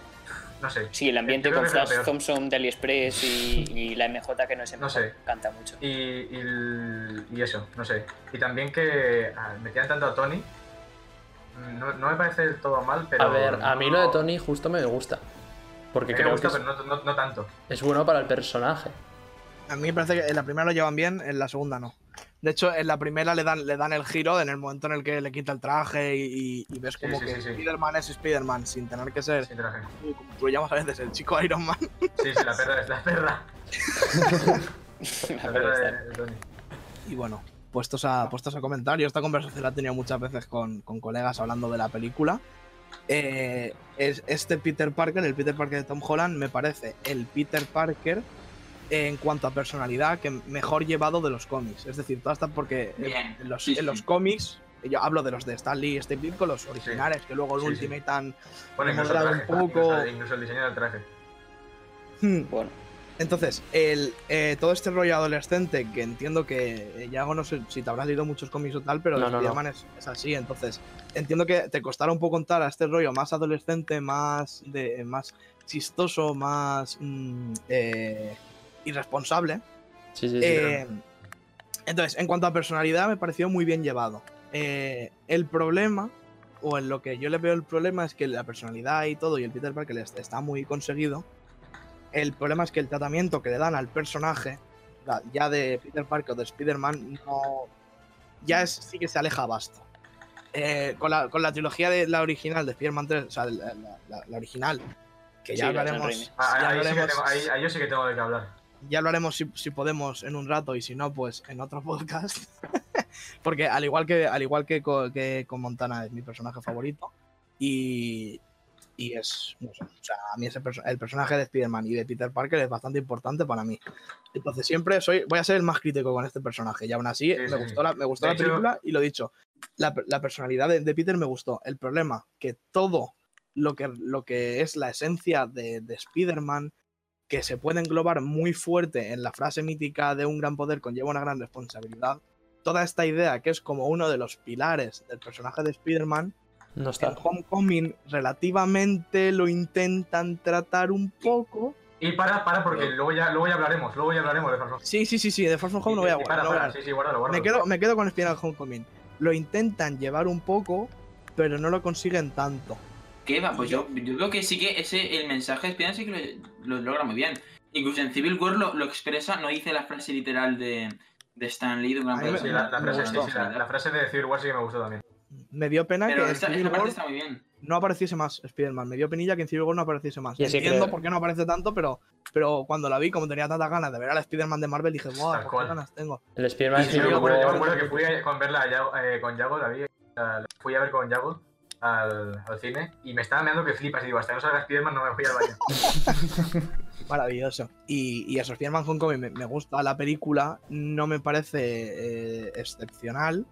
No sé, Sí, el ambiente Yo creo con que es la Flash peor. Thompson de AliExpress y, y la MJ que no es MJ, No sé. canta mucho. Y, y, el- y eso, no sé. Y también que ah, metían tanto a Tony. No, no me parece del todo mal, pero. A ver, a mí no- lo de Tony justo me gusta. Porque a mí me creo gusta, que es, pero no, no, no tanto. es bueno para el personaje. A mí me parece que en la primera lo llevan bien, en la segunda no. De hecho, en la primera le dan, le dan el giro en el momento en el que le quita el traje y, y- y ves como sí, que sí, sí. Spider-Man es Spider-Man sin tener que ser, Sí, te la gente. uh, como tú lo llamas a veces, el chico Iron Man. sí, sí, la perra es la perra. La perra de, de Tony. Y bueno, puestos a, puestos a comentario, esta conversación la he tenido muchas veces con, con colegas hablando de la película. Eh, es, este Peter Parker, el Peter Parker de Tom Holland, me parece el Peter Parker eh, en cuanto a personalidad que mejor llevado de los cómics. Es decir, todas estas porque en- Bien, en los, sí, en sí. los cómics, yo hablo de los de Stan Lee y Steve Ditko, los originales, que luego el Sí, sí. Ultimate han- Bueno, incluso el Modelado traje. un poco. Incluso, incluso el diseño del traje. Hmm. Bueno, Entonces, el, eh, todo este rollo adolescente, que entiendo que eh, Yago, no sé si te habrás leído muchos cómics o tal, pero No, de no, no. Spider-Man es, es así. Entonces, entiendo que te costará un poco entrar a este rollo más adolescente, más, de, más chistoso, más mm, eh, irresponsable. Sí, sí, sí. Eh, entonces, en cuanto a personalidad, me pareció muy bien llevado. Eh, el problema o en lo que yo le veo el problema es que la personalidad y todo y el Peter Parker est- está muy conseguido. El problema es que el tratamiento que le dan al personaje, la- ya de Peter Parker o de Spider-Man, no. Ya es, sí que se aleja basto. Eh, con, la, con la trilogía de la original de Spider-Man 3, o sea, la, la- la- la original, que ya Sí, la de Sam hablaremos. Raimi. Ah, ya ahí, sí que hablaremos- tengo- ahí- ahí yo sí que tengo de qué hablar. ya lo haremos si, si podemos en un rato y si no, pues en otro podcast. Porque al igual que, al igual que, co- que con Montana es mi personaje favorito. Y, y es, no sé, o sea, a mí ese perso- el personaje de Spider-Man y de Peter Parker es bastante importante para mí. Entonces siempre soy, voy a ser el más crítico con este personaje. Y aún así, Sí, me sí, gustó sí. la, me gustó De la hecho- película y lo dicho. La, per- la personalidad de, de Peter me gustó. El problema, que todo lo que, lo que es la esencia de, de Spider-Man que se puede englobar muy fuerte en la frase mítica de un gran poder conlleva una gran responsabilidad, toda esta idea que es como uno de los pilares del personaje de Spider-Man, No está. en Homecoming relativamente lo intentan tratar un poco. Y para, para, porque luego ya, luego ya hablaremos, luego ya hablaremos de Far From Sí, sí, sí, sí, de Far From Home no voy a Y guardar. para, no voy a para, hablar. sí, sí, guárdalo, guárdalo. Me quedo, me quedo con Spider-Man Homecoming. Lo intentan llevar un poco, pero no lo consiguen tanto. ¿Qué va? Pues yo, yo creo que sí que ese el mensaje de Spider-Man sí que lo, lo logra muy bien. Incluso en Civil War lo, lo expresa, no dice la frase literal de, de Stan Lee, de un gran A mí me- Sí, la, la me frase, sí, gustó. sí, la, la frase de Civil War sí que me gustó también. Me dio pena Pero que en esta, Civil esta parte War está muy bien. no apareciese más Spider-Man. Me dio penilla que en Civil War no apareciese más. Y así Entiendo que- por qué no aparece tanto, pero, pero cuando la vi, como tenía tantas ganas de ver al Spider-Man de Marvel, dije, wow, pues Tal qué cual. ganas tengo. El Spider-Man Y sí, Civil yo, me acuerdo, yo me War- acuerdo que fui a, con verla a Yago- eh, con Yago, la vi, la- la fui a ver con Yago al, al cine y me estaba mirando que flipas y digo, hasta que no salga Spiderman no me voy al baño. Maravilloso. Y, y eso, Spider-Man Homecoming me, me gusta la película, no me parece eh, excepcional,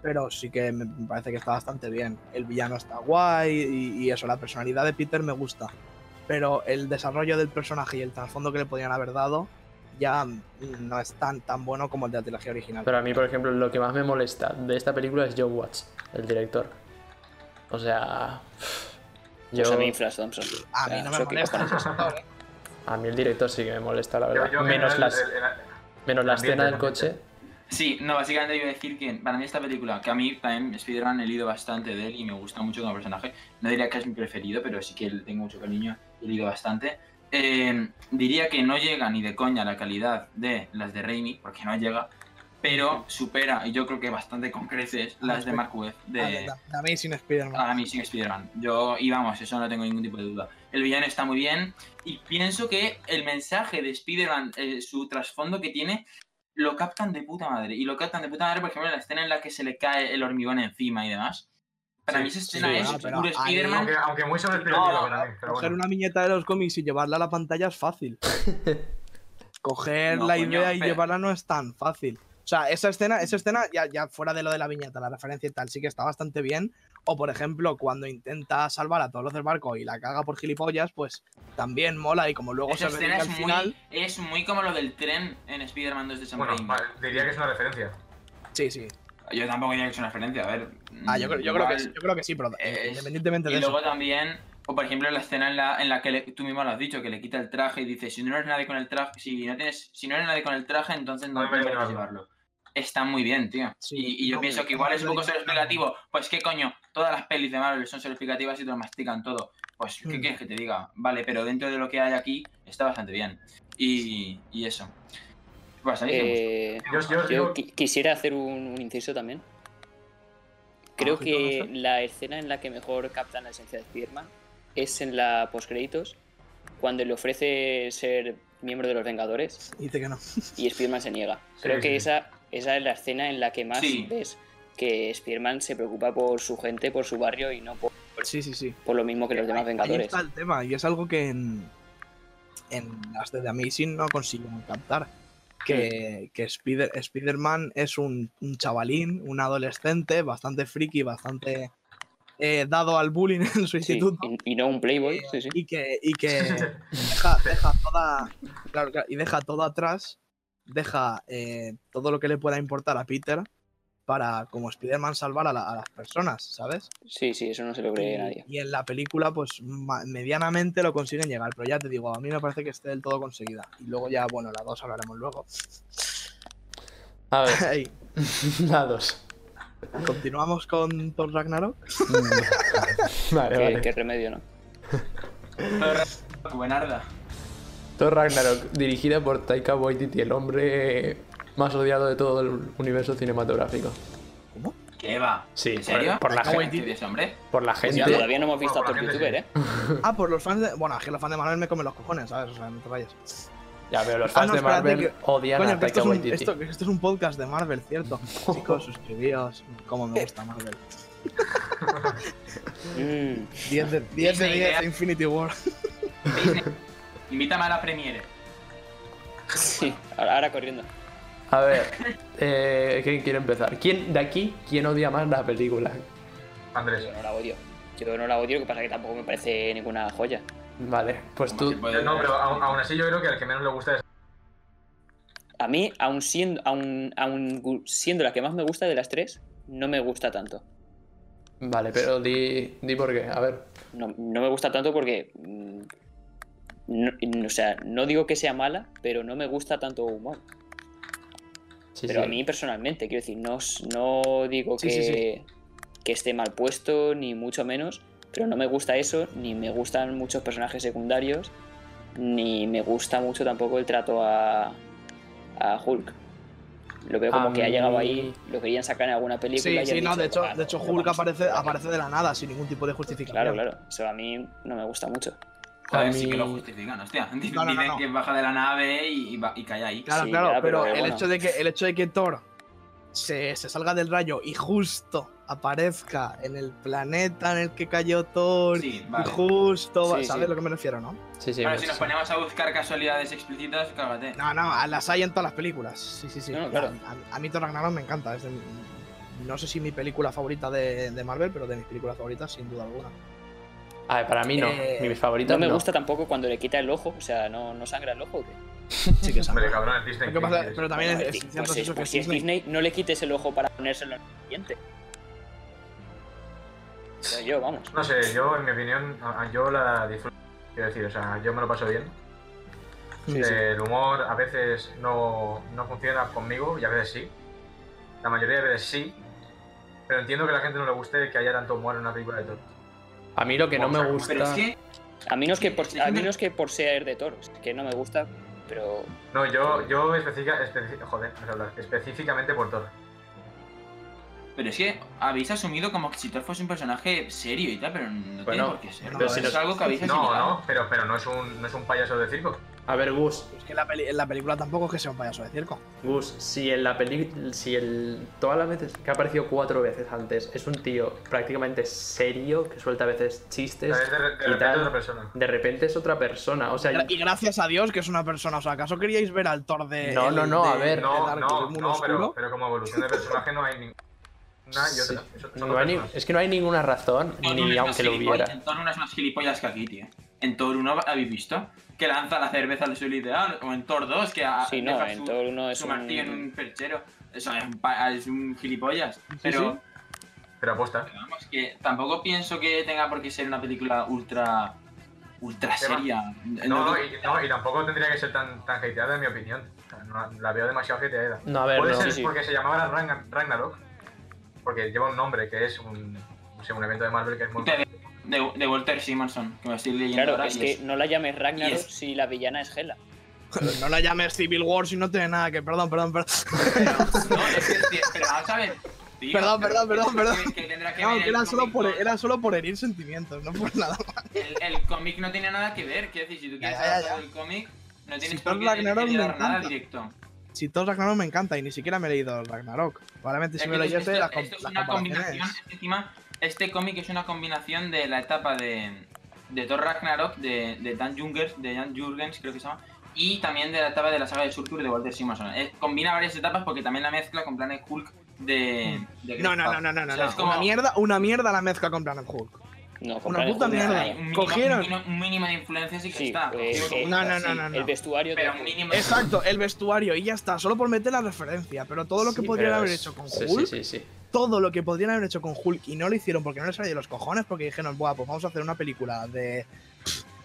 pero sí que me me parece que está bastante bien. El villano está guay y, y eso, la personalidad de Peter me gusta. Pero el desarrollo del personaje y el trasfondo que le podían haber dado ya mm, no es tan, tan bueno como el de la trilogía original. Pero a mí, por ejemplo, lo que más me molesta de esta película es John Watts, el director. O sea. Yo, Pues a mí, Flash Thompson. A mí no me Eso que molesta. cojones. a mí el director sí que me molesta, la verdad. Yo- yo en menos, el- las- el- el- menos la ambiente, escena del el coche. ambiente. Sí, no, básicamente iba a decir que para mí esta película, que a mí también Spider-Man he leído bastante de él y me gusta mucho como personaje, no diría que es mi preferido, pero sí que le tengo mucho cariño y he leído bastante. Eh, diría que no llega ni de coña a la calidad de las de Raimi, porque no llega, pero supera, y yo creo que bastante con creces, las de Mark Webb Ah, de da- da Amazing Spider-Man. a Amazing Spider-Man. Yo, y vamos, eso no tengo ningún tipo de duda. El villano está muy bien y pienso que el mensaje de Spider-Man, eh, su trasfondo que tiene, lo captan de puta madre. Y lo captan de puta madre, por ejemplo, en la escena en la que se le cae el hormigón encima y demás. Para Sí, mí esa escena sí, es ah, pero puro ahí- Spider-Man. aunque, aunque muy sobreestimado No, para mí, pero Coger bueno. una viñeta de los cómics y llevarla a la pantalla es fácil. Coger No, la coño, idea y espera. llevarla no es tan fácil. O sea, esa escena, esa escena ya, ya fuera de lo de la viñeta, la referencia y tal, sí que está bastante bien. O por ejemplo, cuando intenta salvar a todos los del barco y la caga por gilipollas, pues también mola. Y como luego Esa se ve que escena al es muy, final. es muy como lo del tren en Spider-Man 2 de Sam Bueno, Raimi. vale, diría que es una referencia. Sí, sí. Yo tampoco diría que es una referencia, a ver. Ah, yo, creo- yo creo igual- que, sí- yo creo que sí, pero es- independientemente de Y eso. luego también, o por ejemplo, la escena en la, en la que le- tú mismo lo has dicho, que le quita el traje y dice, si no eres nadie con el traje, si no tienes, si no eres nadie con el traje, entonces no No deberías deberías llevarlo. llevarlo. Está muy bien, tío. Sí, y, y yo no, pienso pero que igual es un poco no deberías explicativo. Pues qué coño, todas las pelis de Marvel son explicativas y te lo mastican todo. Pues, ¿qué Mm. quieres que te diga? Vale, pero dentro de lo que hay aquí está bastante bien. Y, y eso. Pues a mí sí me gusta. Eh, Yo, yo os digo, Yo qui- quisiera hacer un, un inciso también. Creo Ah, ¿qué te que vas a la escena en la que mejor captan la esencia de Spider-Man es en la postcréditos, cuando le ofrece ser miembro de los Vengadores Dice que no. y Spider-Man se niega. Creo sí, que sí. Esa, esa es la escena en la que más Sí. ves que Spider-Man se preocupa por su gente, por su barrio y no por, Sí, sí, sí. por lo mismo que los demás Ahí- Ahí Vengadores. está el tema, y es algo que en, en las de The Amazing no consiguen captar. Hmm. Que, que Spider- Spider-Man es un, un chavalín, un adolescente, bastante friki, bastante eh, dado al bullying en su Sí, instituto. y, y no un Playboy. sí, sí. Y que, y que deja, deja toda. claro, claro, y deja todo atrás. Deja eh, todo lo que le pueda importar a Peter para, como Spider-Man, salvar a la- a las personas, ¿sabes? Sí, sí, eso no se lo cree y, nadie. y en la película, pues ma- medianamente lo consiguen llegar, pero ya te digo, a mí me parece que esté del todo conseguida. Y luego ya, bueno, la dos hablaremos luego. A ver, Ey, la dos. Continuamos con Thor Ragnarok. vale, Qué- vale. qué remedio, Pues ¿no? Buenarda. Thor Ragnarok, dirigida por Taika Waititi, el hombre más odiado de todo el universo cinematográfico. ¿Qué va? Sí, ¿En serio? por- por la ¿Cómo gente. entiendes, hombre? Por la Pues gente. ya, todavía no hemos visto a Bueno, Thor por la Youtuber, gente ¿eh? Ah, por los fans de. Bueno, es que los fans de Marvel me comen los cojones, ¿sabes? O sea, no te vayas. Ya, pero los Ah, fans no, de espérate Marvel odian Coño, a que esto, Taika es un, Waititi. esto- esto es un podcast de Marvel, cierto. Chicos, suscribíos. Como me gusta Marvel. Mm, 10 de 10 de 10 Disney, vea. Infinity War. Disney, Invítame a la premiere. sí, ahora, ahora corriendo. A ver, eh, ¿quién quiere empezar? ¿Quién de aquí quién odia más la película? Andrés. Yo no la odio. Yo no la odio, lo que pasa es que tampoco me parece ninguna joya. Vale, pues tú. ¿Cómo se puede No, ver? pero aún aún así yo creo que al que menos le gusta es. A mí, aun siendo, aun, aun gu- siendo la que más me gusta de las tres, no me gusta tanto. Vale, pero di, di por qué. A ver. No, no me gusta tanto porque. mm, no- no- o sea, no digo que sea mala, pero no me gusta tanto humor. Sí, pero sí. a mí personalmente, quiero decir, no, s- no digo Sí, que, sí, que esté mal puesto, ni mucho menos, pero no me gusta eso, ni me gustan muchos personajes secundarios, ni me gusta mucho tampoco el trato a, a Hulk. Lo veo como A que ha llegado mí- ahí, lo querían sacar en alguna película. y Sí, han sí, no, dicho, de hecho, "Ah, de hecho lo Hulk vamos a aparece, sacar". aparece de la nada, sin ningún tipo de justificación. Claro, claro, eso a mí no me gusta mucho. Joder, A sí que lo mí- justifican, hostia. Dicen no, no. que baja de la nave y, y, va- y cae ahí. Claro, Sí, claro, ya, pero, pero el, bueno. hecho de que, el hecho de que Thor se, se salga del rayo y justo aparezca en el planeta en el que cayó Thor, Sí, y vale. justo, va- Sí, ¿sabes sí. lo que me refiero, no? Sí, sí. Claro, pues- si nos ponemos a buscar casualidades explícitas, cágate. No, no, a- las hay en todas las películas. Sí, sí, sí. No, no, claro. a, a mí Thor Ragnarok me encanta. Es de mi- no sé si mi película favorita de, de Marvel, pero de mis películas favoritas, sin duda alguna. A ver, para mí no. Eh, Mis favoritas No me no. gusta tampoco cuando le quita el ojo, o sea, no, no sangra el ojo. ¿o qué? Sí que es Hombre, Lo cabrón, es Disney. que pasa- ¿qué Pero quieres? también Bueno, es, es es Di- cierto pues es- eso que pues si es Disney- Disney, no le quites el ojo para ponérselo en el diente. Pero yo, vamos. No sé, yo en mi opinión, a- a- yo la disfruto. Quiero decir, o sea, yo me lo paso bien. Sí, sí. El humor a veces no, no funciona conmigo y a veces sí. La mayoría de veces sí. Pero entiendo que a la gente no le guste que haya tanto humor en una película de todo. A mí lo que no Vamos me a- gusta. Pero es que A mí no es que por, a mí no es que por ser de toros, que no me gusta, pero No, yo, yo específica, especi- joder, no sé hablar, específicamente por Thor. Pero es que habéis asumido como que si Thor fuese un personaje serio y tal, pero Bueno, no tiene por qué ser. pero Pero si si es no- algo que habéis No, asimilado. no, pero, pero no, es un, no es un payaso de circo. A ver, Gus. Es que la, peli- la película tampoco es que sea un payaso de circo. Gus, si en la peli. Si el. Todas las veces que ha aparecido cuatro veces antes es un tío prácticamente serio que suelta a veces A chistes. veces de, de y repente tal. otra persona. De repente es otra persona. O sea, Gra- Y gracias a Dios que es una persona. O sea, ¿acaso queríais ver al Thor de. No, no, no, de- a ver. de No, Dark, no, del mundo no, pero, oscuro? pero como evolución de personaje no hay ninguna y sí. otra. Son- son No hay ni- personas. es que no hay ninguna razón, Thor uno ni es más aunque lo gilipollas- hubiera. En Thor uno es más gilipollas que aquí, tío. En Thor 1 habéis visto que lanza la cerveza al suelo y te da, o en Thor 2 que a, sí, no, Ah, deja en su, todo uno es su martillo en un... un perchero. Eso es un, pa- es un gilipollas. Pero, eh, Pero aposta. pero vamos, que tampoco pienso que tenga por qué ser una película ultra. ultra Tema. seria. No, no, y, no, y tampoco tendría que ser tan, tan hateada en mi opinión. O sea, no- la veo demasiado hateada. No, a ver, Puede no. ser Sí, sí. porque se llamaba Ragnar- Ragnarok, porque lleva un nombre que es un, no sé, un evento de Marvel que es muy... Te- de, de Walter Simonson, que me estoy leyendo Claro, ahora. es y que no la llames Ragnarok y es- si la villana es Hela. No la llames Civil War si no tiene nada que. Perdón, perdón, perdón. No, es que, tío, pero vamos a ver. Tío, Perdón, perdón, pero perdón, perdón. Que, que tendrá que No, ver que el era solo, cómic por, con- era solo por herir sentimientos, no por nada. El, el cómic no tiene nada que ver. Quiero decir, si tú quieres Ya, ya, hablar ya. del cómic, no tienes Si por Thor qué Ragnarok me dar nada encanta. directo. Si todo Ragnarok me encanta y ni siquiera me he leído Ragnarok. Probablemente si Es me que lo esto- leyese, esto- las, com- esto es las una combinación. comparaciones. es que Encima, este cómic es una combinación de la etapa de, de Thor Ragnarok, de, de Dan Jungers, de Dan Jurgens, creo que se llama, y también de la etapa de la saga de Surtur de Walter Simonson. Eh, combina varias etapas porque también la mezcla con Planet Hulk de. de Greg No, no, no, Pak. no, no, no. O sea, es no. como- Una mierda, una mierda la mezcla con Planet Hulk. No, Una puta mierda. Hay un mínimo, Cogieron- un mínimo, un mínimo de influencia sí que Sí, está. eh, Digo, eh, No, no, sí, no, no, no. El vestuario pero de... un mínimo. Exacto, el vestuario y ya está, solo por meter la referencia, pero todo lo que Sí, podrían pero haber es- hecho con Sí, Hulk, sí, sí, sí. todo lo que podrían haber hecho con Hulk y no lo hicieron porque no les salió de los cojones, porque dijeron, Buah, pues vamos a hacer una película de.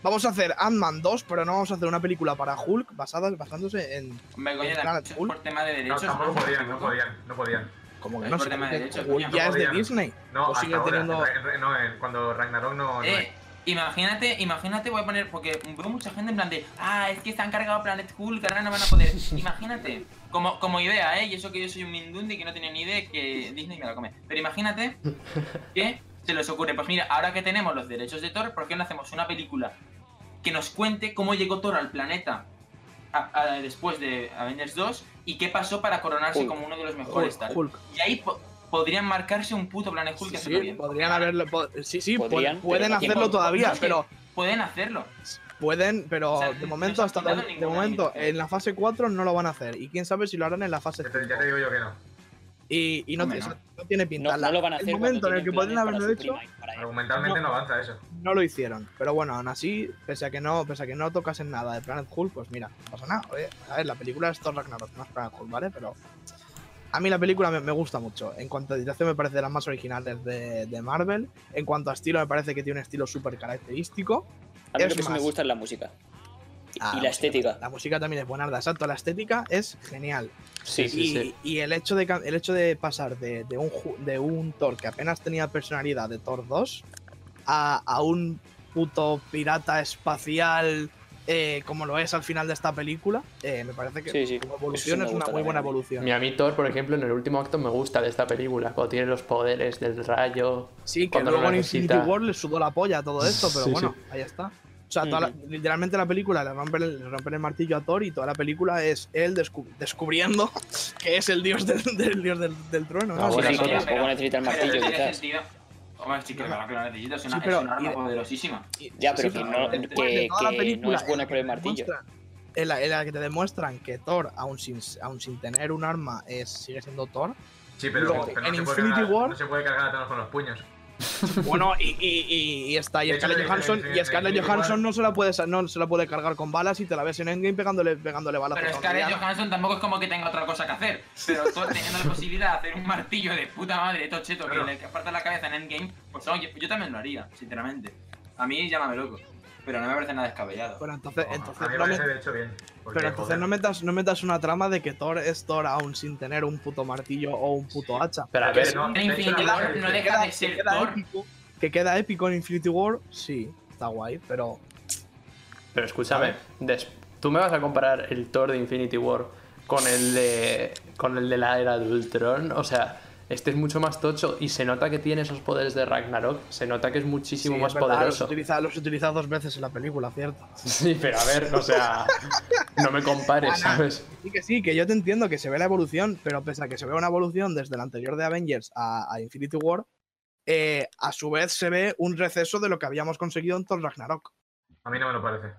Vamos a hacer Ant-Man 2, pero no vamos a hacer una película para Hulk basada, basándose en. Hombre, coño, Claro, también Hulk. por tema de No, derechos. tampoco ¿no? podían, no podían, no podían. Como que Es no por sé, tema de que derechos, Hulk coño, ya es de joder. Disney. No, Pues hasta sigue ahora. teniendo- Ra- ra- No, en- cuando Ragnarok no. no Eh, imagínate, imagínate, voy a poner, porque veo mucha gente en plan de, ah, es que están cargados Planet Hulk, ahora no van a poder. imagínate, como, como idea, ¿eh? Y eso que yo soy un Mindundi que no tenía ni idea que Disney me la come. Pero imagínate que se les ocurre, pues mira, ahora que tenemos los derechos de Thor, ¿por qué no hacemos una película que nos cuente cómo llegó Thor al planeta a- a- después de Avengers 2 y qué pasó para coronarse Hulk. como uno de los mejores? Hulk, tal? Hulk. Y ahí po- podrían marcarse un puto Planet Hulk Sí, que sí, podrían haberlo. po- sí, sí, pu- Podrían, pero pueden no hacerlo tienen- todavía, no sé. pero Pueden hacerlo. pueden, pero O sea, de no momento se ha hasta quitado de ninguna momento limitación. en la fase 4 no lo van a hacer y quién sabe si lo harán en la fase Ya 5. te, Este, ya te digo yo que no. Y, y no, Hombre, o sea, no. no tiene pinta. No, La- no lo van a hacer. el cuando momento en el tienen que podrían planes para haberlo su hecho, prima y para él. Argumentalmente no avanza eso. no lo hicieron. Pero bueno, aún así, pese a que no, pese a que no tocasen nada de Planet Hulk, pues mira, no pasa nada. oye. a ver, la película es Thor Ragnarok, no es Planet Hulk, ¿vale? Pero a mí la película me, me gusta mucho. En cuanto a dirección me parece de las más originales de, de Marvel. En cuanto a estilo, me parece que tiene un estilo súper característico. A mí Es lo que sí me más. gusta es la música. Y- Ah, y la la estética. La música también es buena, exacto. La estética es genial. Sí, sí, y, sí. y el hecho de cam- el hecho de pasar de, de un ju- de un Thor que apenas tenía personalidad de Thor 2 a, a un puto pirata espacial eh, como lo es al final de esta película, eh, me parece que Sí, sí. como evolución Eso me es una gusta muy buena también. evolución. Mira, a mí Thor, por ejemplo, en el último acto me gusta de esta película, cuando tiene los poderes del rayo. Sí, que cuando lo luego en necesita. Infinity War le sudó la polla a todo esto, pero Sí, sí. bueno, ahí está. O sea, toda la- literalmente la película le rompen, el, le rompen el martillo a Thor y toda la película es él descu- descubriendo que es el dios del, del dios del, del trueno. ¿no? Ah, O sea, bueno, Sí, eso que es. tampoco necesita el Pero martillo, no tiene quizás. sentido. Hombre, sí que claro que lo necesito, es una, Sí, pero- es una arma y- poderosísima. Ya, pero Sí, que sí, no, después de que- toda la que no película es bueno en la por el que te martillo. demuestran- En la, en la que te demuestran que Thor, aun sin, aun sin tener un arma, es, sigue siendo Thor. Sí, pero, Luego, pero no, en se puede Infinity cargar, War- no se puede cargar a Thanos con los puños. Bueno, y, y- y- y está. Y De hecho, Scarlett en- Johansson, en- y en- Scarlett en- Johansson no se, la puede, sa- no se la puede cargar con balas y te la ves en Endgame pegándole, pegándole balas. Pero por Scarlett Thor. Johansson tampoco es como que tenga otra cosa que hacer. Pero tú teniendo la posibilidad de hacer un martillo de puta madre, tocheto, Claro. que le aparta la cabeza en Endgame, pues oye, yo también lo haría, sinceramente. A mí llámame loco, pero no me parece nada descabellado. Bueno, entonces, a entonces mí me no me- parece de hecho bien. porque, pero entonces joder, no metas, no metas una trama de que Thor es Thor aún sin tener un puto martillo o un puto Sí. hacha. Pero a que ver, no, de En hecho, Infinity la- War no la- deja queda- de ser que queda Thor. épico- que queda épico en Infinity War, sí, está guay, pero pero escúchame, des- tú me vas a comparar el Thor de Infinity War con el de, con el de la era de Ultron, o sea, este es mucho más tocho y se nota que tiene esos poderes de Ragnarok, se nota que es muchísimo Sí, más es verdad, poderoso. Los utiliza, los utiliza dos veces en la película, ¿cierto? Sí, pero a ver, o sea, no me compares, Ah, no. ¿sabes? Sí que sí, que yo te entiendo que se ve la evolución, pero pese a que se ve una evolución desde la anterior de Avengers a, a Infinity War, eh, a su vez se ve un receso de lo que habíamos conseguido en Thor Ragnarok. A mí no me lo parece.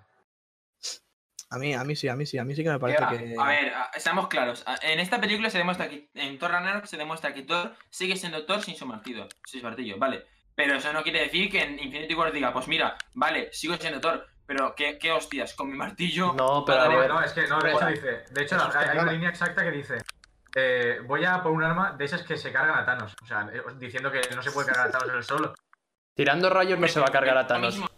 A mí, a mí sí, a mí sí, a mí sí que me Que parece va, que... A ver, a- seamos claros. a- En esta película se demuestra que en Thor Ragnarok se demuestra que Thor sigue siendo Thor sin su martillo, sin su martillo, vale. Pero eso no quiere decir que en Infinity War diga, pues mira, vale, sigo siendo Thor, pero qué, qué hostias, con mi martillo. No, pero a Vale, No, ver, no, eh. es que no, de hecho Espera. dice. De Eso hecho, la- está hay, hay claro. una línea exacta que dice. eh, voy a por un arma de esas que se cargan a Thanos. O sea, eh, diciendo que no se puede cargar a Thanos él solo. tirando rayos no se va a cargar a Ahora Thanos. mismo-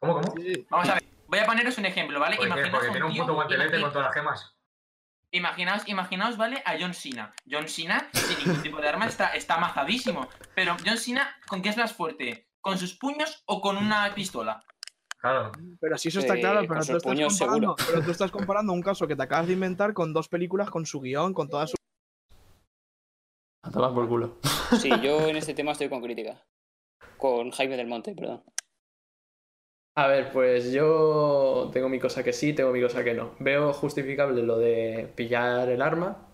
¿Cómo, cómo? Sí, sí. Vamos a ver, voy a poneros un ejemplo, ¿vale? Porque, Imaginaos porque a tiene un tío- puto guantelete imagi- con todas las gemas. Imaginaos, imaginaos, ¿vale? A John Cena. John Cena, sin ningún tipo de arma, está, está amazadísimo. Pero John Cena, ¿con qué es más fuerte? ¿Con sus puños o con una pistola? Claro. Pero sí, eso está Eh, claro, con pero sus tú, estás puños, comparando, pero tú estás comparando un caso que te acabas de inventar con dos películas, con su guión, con toda su... A tomar por culo. Sí, yo en este tema estoy con crítica. Con Jaime del Monte, perdón. A ver, pues yo tengo mi cosa que sí, tengo mi cosa que no. Veo justificable lo de pillar el arma,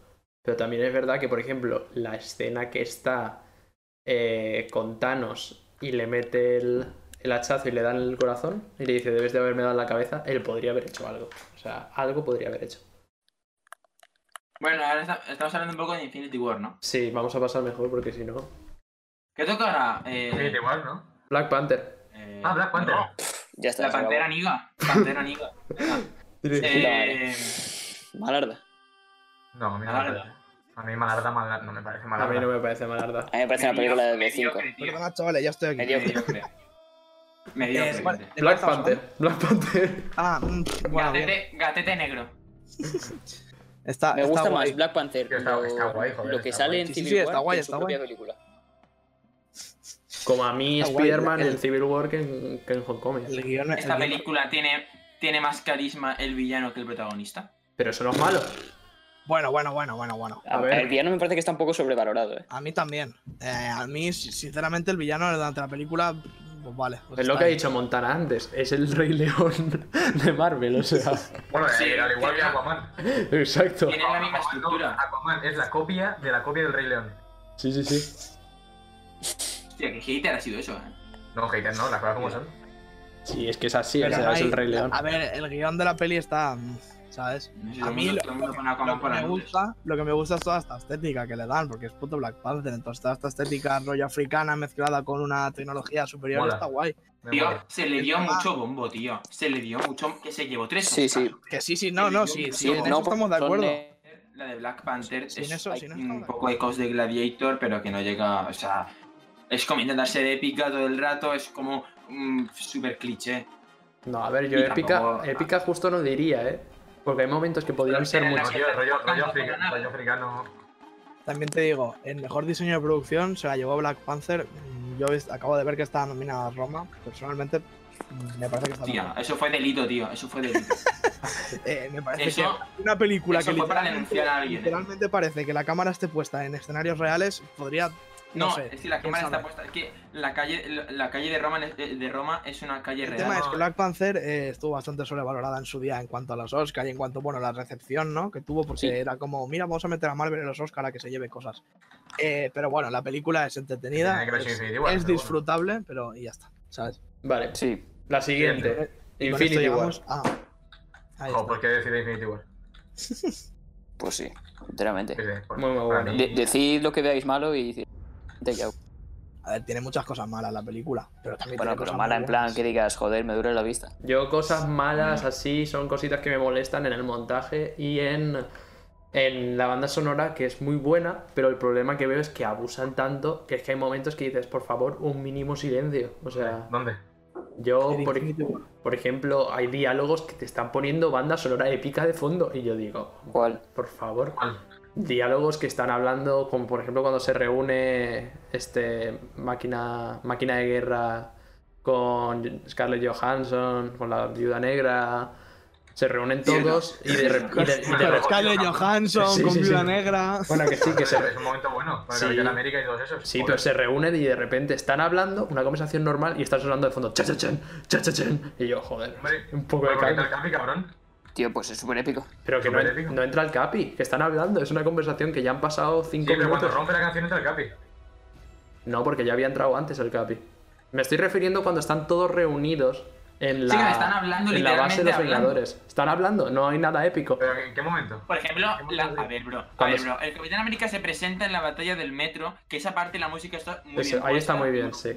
pero también es verdad que, por ejemplo, la escena que está eh, con Thanos y le mete el, el hachazo y le dan el corazón y le dice, debes de haberme dado en la cabeza, él podría haber hecho algo. O sea, algo podría haber hecho. Bueno, ahora está- estamos hablando un poco de Infinity War, ¿no? Sí, vamos a pasar mejor porque si no... ¿Qué toca ahora? Eh, Infinity War, ¿no? Black Panther. eh, Ah, Black Panther. no, Ya está. la se acabó. Pantera Niga. Pantera Niga. Venga. Eh, Malarda. No, a mí no me Malarda. parece. A mí Malarda, Malarda no me parece A mí Malarda. no me parece malarda. A mí me parece una película de mediocre, B5. tío. Perdona, chavales, ya estoy aquí. Medio- Mediocre. Mediocre. Eh, bueno, ¿de qué Black estamos Panther. Black Panther. hablando? Ah, mm, bueno, bien. Gatete, gatete negro. Está, Me está gusta guay. más Black Panther. Tío, está- lo, está guay, joder, lo que está sale guay. en Sí, sí, Civil sí, War está guay, en su está propia película. Como a mí Está guay, Spider-Man el- en Civil War que en, que en Homecoming. El guión, el Esta guión- película tiene, tiene más carisma el villano que el protagonista. Pero eso no es malo. Bueno, bueno, bueno, bueno, bueno. A A ver. ver. El villano me parece que está un poco sobrevalorado. ¿eh? A mí también. Eh, a mí, si- sinceramente, el villano durante la película, pues vale. pues Es lo está que ha bien. dicho Montana antes. Es el Rey León de Marvel, o sea. Bueno, Sí, eh, al igual que tiene- Aquaman. Exacto. Tiene la misma Aquaman no, estructura. Aquaman es la copia de la copia del Rey León. Sí, sí, sí. Hostia, que hater ha sido eso, eh. No, haters no, las cosas como son. Sí, es que es así, o Pero sea, no es hay- el Rey León. A ver, el guión de la peli está. mm, ¿Sabes? No sé, A todo el mí mundo- lo- todo el mundo pone a Lo Aquaman que, para me las luces. gusta, lo que me gusta es toda esta estética que le dan, porque es puto Black Panther. Entonces, toda esta estética rollo africana mezclada con una tecnología superior Mola. está guay. Me Tío, mola. se le dio Está- mucho bombo, tío. Se le dio mucho. Que se llevó tres. Sí, sí. Oscars. Que sí, sí, no, El no, guión sí, que sí, en son- eso estamos de son, acuerdo. eh, La de Black Panther Sin es eso- sin eso un estamos de Mm, poco ecos de Gladiator, pero que no llega. O sea, es como intentar ser épica todo el rato, es como un super cliché. No, a ver, yo Y épica, tampoco- épica justo no diría, ¿eh? Porque hay momentos que podrían ser Pero mucho. No, tío, rollo, rollo, africa- rollo africano. También te digo, el mejor diseño de producción se la llevó Black Panther. Mm, Yo es- acabo de ver que está nominada a Roma. Personalmente, mm, me parece que está Tía, nominada. eso fue delito, tío. Eso fue delito. Eh, me parece Eso, que una película eso que fue para literalmente- denunciar a alguien. ¿eh? Literalmente parece que la cámara esté puesta en escenarios reales, podría. No, No, sé. es que la quién cámara está sabe. puesta. Es que la calle, la- la calle de, Roma, eh, de Roma es una calle El real. tema es no. que Black Panther eh, estuvo bastante sobrevalorada en su día en cuanto a los Oscar y en cuanto, bueno, la recepción, ¿no? Que tuvo, porque Sí. era como, mira, vamos a meter a Marvel en los Oscar a que se lleve cosas. Eh, pero bueno, la película es entretenida, Tiene que ver si es, Infinity War, es pero disfrutable, pero y ya está, ¿sabes? Vale, Sí. la Sí, siguiente. Y con esto Infinity War. llegamos a- Ahí Jo, está. ¿por qué decir Infinity War? Pues sí, sinceramente. Sí, sí, por- Muy, muy para bueno. mí- De- decid lo que veáis malo y decid. de que- A ver, tiene muchas cosas malas la película, pero también Bueno, tiene pero cosas mala muy en plan buenas. que digas, joder, me dura la vista. Yo cosas malas así son cositas que me molestan en el montaje y en, en la banda sonora que es muy buena, pero el problema que veo es que abusan tanto que es que hay momentos que dices, por favor, un mínimo silencio. O sea, ¿Dónde? yo, En por, Infinity War. por ejemplo, hay diálogos que te están poniendo banda sonora épica de fondo y yo digo, ¿Cuál? por favor, ¿Cuál? diálogos que están hablando, como por ejemplo cuando se reúne este máquina, máquina de guerra con Scarlett Johansson, con la viuda negra, se reúnen todos y de repente... Con- Pero Pero- Scarlett Johansson Sí, con sí, Viuda sí. Eh, Negra. Bueno, que sí, que se... Es un momento bueno. Para Sí. Capitán América y todos esos. Sí, Joder. pero se reúnen y de repente están hablando, una conversación normal, y están sonando de fondo cha cha chen, cha cha chen. Y yo, joder, Hombre, un poco de Bueno, porque está calma. el Capi, cabrón. Tío, pues es súper épico. Pero que no, Súper épico. no entra el Capi, que están hablando, es una conversación que ya han pasado Sí, cinco pero cuando minutos. rompe la canción entra el Capi. No, porque ya había entrado antes el Capi. Me estoy refiriendo cuando están todos reunidos en la, Sí, que están hablando en la base de los literalmente hablando. Vengadores. Están hablando, no hay nada épico. ¿Pero en qué momento? Por ejemplo, la- a ver, bro. A Cuando ver, bro. El Capitán América se presenta en la batalla del metro, que esa parte la música está muy Eso, bien. ahí está puesta. muy bien, sí.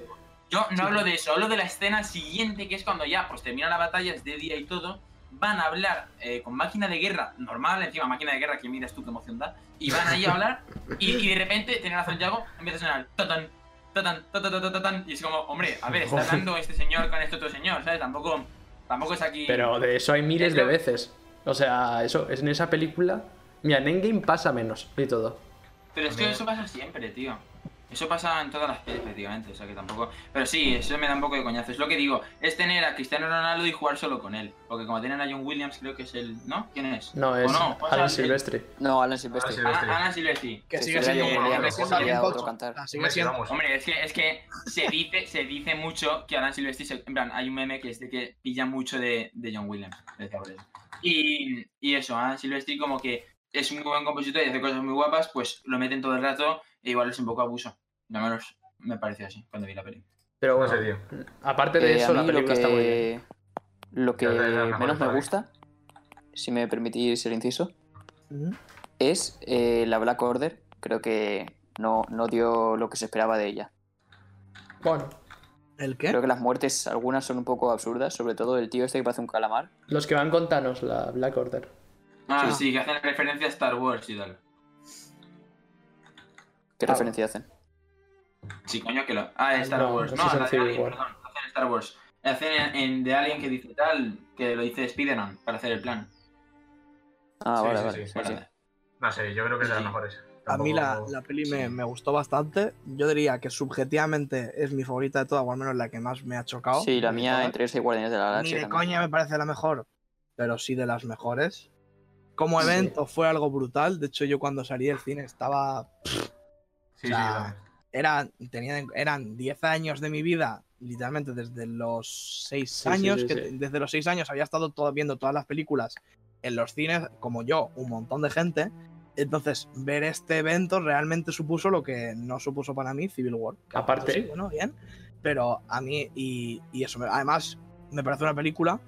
Yo no hablo de eso, hablo de la escena siguiente, que es cuando ya pues termina la batalla, es de día y todo. Van a hablar eh, con máquina de guerra normal, encima máquina de guerra que miras tú qué emoción da. Y van ahí a hablar, y, y de repente, tiene razón Yago, empieza a sonar totan, totan, totan, totan, totan, Y es como, hombre, a ver, está hablando este señor con este otro señor, ¿sabes? Tampoco, tampoco es aquí. Pero de eso hay miles de veces. O sea, eso es en esa película. Mira, en Endgame pasa menos y todo. Pero es que eso pasa siempre, tío. Eso pasa en todas las pelis, efectivamente. O sea que tampoco. Pero sí, eso me da un poco de coñazo. Es lo que digo, es tener a Cristiano Ronaldo y jugar solo con él. Porque como tienen a John Williams, creo que es el. ¿No? ¿Quién es? No, ¿O es no? ¿Cuál Alan es el- Silvestri. No, Alan Silvestre. Alan Ana, Ah, Ana Silvestri. Que Sí, sigue sí, siendo sí, bueno, pues sí, que sí, sigue sí, siendo otro tocho. cantar. Ah, sigue Messi, siendo- vamos. Hombre, es que, es que se, dice, se dice mucho que Alan Silvestri. se- en plan, hay un meme que es de que pilla mucho de, de John Williams. decía por eso. Y, y eso, Alan Silvestri, como que es un buen compositor y hace cosas muy guapas, pues lo meten todo el rato e igual es un poco abuso. Lo menos me pareció así cuando vi la peli. Pero No bueno, sé, tío. aparte de Eh, a eso, la mí lo película está muy bien. que- Lo que Yo creo que es la mejor menos me historia. gusta, si me permitís el inciso, Ujú. es eh, la Black Order. Creo que no, no dio lo que se esperaba de ella. Bueno, ¿El ¿Eh? qué? Creo que las muertes algunas son un poco absurdas, sobre todo el tío este que parece un calamar. los que van contanos la Black Order. Ah, Sí. sí, que hacen referencia a Star Wars y tal. ¿Qué Ah. referencia hacen? Sí, coño, que lo. Ah, Star No, Wars. eso No, es en la de Civil Alien, War. perdón. Hacen Star Wars. Hacen en, en de Alien que dice tal, que lo dice Spiderman para hacer el plan. Ah, Sí, vale, sí, vale. sí, sí, sí. Bueno, No sé, yo creo que es de las Sí. mejores. A mí la, Tampoco- la peli me, sí. me gustó bastante. Yo diría que subjetivamente es mi favorita de todas, o al menos la que más me ha Oh, chocado. Sí, la Ni de mía coña- entre ellos y Guardianes de la Ni Galaxia. de también. coña me parece la mejor, pero sí de las mejores. Como Sí. evento fue algo brutal. De hecho, yo cuando salí del cine estaba. Sí, sí, o sea, yo también. Eran, tenía, eran 10 años de mi vida, literalmente desde los 6 Sí, sí, años. sí, que sí. Desde los 6 años había estado todo, viendo todas las películas en los cines, como yo, un montón de gente. Entonces, ver este evento realmente supuso lo que no supuso para mí Civil War. que pues, Aparte- sí, bueno, bien. Pero a mí, y, y eso, me- además, me parece una película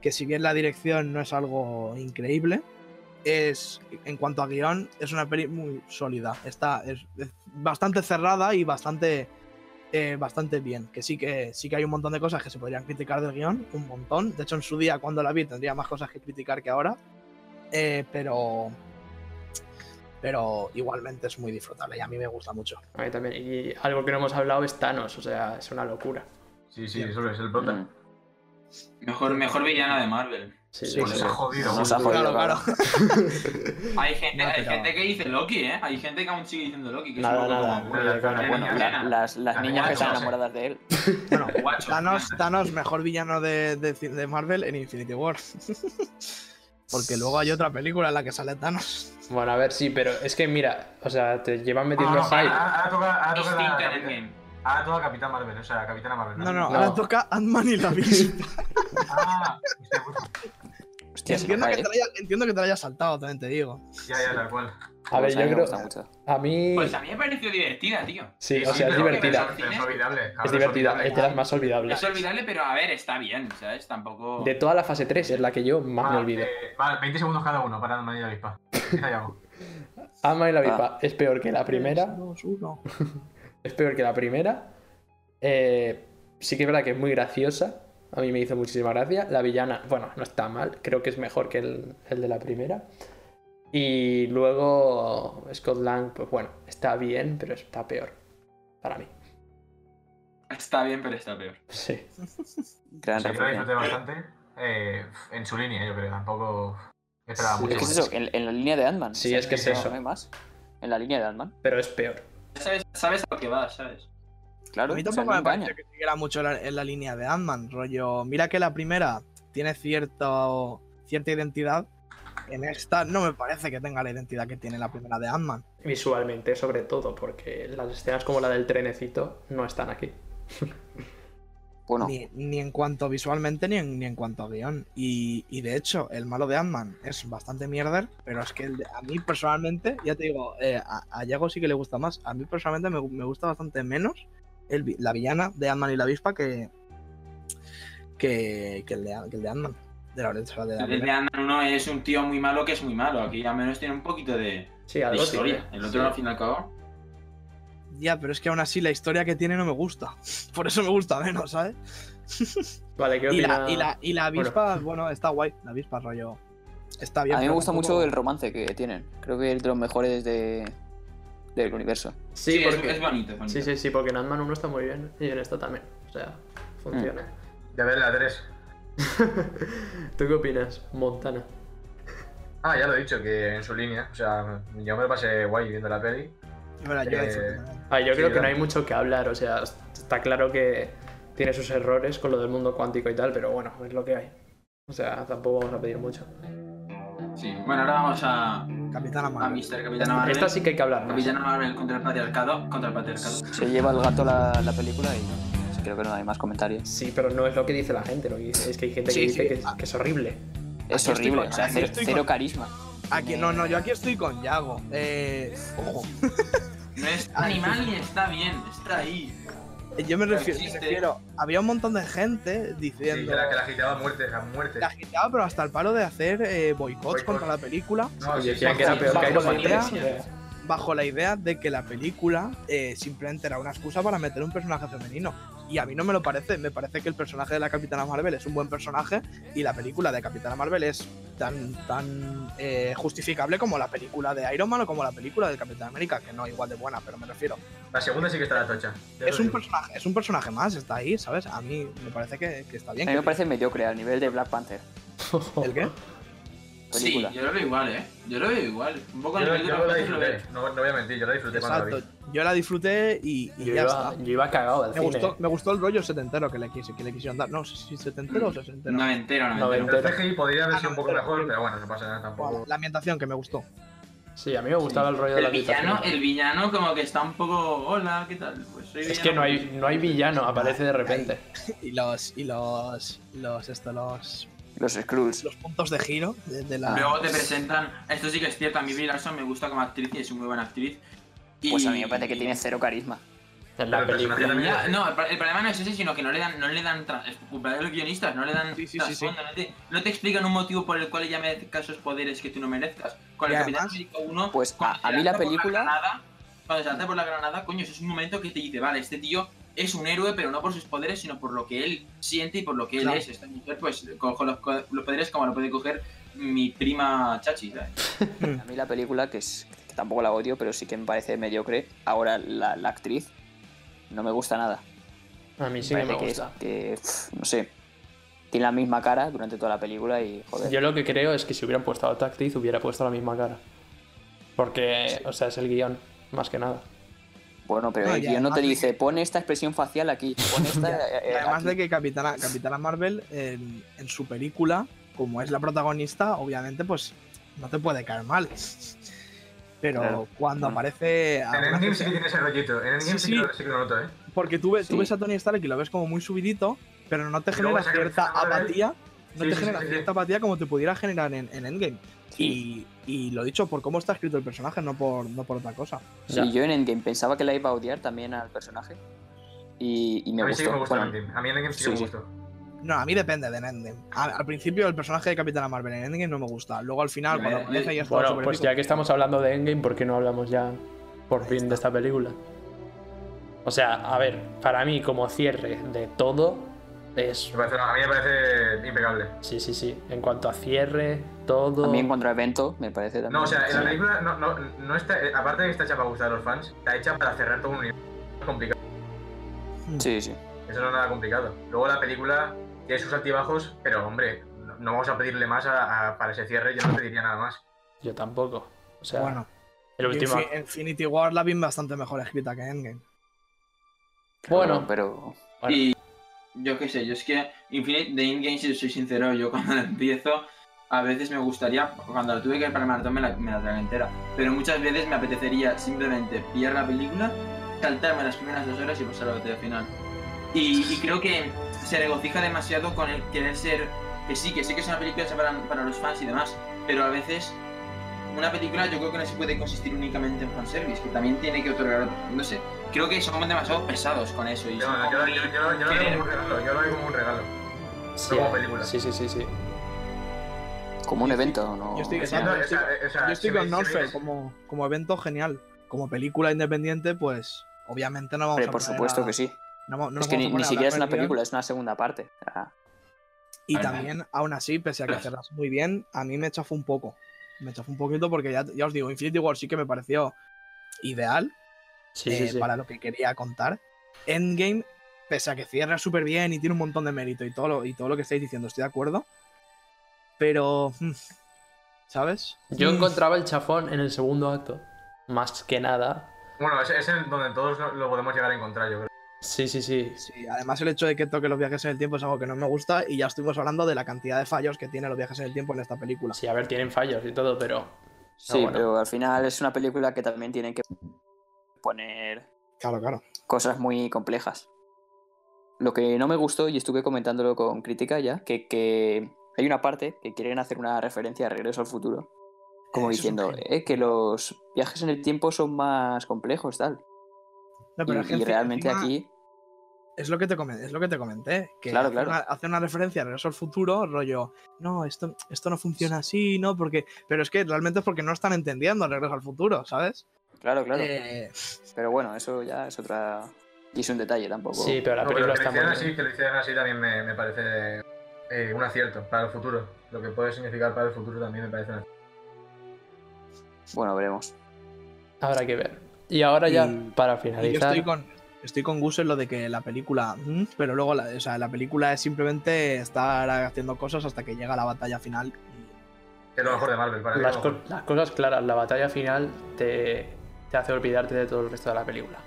que, si bien la dirección no es algo increíble, es, en cuanto a guión, es una peli muy sólida. Está es, es bastante cerrada y bastante, eh, bastante bien. Que sí, que sí que hay un montón de cosas que se podrían criticar del guión, un montón. De hecho, en su día, cuando la vi, tendría más cosas que criticar que ahora. Eh, pero. Pero igualmente es muy disfrutable y a mí me gusta mucho. A mí también. Y algo que no hemos hablado es Thanos, o sea, es una locura. Sí, sí, eso es el prota. Mm. Mejor, mejor villana de Marvel. Sí, Sí, sí, Nos sí. Pues ha jodido. Nos ha mucho. jodido, Claro, claro. Hay gente, No, hay pero- gente que dice Loki, ¿eh? Hay gente que aún sigue diciendo Loki. Que Nada, es un poco nada, como- ni de coña. Bueno, Niña. la- las, las La niñas niña que están Tomasa. enamoradas de él. Bueno, Guacho. Thanos, Thanos, mejor villano de, de ci- de Marvel en Infinity War. Porque luego hay otra película en la que sale Thanos. Bueno, a ver, sí, pero es que mira, o sea, te llevan No, metiendo no, hype. ahora- ahora toca- ahora toca la Distinta en el capitana- game. ahora toca Capitán Marvel, o sea, Capitana Marvel. No, no, ahora toca Ant-Man y la avispa. Ah, hostia, puto. Hostia, se me entiendo, cae, que ¿eh? te la haya- entiendo que te la hayas saltado, también te digo. ya, ya, tal cual. A ver, Pues mí yo me creo. gusta mucho. A mí. Pues a mí me pareció divertida, tío. Sí, Sí, o sí, sea, es pero- divertida. pero Es olvidable. cabrón, Es es divertida, Este olvidable. es de las más olvidables. Es olvidable, pero a ver, está bien, ¿sabes? Tampoco. De toda la fase 3 es la que yo más me Vale, olvido. eh, vale, 20 segundos cada uno para Ant-Man y la avispa. Esa ya hago. Ama y la avispa es peor que la Tres, primera. dos, uno. Es peor que la primera. Eh, sí que es verdad que es muy graciosa. A mí me hizo muchísima gracia. La villana, bueno, no está mal. Creo que es mejor que el, el de la primera. Y luego Scott Lang, pues bueno, está bien, pero está peor. Para mí. Está bien, pero está peor. Sí. Gran Sí, yo la disfruté referencia. bastante. eh, en su línea, yo creo. Tampoco esperaba Sí, mucho. ¿Qué es eso? ¿En, en la línea de Ant-Man? Sí, O sea, es que es sí, eso. No hay más. En la línea de Ant-Man, Pero es peor. Sabes, sabes a lo que vas, ¿sabes? claro. A mí o sea, tampoco no me engaña. parece que siguiera mucho la- en la línea de Ant-Man. Rollo, mira que la primera tiene cierto, cierta identidad. En esta no me parece que tenga la identidad que tiene la primera de Ant-Man. Visualmente, sobre todo, porque las escenas como la del trenecito no están aquí. Bueno, Ni, ni en cuanto visualmente, ni en, ni en cuanto a guión. Y, y de hecho, el malo de Ant-Man es bastante mierder, pero es que el de- a mí personalmente, ya te digo, eh, a, a Yago sí que le gusta más. A mí personalmente me, gu- me gusta bastante menos el vi- la villana de Ant-Man y la avispa que, que, que el de, Ant- que el de Ant-Man. De la, o sea, de la El de primera. Ant-Man uno es un tío muy malo que es muy malo. Aquí al menos tiene un poquito de, Sí, de algo historia. tiene. El otro, Sí. al fin y al cabo. Ya, pero es que aún así la historia que tiene no me gusta. Por eso me gusta menos, ¿sabes? Vale, ¿qué Y opina? la, y, la, y la Bueno. avispa, bueno. está guay. La avispa, rollo. Está bien. a mí me pero gusta tampoco- mucho el romance que tienen. Creo que es de los mejores de, del universo. Sí, es- porque... es, bonito, es bonito. sí, sí, sí, porque en Ant-Man 1 está muy bien y en esta también. O sea, funciona. Ya ver la 3. ¿Tú qué opinas, Montana? Ah, ya lo he dicho, que en su línea. O sea, yo me lo pasé guay viendo la peli. Es verdad, yo la Eh, disfruto también. Ah, yo Sí, creo que no claro. hay mucho que hablar, o sea, está claro que tiene sus errores con lo del mundo cuántico y tal, pero bueno, es lo que hay. O sea, tampoco vamos a pedir mucho. Sí. Bueno, ahora vamos a, a Capitana Marvel. Mr. Capitana Marvel. Esta sí que hay que hablar más. Capitana Marvel contra el patriarcado. Contra el patriarcado. Se lleva el gato la, la película y creo que no hay más comentarios. Sí, pero no es lo que dice la gente, lo que dice- es que hay gente Sí, que dice sí. que, es- que es horrible. Aquí Es estoy horrible, con- o sea, aquí cero, estoy cero con- carisma. Aquí, no, no, yo aquí estoy con Yago. Eh, ojo, No es animal y está bien, está ahí. yo me refiero, me Existe. refiero, había un montón de gente Sí, diciendo que la, que la agitaba a muerte, a muerte. que agitaba, pero hasta el palo de hacer eh, boicots Boicot. contra la película, No, Y sí, decían sí, que era sí, peor que sí, Iron sí, Man sí. idea. 3. eh. bajo la idea de que la película eh, simplemente era una excusa para meter un personaje femenino. Y a mí no me lo parece, me parece que el personaje de la Capitana Marvel es un buen personaje y la película de Capitana Marvel es tan, tan eh, justificable como la película de Iron Man o como la película del Capitán América, que no igual de buena, pero me refiero. La segunda sí que está la tocha. Ya es lo un digo. personaje, es un personaje más, está ahí, ¿sabes? A mí me parece que, ¿eh? que está A bien. mí que- me parece mediocre al nivel de Black Panther. ¿El qué? Sí, película. yo lo veo igual, ¿eh? Yo lo veo igual. Un poco a Yo, nivel de yo los la otros lo veo. disfruté, no, no voy a mentir, yo la disfruté cuando la Exacto. vi. Yo la disfruté y, y Yo ya iba, está. yo iba cagado al Me cine. gustó, me gustó el rollo setentero que le, quise, que le quisieron dar. No sé si setentero o sesentero. Noventero, noventero. El Noventero. CGI podría haber sido un poco Ah, no, mejor, pero- pero bueno, no pasa nada Bueno, tampoco. La ambientación que me gustó. Sí, a mí me gustaba el rollo de la El villano, habitación. el villano como que está un poco. Hola, ¿qué tal? Pues soy Es villano. que no hay, no hay villano, aparece de repente. Y los, y los, los, esto, los, Los Skrulls. los puntos de giro de, de la. Luego te presentan. Esto sí que es cierto, a mí Brie Larson me gusta como actriz y es una muy buena actriz. Y... Pues a mí me parece que tiene cero carisma. En la Pero el personaje película. también- Ya, no, el pro- el problema no es ese, sino que no le dan, no le dan tra- es culpa de los guionistas, no le dan Sí, sí, sí, trasfondo, No, te, no te explican un motivo por el cual ella merezca esos poderes que tú no merezcas. Con el Y Capitán además- América 1, Pues a- cuando a mí la salta por película- granada- cuando se por la granada, coño, eso es un momento que te dice, vale, este tío es un héroe, pero no por sus poderes, sino por lo que él siente y por lo que él Claro. es. Esta mujer, pues, cojo los, co- los poderes como lo puede coger mi prima Chachi, ¿sabes? A mí la película, que, es, que tampoco la odio, pero sí que me parece mediocre. Ahora la, la actriz no me gusta nada. A mí sí que me Parece que es- gusta. que, pff, no sé. Tiene la misma cara durante toda la película y joder. Yo lo que creo es que si hubieran puesto a otra actriz, hubiera puesto la misma cara. Porque, o sea, es el guión, más que nada. Bueno, pero No, el y guión no te además de dice, pone esta expresión facial aquí, pon esta. eh, Y eh, además aquí". de que Capitana, Capitana Marvel en, en su película, como es la protagonista, obviamente pues no te puede caer mal. Pero Claro. cuando Bueno. aparece... a En una Endgame sí que gente- tiene ese rollito, en Sí, Endgame sí, sí. que lo- sí que lo noto, ¿eh? Porque tú, ve- tú Sí. ves a Tony Stark y lo ves como muy subidito, pero no te Y luego genera saca el cierta Capitán Marvel. apatía. No Sí, te sí, genera sí, sí. cierta apatía como te pudiera generar en, en Endgame. Y, y lo dicho, por cómo está escrito el personaje, no por, no por otra cosa. Sí, yo en Endgame pensaba que la iba a odiar también al personaje. Y, y me A mí gustó. sí que me gustó Bueno, Endgame. A mí Endgame sí que me sí, gustó. No, a mí depende de Endgame. A- al principio el personaje de Capitana Marvel en Endgame no me gusta. Luego al final, Ya, cuando Eh, ya, aparece y es todo Bueno, súper pues épico. ya que estamos hablando de Endgame, ¿por qué no hablamos ya por fin de esta película? O sea, a ver, para mí como cierre de todo es... Me parece- A mí me parece impecable. Sí, sí, sí. En cuanto a cierre, todo... a mí en cuanto a evento, me parece también. No, o sea, en la sí. película no, no, no está, eh, aparte de que está hecha para gustar a los fans, está hecha para cerrar todo un universo complicado. Hmm. Sí, sí. Eso no es nada complicado. Luego la película tiene sus altibajos, pero hombre, no no vamos a pedirle más a- a- para ese cierre, yo no pediría nada más. Yo tampoco. O sea, Bueno, el último... Infi- Infinity War la vi bastante mejor escrita que Endgame. Bueno, pero. Bueno. Y yo qué sé, yo es que Infinite de Endgame, si soy sincero, yo cuando la empiezo, a veces me gustaría, cuando la tuve que ver para el maratón me la, me la tragué entera, pero muchas veces me apetecería simplemente pillar la película, saltarme las primeras dos horas y pasar a la batalla final. Y, y creo que se regocija demasiado con el querer ser, que sí, que sí que es una película hecha para, para los fans y demás, pero a veces una película yo creo que no se puede consistir únicamente en fanservice, que también tiene que otorgar, no sé, creo que somos demasiado pesados con eso. Y Yo, son no, yo, como yo, yo, yo lo veo como un regalo, yo lo veo como un regalo. sí, como película. sí, sí, sí, sí. Como un evento, ¿no? yo estoy- O sea, Siendo- yo o sea, eh, o sea, Yo estoy si con veis- si Norfe veis- como, como evento genial. Como película independiente, pues obviamente no vamos hombre, a por poner supuesto a- que sí. no mo- no nos es que vamos ni, a ni poner a siquiera es hablar una del guión. película, es una segunda parte. Ah, Y Vale. también, aún así, pese a que cerras muy bien, a mí me chafó un poco. Me chafó un poquito porque ya, ya os digo, Infinity War sí que me pareció ideal Sí, eh, sí, sí. para lo que quería contar. Endgame, pese a que cierra súper bien y tiene un montón de mérito y todo lo, y todo lo que estáis diciendo, estoy de acuerdo. Pero, mm, ¿sabes? Yo Mm, encontraba el chafón en el segundo acto. Más que nada. Bueno, es, es en donde todos lo, lo podemos llegar a encontrar, yo creo. Sí, sí, sí. Sí, además el hecho de que toque los viajes en el tiempo es algo que no me gusta y ya estuvimos hablando de la cantidad de fallos que tienen los viajes en el tiempo en esta película. Sí, a ver, tienen fallos y todo, pero... sí, bueno. pero al final es una película que también tienen que poner Claro, claro. cosas muy complejas. Lo que no me gustó, y estuve comentándolo con crítica ya, que, que hay una parte que quieren hacer una referencia a Regreso al Futuro, como Eso es un diciendo genio. "Eh, que los viajes en el tiempo son más complejos, tal. No, Y, pero es que y enci- realmente encima- aquí, Es lo que te comenté, es lo que te comenté. Que Claro, hace claro. Una, hace una referencia a Regreso al Futuro, rollo, no, esto, esto no funciona así, ¿no? Porque. Pero es que realmente es porque no están entendiendo Regreso al Futuro, ¿sabes? claro, claro. Eh, Pero bueno, eso ya es otra... Y es un detalle tampoco. Sí, pero la No, pero película que lo está muy hicieran bien. así, que lo hicieran así también me, me parece eh, un acierto para el futuro. Lo que puede significar para el futuro también me parece un acierto. Bueno, veremos. Habrá que ver. Y ahora ya, Y- para y yo finalizar... estoy con. Estoy con Gus en lo de que la película. mm, pero luego, la, o sea, la película es simplemente estar haciendo cosas hasta que llega la batalla final. Que es lo mejor de Marvel, para mí. Las, lo co- mejor. las cosas claras, la batalla final te, te hace olvidarte de todo el resto de la película.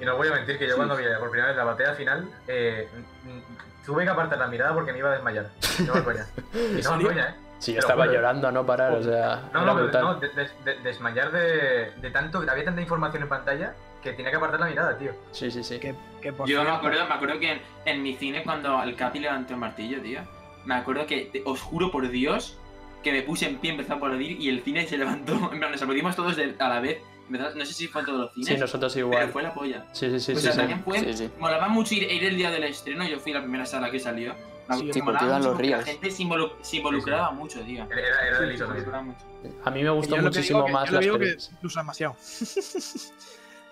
Y no voy a mentir que yo Sí. cuando vi por primera vez la batalla final, eh, mm, mm, tuve que apartar la mirada porque me iba a desmayar. No es coña. Y no es coña, ¿eh? Sí, yo Pero estaba joder. llorando a no parar, o sea, No, era no, brutal. no, de- de- de- desmayar de, de tanto. Había tanta información en pantalla que tenía que apartar la mirada, tío. Sí, sí, sí. Que, que por Yo me cierto- acuerdo, me acuerdo que en, en mi cine cuando el Capi levantó el martillo, tío, me acuerdo que, te- os juro por Dios, que me puse en pie, empezó a aplaudir y el cine se levantó. En plan, nos aplaudimos todos de- a la vez. Empezó- no sé si fue en todos los cines, Sí, nosotros pero igual. fue la polla. Sí, sí, sí, o sí. sea, sí. también fue... Sí, sí. Molaba mucho ir, ir el día del estreno, yo fui a la primera sala que salió. Me Sí, molaba porque iban mucho los porque La reels. gente se, involu- se involucraba mucho, tío. Era, era, era Se delito también. involucraba mucho. A mí me gustó Yo lo que muchísimo digo que- más yo lo las digo que películas. incluso demasiado.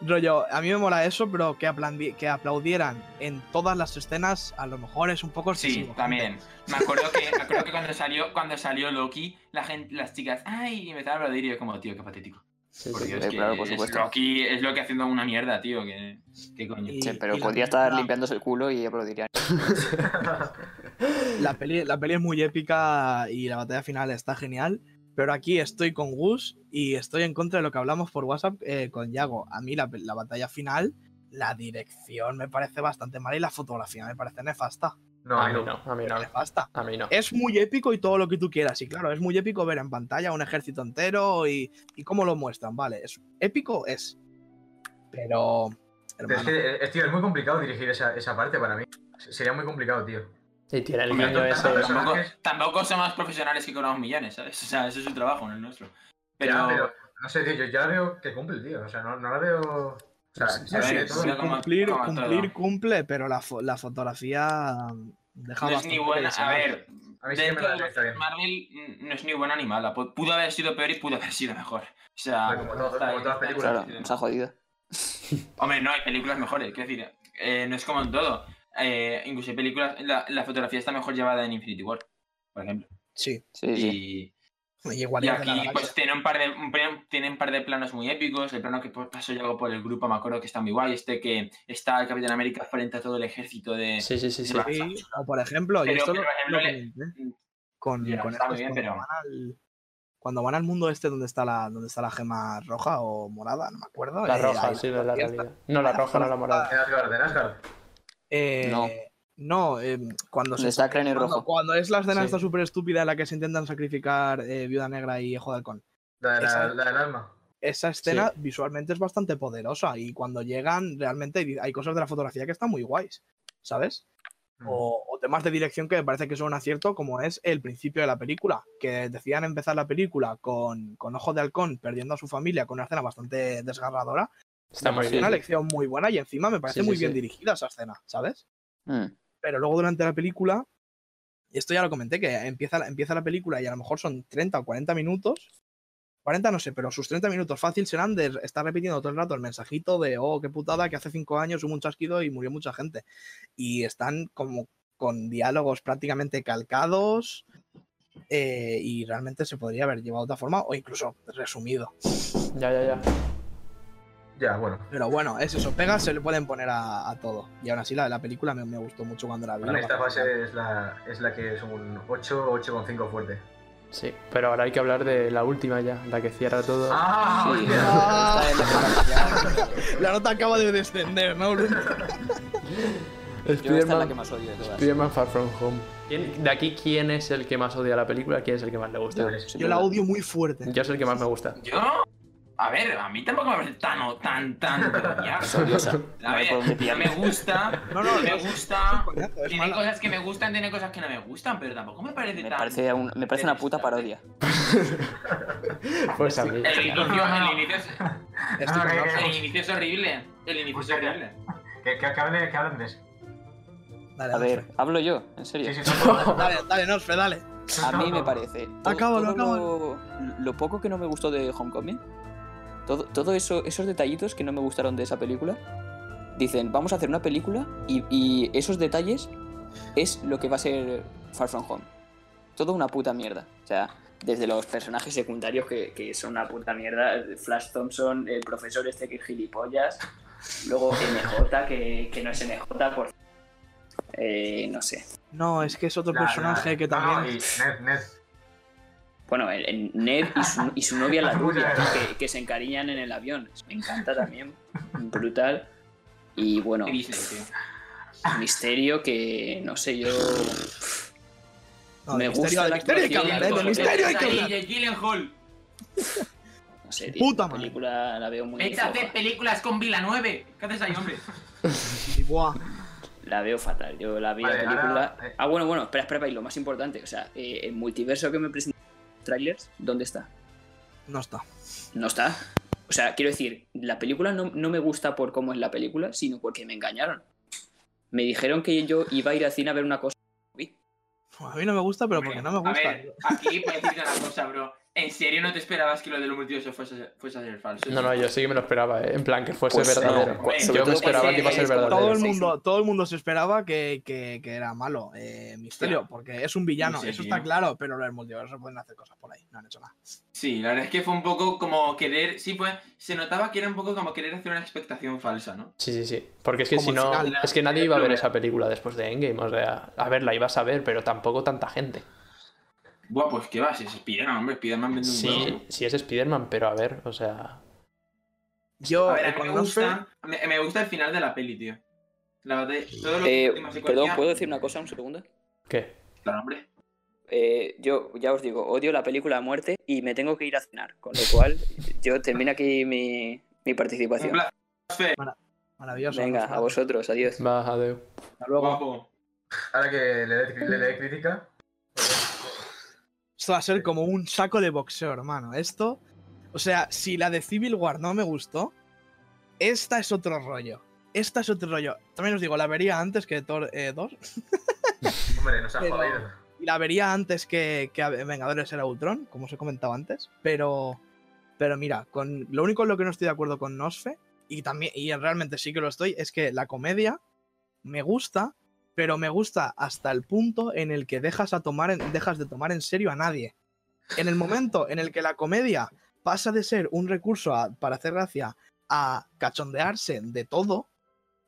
Rollo, a mí me mola eso, pero que, aplandi- que aplaudieran en todas las escenas, a lo mejor es un poco Sí, excesivo. también. Me acuerdo que, me acuerdo que cuando, salió, cuando salió Loki, la gente, las chicas, ¡ay! Y empezaron a aplaudir y yo como, tío, qué patético. Sí, Por sí, Dios, sí. Eh, que claro, por es supuesto. Loki es lo que haciendo una mierda, tío. Que, qué coño. Y- Sí, pero y la podría estar película- limpiándose el culo y aplaudiría. La peli, la peli es muy épica y la batalla final está genial. Pero aquí estoy con Gus y estoy en contra de lo que hablamos por WhatsApp eh, con Yago. A mí la, pe- la batalla final, la dirección me parece bastante mala y la fotografía me parece nefasta. No, A a mí mí no. no, a mí Pero no, nefasta. a mí no. Es muy épico y todo lo que tú quieras. Y claro, es muy épico ver en pantalla un ejército entero y, y cómo lo muestran. Vale, es épico es. Pero... Es hermano, que, eh, tío, es muy complicado dirigir esa, esa parte para mí. Se- Sería muy complicado, tío. Y tiene el Hombre, niño tú ese. tampoco- ¿no? Tampoco, personajes- tampoco somos profesionales que cobramos millones, ¿sabes? O sea, eso es su trabajo, no el nuestro. Pero, Ya, pero no sé, tío, yo ya la veo que cumple, tío. O sea, no, no la veo. O sea, Sí, se ve sí, de sí, todo. sí. como- cumplir, como todo. cumplir cumple, pero la, fo- la fotografía mm, deja no es bastante ni que buena. A desear. ver, A mí sí que me dentro de la los está bien. Marvel mm, no es ni buena ni mala. Pu- Pudo haber sido peor y pudo haber sido mejor. O sea, Bueno, como todo- está como bien, todas las está bien. películas. Claro, nos ha jodido. Hombre, no, hay películas mejores. Quiero decir, eh, no es como en todo. Eh, incluso hay películas. La, la fotografía está mejor llevada en Infinity War, por ejemplo. Sí, Sí, sí. Y, y y Guardianes de la aquí, Galaxia. pues, tiene un, par de, un plan- tiene un par de planos muy épicos. El plano que po- pasó algo por el grupo, me acuerdo que está muy guay. Este que está el Capitán América frente a todo el ejército de. Sí, sí, sí, sí. Rafa. Sí, o por ejemplo, y Pero- esto pero, lo- por ejemplo, lo le- comenté con, Ya, con está estos muy bien, cuando, pero- van al, cuando van al mundo este donde está la donde está la gema roja o morada, no me acuerdo. La eh, roja, ahí- sí, no es la fiesta. realidad. No, la roja, no la morada. En Asgard, en Asgard. eh, No. no, eh, cuando se Donde está Crane cuando, Rojo. cuando es la escena Sí. esta súper estúpida en la que se intentan sacrificar eh, Viuda Negra y Hijo de Halcón. La, de la, Esa- la del alma. Esa escena visualmente es bastante poderosa y cuando llegan realmente hay- hay cosas de la fotografía que están muy guays, ¿sabes? Mm. o, o temas de dirección que me parece que son un acierto, como es el principio de la película, que decían empezar la película con, con Ojo de Halcón perdiendo a su familia, con una escena bastante desgarradora. Está Es muy una bien. lección muy buena y encima me parece Sí, sí, muy bien sí. dirigida esa escena, ¿sabes? Mm. Pero luego durante la película, esto ya lo comenté, que empieza, la- empieza la película y a lo mejor son 30 o 40 minutos. 40 no sé, pero sus 30 minutos fácil serán de estar repitiendo todo el rato el mensajito de, oh, qué putada, que hace 5 años hubo un chasquido y murió mucha gente y están como con diálogos prácticamente calcados eh, y realmente se podría haber llevado de otra forma o incluso resumido. Ya, ya, ya. Ya, bueno. Pero bueno, es eso, pegas se le pueden poner a, a todo. Y aún así la, la película me, me gustó mucho cuando la vi. Para mí lo esta pasé fase es la, es la que es un 8, 8,5 fuerte. Sí, pero ahora hay que hablar de la última ya, la que cierra todo. ¡Ah! Sí. hostia! bien. La nota acaba de descender, ¿no? Bruno? Yo esta es la Spider-Man que más odio de todas. Spider-Man Far From Home. ¿Quién- de aquí, ¿quién es el que más odia la película? ¿Quién es el que más le gusta? Entonces, Sin Yo la duda. odio muy fuerte. Yo soy el que más me gusta. Yo. A ver, a mí tampoco me parece tan o tan tan odiar. odiosa. A No me ver, puedo ni pillar. me gusta, No, no, me no, gusta. Coñazo, es Tiene mala. cosas que me gustan, tiene cosas que no me gustan, pero tampoco me parece Me tan. parece, un- me parece una puta parodia. Pues a mí. El inicio, el inicio es, Estoy con Ah, Rafa. el inicio es horrible. El inicio es horrible. Que, que, que hablen, que hablen de eso. Dale, A ver, hablo yo, en serio. Sí, sí, sí. Dale, dale, Nosfe, dale. A mí me parece. Todo, Acábalo, todo Lo, lo poco que no me gustó de Homecoming, todo, todo eso, esos detallitos que no me gustaron de esa película, dicen, vamos a hacer una película y, y esos detalles es lo que va a ser Far From Home. Todo una puta mierda. O sea, desde los personajes secundarios que, que son una puta mierda, Flash Thompson, el profesor este que es gilipollas, luego MJ, que, que no es MJ, por... Eh, no sé. No, es que es otro La- la- personaje que no, no, también... y Ned, Ned. Bueno, el- el Ned y su, y su novia la Muchas rubia, gracias. que, que se encariñan en el avión. Me encanta también. Brutal. Y bueno, ¿Qué dices, tío? misterio que no sé, yo. No, Me del gusta misterio, la del misterio hay que actuación hablar, ¿eh? de Del los misterio hay que Ahí, hablar. de Gyllenhaal. No sé, tío, Puta la madre. película la veo muy Vete a hacer floja. películas con Vila 9. ¿Qué haces ahí, hombre? Y, buah, La veo fatal. Yo la vi Vale, la película. ahora, eh. Ah, bueno, bueno, espera, espera, y lo más importante, o sea, eh, el multiverso que me presentó trailers, ¿dónde está? no está. No está. O sea, quiero decir, la película no, no me gusta por cómo es la película, sino porque me engañaron. Me dijeron que yo iba a ir al cine a ver una cosa. que no vi. A mí no me gusta, pero Hombre, porque no me A gusta. ver, aquí puedes decirte una cosa, bro. ¿En serio no te esperabas que lo del multiverso fuese, fuese a ser falso? No, no, yo sí que me lo esperaba, eh, en plan que fuese Pues no, verdadero. hombre, yo sobre me todo esperaba que iba a ser porque es como verdadero. Eh, todo el sí, mundo, todo el mundo se esperaba que, que- que era malo. eh, Misterio, porque es un villano, Sí, eso sí. está claro, pero los multiversos pueden hacer cosas por ahí. No han hecho nada. Sí, la verdad es que fue un poco como querer. Sí, pues se notaba que era un poco como querer hacer una expectación falsa, ¿no? Sí, sí, sí. Porque es que Como si el no. final, Es que nadie iba a ver Plumera. esa película después de Endgame. O sea, a ver, la ibas a ver, pero tampoco tanta gente. Buah, pues qué va, si es Spiderman, hombre, Spiderman vende un huevo. Sí, sí es Spider-Man, pero a ver, o sea. Yo, A ver, a eh, mí con me Nosfer, gusta, me, me gusta el final de la peli, tío. La de todo lo Eh, última secuencia- perdón, ¿puedo decir una cosa, un segundo? ¿Qué? Claro, hombre. Eh, yo ya os digo, odio la película a muerte y me tengo que ir a cenar, con lo cual yo termino aquí mi, mi Un participación. placer, maravilloso. Venga, Nosfer. a vosotros, adiós. Va, adeu. Hasta luego. guapo. Ahora que le dé le dé crítica. Esto va a ser como un saco de boxeo, hermano. Esto, o sea, si la de Civil War no me gustó, esta es otro rollo. Esta es otro rollo. También os digo, la vería antes que Thor eh, 2. Hombre, nos ha Pero- jodido. y la vería antes que, que Vengadores era Ultron, como os he comentado antes, pero, pero mira, con, lo único en lo que no estoy de acuerdo con Nosfe, y también, y realmente sí que lo estoy, es que la comedia me gusta, pero me gusta hasta el punto en el que dejas, a tomar en- dejas de tomar en serio a nadie. En el momento en el que la comedia pasa de ser un recurso a- para hacer gracia a cachondearse de todo,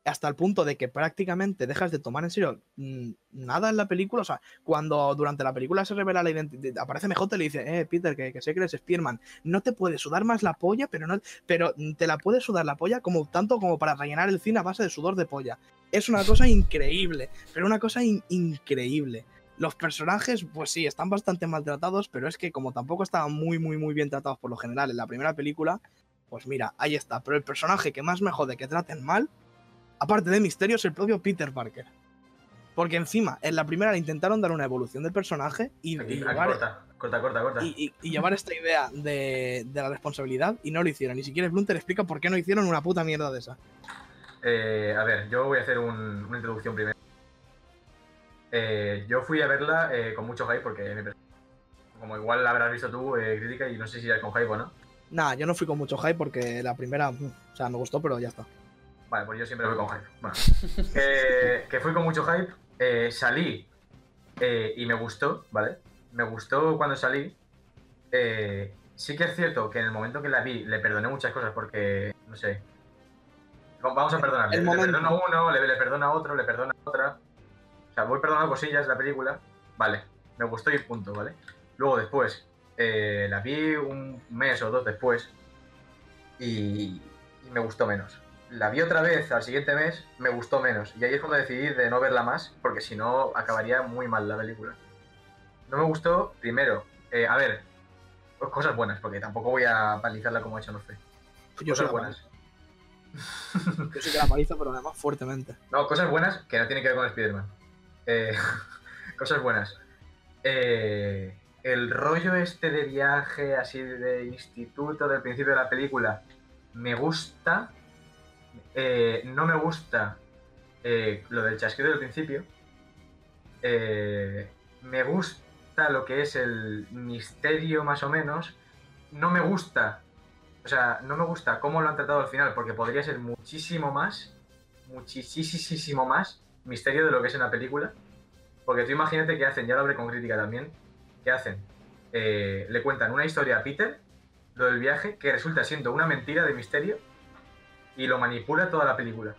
hasta el punto de que prácticamente dejas de tomar en serio mm, nada en la película, o sea, cuando durante la película se revela la identidad, aparece MJ y le dice, eh, Peter, que, que sé que eres Spearman, no te puede sudar más la polla, pero no, pero te la puede sudar la polla como tanto como para rellenar el cine a base de sudor de polla. Es una cosa increíble, pero una cosa in- increíble. Los personajes, pues sí, están bastante maltratados, pero es que como tampoco estaban muy, muy, muy bien tratados por lo general en la primera película, pues mira, ahí está. Pero el personaje que más me jode que traten mal, aparte de Misterio, es el propio Peter Parker. Porque encima, en la primera le intentaron dar una evolución del personaje y, y Aquí, aquí, llevar, corta, corta, corta, corta. y, y- y llevar esta idea de, de la responsabilidad y no lo hicieron. Ni siquiera Blunter explica por qué no hicieron una puta mierda de esa. Eh, a ver, yo voy a hacer un- una introducción primero. Eh, yo fui a verla eh, con mucho hype porque me pare- como igual la habrás visto tú, eh, crítica, y no sé si era con hype o no. Nah, yo no fui con mucho hype porque la primera, mm, o sea, me gustó, pero ya está. Vale, pues yo siempre voy con hype. Bueno. que, que fui con mucho hype, eh, salí eh, y me gustó, ¿vale? Me gustó cuando salí. Eh, sí que es cierto que en el momento que la vi le perdoné muchas cosas porque, no sé. no, Vamos a perdonarle. El le momento. perdono a uno, le, le perdono a otro, le perdono a otra. O sea, voy perdonando cosillas la película. Vale, me gustó y punto, ¿vale? Luego después, eh, la vi un mes o dos después y, y me gustó menos. La vi otra vez al siguiente mes, me gustó menos. Y ahí es cuando decidí de no verla más, porque si no acabaría muy mal la película. No me gustó, primero, eh, a ver, pues cosas buenas, porque tampoco voy a palizarla como ha hecho Nofe. Yo soy Cosas la buenas. paliza. Yo sí que la paliza, pero además fuertemente. No, cosas buenas que no tienen que ver con Spider-Man. Eh, cosas buenas. Eh, el rollo este de viaje así de instituto del principio de la película me gusta. Eh, no me gusta eh, lo del chasquido del principio. Eh, me gusta lo que es el misterio más o menos. No me gusta. O sea, no me gusta cómo lo han tratado al final, porque podría ser muchísimo más muchísimo más misterio de lo que es en la película. Porque tú imagínate que hacen, ya lo hablé con crítica también, que hacen, eh, le cuentan una historia a Peter, lo del viaje, que resulta siendo una mentira de misterio, y lo manipula toda la película.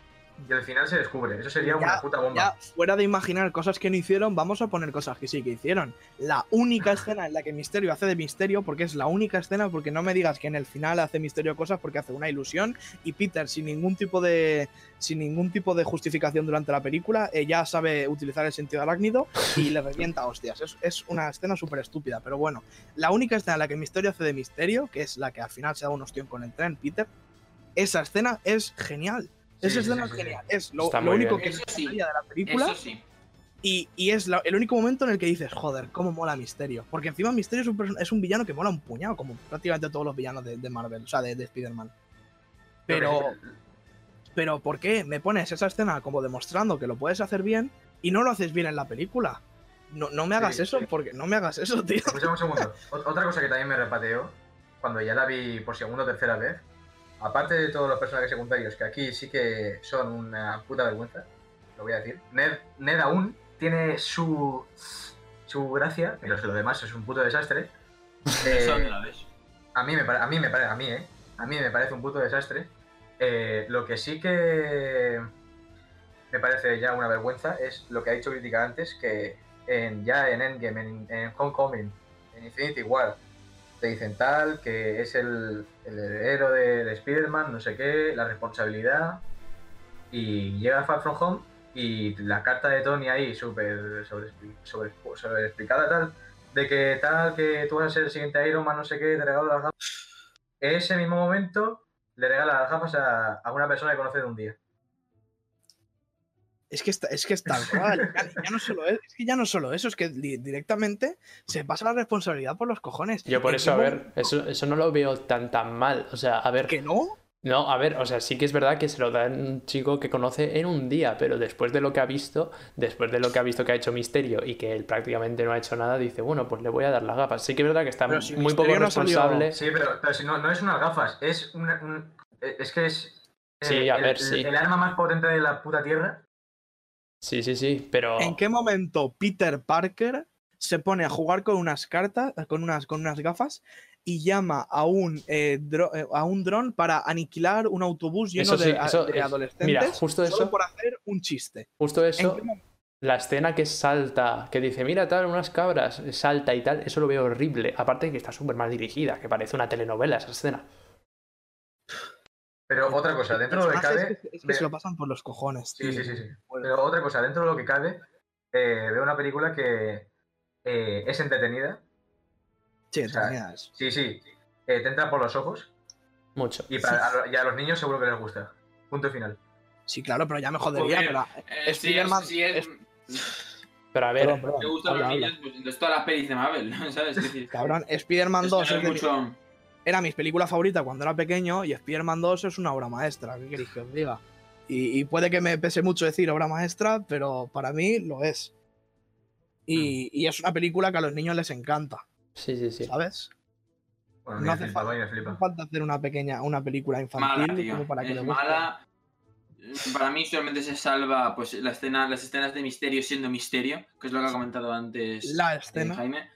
y al final se descubre. Eso sería una Ya, puta bomba. Ya, fuera de imaginar cosas que no hicieron, vamos a poner cosas que sí que hicieron. La única escena en la que Misterio hace de Misterio, porque es la única escena, porque no me digas que en el final hace Misterio cosas porque hace una ilusión y Peter sin ningún tipo de sin ningún tipo de justificación durante la película, eh, ya sabe utilizar el sentido arácnido y le revienta a hostias. Es, es una escena súper estúpida, pero bueno. La única escena en la que Misterio hace de Misterio, que es la que al final se da un ostión con el tren, Peter, esa escena es genial. Sí, Esa sí, escena sí, es sí. genial. Es lo, Está lo muy único bien. que Eso es sí. de la película. Eso sí. Y, y es la- el único momento en el que dices, joder, cómo mola Misterio. Porque encima Misterio es un, person- es un villano que mola un puñado, como prácticamente todos los villanos de, de Marvel, o sea, de, de Spider-Man. Pero, pero, ¿por qué me pones esa escena como demostrando que lo puedes hacer bien y no lo haces bien en la película? No, no me hagas Sí, eso, sí. porque no me hagas eso, tío. Escuchame un segundo. Ot- Otra cosa que también me repateó, cuando ya la vi por segunda o tercera vez, aparte de todos los personajes secundarios, que aquí sí que son una puta vergüenza, lo voy a decir, Ned, Ned aún tiene su, su gracia, pero que lo demás es un puto desastre. Eso Eh, me la ves. a mí me parece, a mí me pare- a mí, eh, a mí me parece un puto desastre. Eh, lo que sí que me parece ya una vergüenza es lo que ha dicho Crítica antes, que en, ya en Endgame, en, en Homecoming, en Infinity War, te dicen tal, que es el, el heredero de, de Spider-Man, no sé qué, la responsabilidad, y llega Far From Home y la carta de Tony ahí, súper sobre, sobre, explicada tal, de que tal, que tú vas a ser el siguiente Iron Man, no sé qué, te regalo las gafas. En ese mismo momento le regala las gafas a, a una persona que conoce de un día. Es que, está, es que es tal cual. Ya, ya no solo es, es que ya no solo eso, es que di- directamente se pasa la responsabilidad por los cojones. Yo por ¿En eso, a qué ver, eso, eso no lo veo tan tan mal. O sea, a ver, momento Que no, no, a ver, o sea, sí que es verdad que se lo da un chico que conoce en un día, pero después de lo que ha visto, después de lo que ha visto que ha hecho Misterio y que él prácticamente no ha hecho nada, dice, bueno, pues le voy a dar las gafas. Sí que es verdad que está Pero si muy poco Misterio no salió- responsable. Sí, pero, pero si no, no es unas gafas, es una, un- e, es que es Sí, a ver, el, sí. el arma más potente de la puta tierra. Sí, sí, sí, pero... ¿En qué momento Peter Parker se pone a jugar con unas cartas, con unas, con unas gafas y llama a un, eh, dro- eh, a un dron para aniquilar un autobús lleno Eso sí, de, a- eso de es- adolescentes mira, justo solo eso- por hacer un chiste? Justo ¿En eso, qué momento? la escena que salta, que dice, mira tal, unas cabras, salta y tal, eso lo veo horrible. Aparte que está súper mal dirigida, que parece una telenovela esa escena. Pero otra cosa, dentro de lo que Personajes cabe... que se- es que me- se lo pasan por los cojones, Sí, tío. sí, sí, sí. Bueno, Pero otra cosa, dentro de lo que cabe, eh, veo una película que eh, es entretenida. sí, o sea, tenía eso. Sí, sí. eh, te entra por los ojos Mucho. y, para- a, lo- y a los niños seguro que les gusta. Punto final. Sí, claro, pero ya me jodería. Joder, pero- Eh, sí, Spider-Man es- sí, es- Pero a ver, perdón, perdón, Me gustan habla, los habla. niños, pues entonces todas las pelis de Marvel, ¿sabes? Es decir, Cabrón, Spider-Man es que 2 no es hay de mi- mucho. era mi película favorita cuando era pequeño y Spider-Man 2 es una obra maestra, ¿qué queréis que os diga? Y, y puede que me pese mucho decir obra maestra, pero para mí lo es. Y, y es una película que a los niños les encanta, sí, sí, sí. ¿sabes? Bueno, No me hace flipa, falta. me No flipa. falta hacer una pequeña, una película infantil mala, tío. como para que es le guste. mala. Eh, Para mí solamente se salva pues la escena, las escenas de misterio siendo misterio, que es lo que ha comentado antes eh, La escena. Jaime.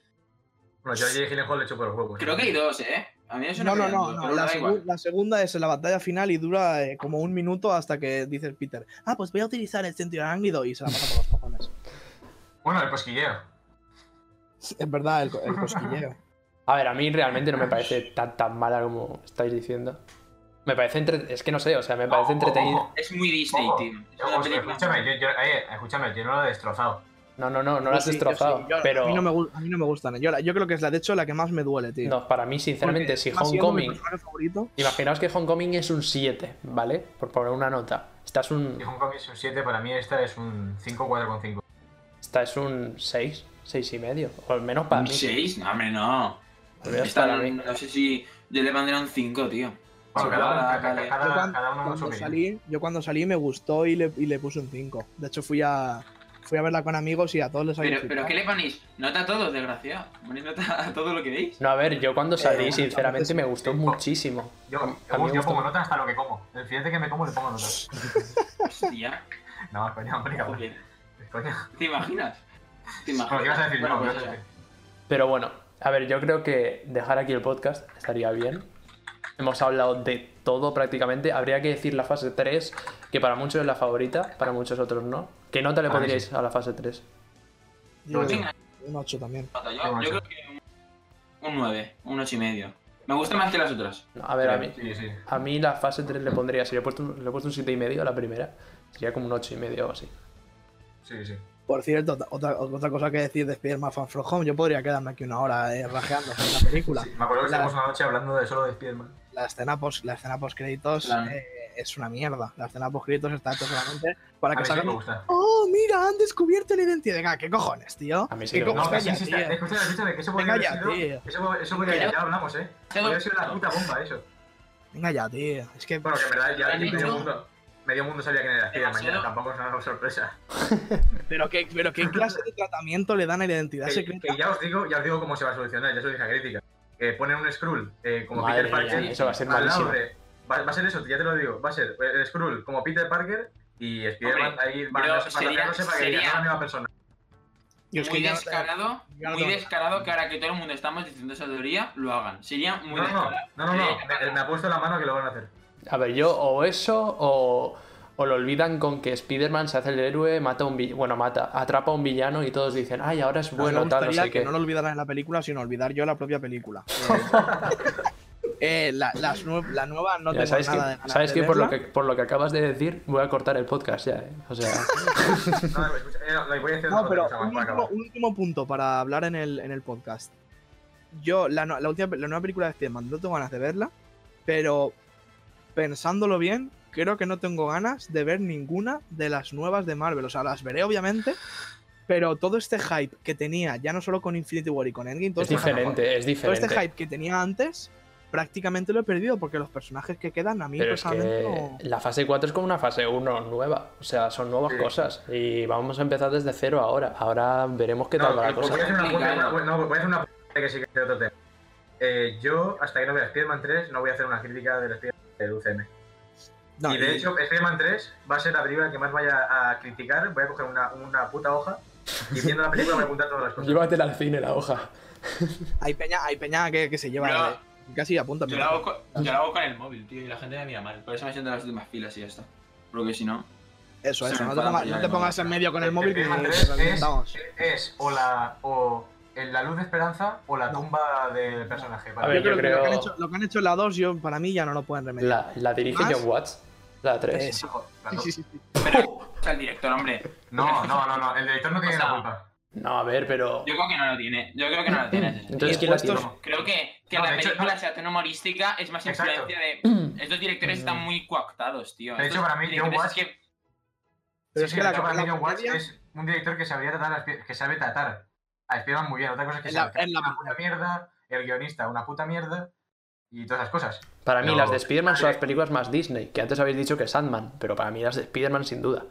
Bueno, yo a Jay Gyllenhaal le chupo los huevos. Creo que hay dos, ¿eh? A mí eso No, no, me no, encanta, no, pero La, da segu- igual. la segunda es en la batalla final y dura eh, como un minuto hasta que dices Peter, ah, pues voy a utilizar el sentido arácnido y se la pasa por los cojones. Bueno, pues el cosquilleo. Es verdad, el, co- el cosquilleo. A ver, a mí realmente no me parece tan, tan mala como estáis diciendo. Me parece entre... Es que no sé, o sea, me parece Oh. entretenida. Ojo, Es muy Disney, ojo. tío. Es Yo- una película- Escúchame, yo, yo, eh, escúchame, yo no lo he destrozado. No, no, no, no Yo la has sí, yo sí, destrozado. yo- pero A mí, no me, gu- a mí no me gustan. Yo, la- yo creo que es la, de hecho, la que más me duele, tío. no, para mí, sinceramente, Porque si está siendo mi Homecoming. personaje favorito. Imaginaos que Homecoming es un 7, ¿vale? Por poner una nota. Esta es Si un. Hong Kong es un 7, para mí esta es un 5, 4 con 5. Esta es un 6, 6 y medio. O al menos para ¿Un mí. seis? No, hombre, no. Al menos Esta para no, mí. no sé si yo le pondría un 5, tío. Bueno, Sí, cada, claro, cada, vale. cada- Yo cuan- cada uno con su Cuando opinión. salí, yo cuando salí me gustó y le, y le puse un 5. De hecho, fui a, fui a verla con amigos y a todos les había Pero, pero flipado. ¿qué le ponéis? Nota a todos, desgraciado. Ponéis nota a todo lo que veis. No, a ver, yo cuando salí, bueno, sinceramente, me gustó sí. muchísimo. Yo, A mí me yo- yo gusta pongo mucho. nota hasta lo que como. El filete que me como le pongo nota. Hostia. No, es coña, hombre, cabrón. joder. Es coña. ¿Te imaginas? ¿Te Bueno, ¿qué ibas a decir? Bueno, No, pues yo eso. te- Pero bueno, a ver, yo creo que dejar aquí el podcast estaría bien. Hemos hablado de todo prácticamente. Habría que decir la fase 3, que para muchos es la favorita, para muchos otros no. ¿Qué nota le Ah, sí. pondríais a la fase 3? Yo Ocho. un 8 también. Pues Yo, yo creo que un- un 9, un 8 y medio. Me gusta más que las otras. A ver, a mí, Sí, sí. a mí la fase 3 le pondría, si le he puesto un, le he puesto un 7,5 a la primera, sería como un 8,5 o así. Sí, sí. Por cierto, ota- otra, otra cosa que decir de Spider-Man Fan From Home, yo podría quedarme aquí una hora eh, rajeando sobre la película. Sí, Me acuerdo que La- estuvimos una noche hablando de solo de Spiderman. La escena post, la escena post créditos Claro. es una mierda. La escena post créditos está hecha solamente para A que mí sí que salgan. me gusta. ¡Oh, mira! Han descubierto la identidad. Venga, ¿qué cojones, tío? A mí sí ¿Qué que me No, cojones, gusta. que sí, sí, tío? está- escúchame, escúchame, que eso podría Venga haber ya, sido. tío. Eso, eso podría Venga ya, ya. hablamos, eh. Podría haber sido la puta bomba eso. Venga ya, tío. Es que. Bueno, que en verdad ya ¿Han medio dicho? mundo. Medio mundo sabía quién era Spiderman, ya Demasiado. tampoco es una sorpresa. Pero qué, pero qué clase de tratamiento le dan a la identidad Que, secreta. que ya os digo, ya os digo cómo se va a solucionar, ya se lo dije a crítica. Que ponen un Skrull eh, como Madre Peter mía, Parker. eso va a ser al lado malísimo. de- va, va a ser eso, ya te lo digo. Va a ser eh, el Skrull como Peter Parker y Spiderman Hombre, ahí va pero a sería, sería- para que sería- digan, no la misma persona. Yo es que muy ya- descarado, ya no muy tengo- descarado que ahora que todo el mundo estamos diciendo esa teoría, lo hagan. Sería muy No, no, descarado. no, no, no. Sería- Me, me ha puesto la mano que lo van a hacer. A ver, yo o eso o, o lo olvidan con que Spider-Man se hace el héroe, mata a un villano, bueno, mata, atrapa a un villano y todos dicen, ay, ahora es A mí me bueno, tal, no gustaría sé que qué. no lo olvidaran en la película, sino olvidar yo la propia película. Eh, eh, la, las nue- la nueva no Ya, tengo ¿Sabes, nada de que, ganas ¿sabes de que, por lo que verla. por lo que acabas de decir voy a cortar el podcast ya? eh? O sea, No, escucha, eh, no, voy a decir No, otra pero cosa más un último, para acabar. un último punto para hablar en el, en el podcast. Yo, la, no- la última, la nueva película de Spider-Man, no tengo ganas de verla, pero pensándolo bien, creo que no tengo ganas de ver ninguna de las nuevas de Marvel. O sea, las veré obviamente, pero todo este hype que tenía, ya no solo con Infinity War y con Endgame, todo es este diferente, es todo diferente. este hype que tenía antes, prácticamente lo he perdido porque los personajes que quedan a mí Pero es personalmente que no- la fase 4 es como una fase 1 nueva. O sea, son nuevas Sí. cosas. Y vamos a empezar desde cero ahora. Ahora veremos qué No, eh, pues tal va la voy a cosa. hacer una apunte, una- no, voy a hacer una apunte que sí que es de otro tema. Eh, yo, hasta que no vea Spider-Man 3, no voy a hacer una crítica del Spider-Man del UCM. no, y de hecho, Spider-Man 3 va a ser la película que más vaya a criticar. Voy a coger una, una puta hoja y viendo la película voy a apuntar todas las cosas. Llévatela al cine la hoja. hay peña, hay peña que, que se lleva Yo- eh, casi apunta. Yo lo, hago con, yo lo hago con el móvil, tío, y la gente me mira mal. Por eso me siento en las últimas filas y ya está. Porque si no. Eso, Se eso, me no te, para pongas, la no te mano. pongas en medio con el móvil que que Spider-Man 3 lo Eh, es, intentamos. es o, la, o en la luz de esperanza o la tumba del personaje. A ver, mí. yo Creo que creo- Lo, que han hecho, lo que han hecho en la 2, yo, para mí ya no lo pueden remediar. La, la dirige ¿Más? John Watts. La 3. Es- Hijo, la Sí, luz. sí, sí, sí. Pero es el director, hombre. No, no, no, no, el director no tiene O sea, la culpa. No, a ver, pero. Yo creo que no lo tiene. Yo creo que no lo tiene. ese señor. Entonces, ¿quién la tiene? puestos- Creo que, que No, la de hecho, película no. sea tan humorística es más Exacto. influencia de. Estos directores están muy coactados, tío. De hecho, Estos para mí, John directores es que- Pero Sí, es sí, que de la, hecho, para la mí John Watts comedia- es un director que sabía tratar a Spider- que sabe tratar a Spiderman muy bien. Otra cosa es que En la- sabe que en la- una puta mierda, el guionista una puta mierda y todas esas cosas. Para mí, No. las de Spider-Man son las películas más Disney, que antes habéis dicho que Sandman, pero para mí las de Spider-Man sin duda.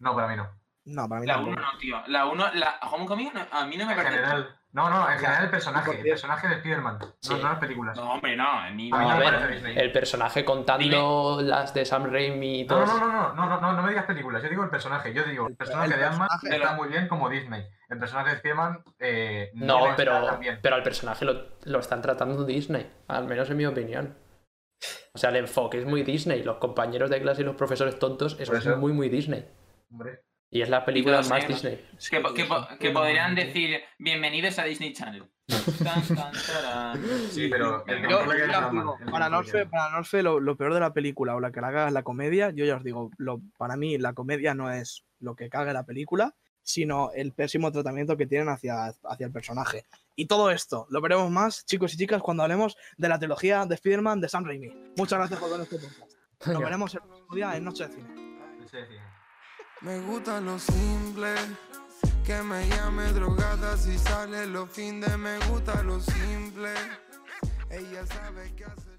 No, para mí no. No, para mí La tampoco. 1 no, tío. La 1, la Homecoming no- a mí no me En parece. general, no, no, en general el personaje, el porque- personaje de Spider-Man, no- Sí. no las películas. No, hombre, no. A mí A mí No, no a me ver, eh, parece Disney. El personaje contando las de Sam Raimi y todo. No, no, no, no, no, no, no, no me digas películas, yo digo el personaje, yo digo, el personaje el de Ant-Man personaje- está muy bien como Disney, el personaje de Spider-Man eh, No, está pero, tan bien. pero al personaje lo, lo están tratando Disney, al menos en mi opinión. O sea, el enfoque es muy Disney, los compañeros de clase y los profesores tontos, eso Por es eso. muy, muy Disney. Hombre, Y es la película todos más negros. Disney. Que, po- que, po- que podrían decir bienvenidos a Disney Channel. Tan, tan, tarán. Sí, pero el Yo- control que yo hay ya en os la digo, mano. para Norfe, para Norfe lo, lo peor de la película o la que la haga es la comedia, yo ya os digo, lo, para mí la comedia no es lo que caga la película, sino el pésimo tratamiento que tienen hacia, hacia el personaje. Y todo esto lo veremos más, chicos y chicas, cuando hablemos de la trilogía de Spider-Man de Sam Raimi. Muchas gracias por ver este podcast. Nos veremos el próximo día en Noche de Cine. Sí, sí. Me gusta lo simple. Que me llame drogada si sale los fines. Me gusta lo simple. Ella sabe qué hacer.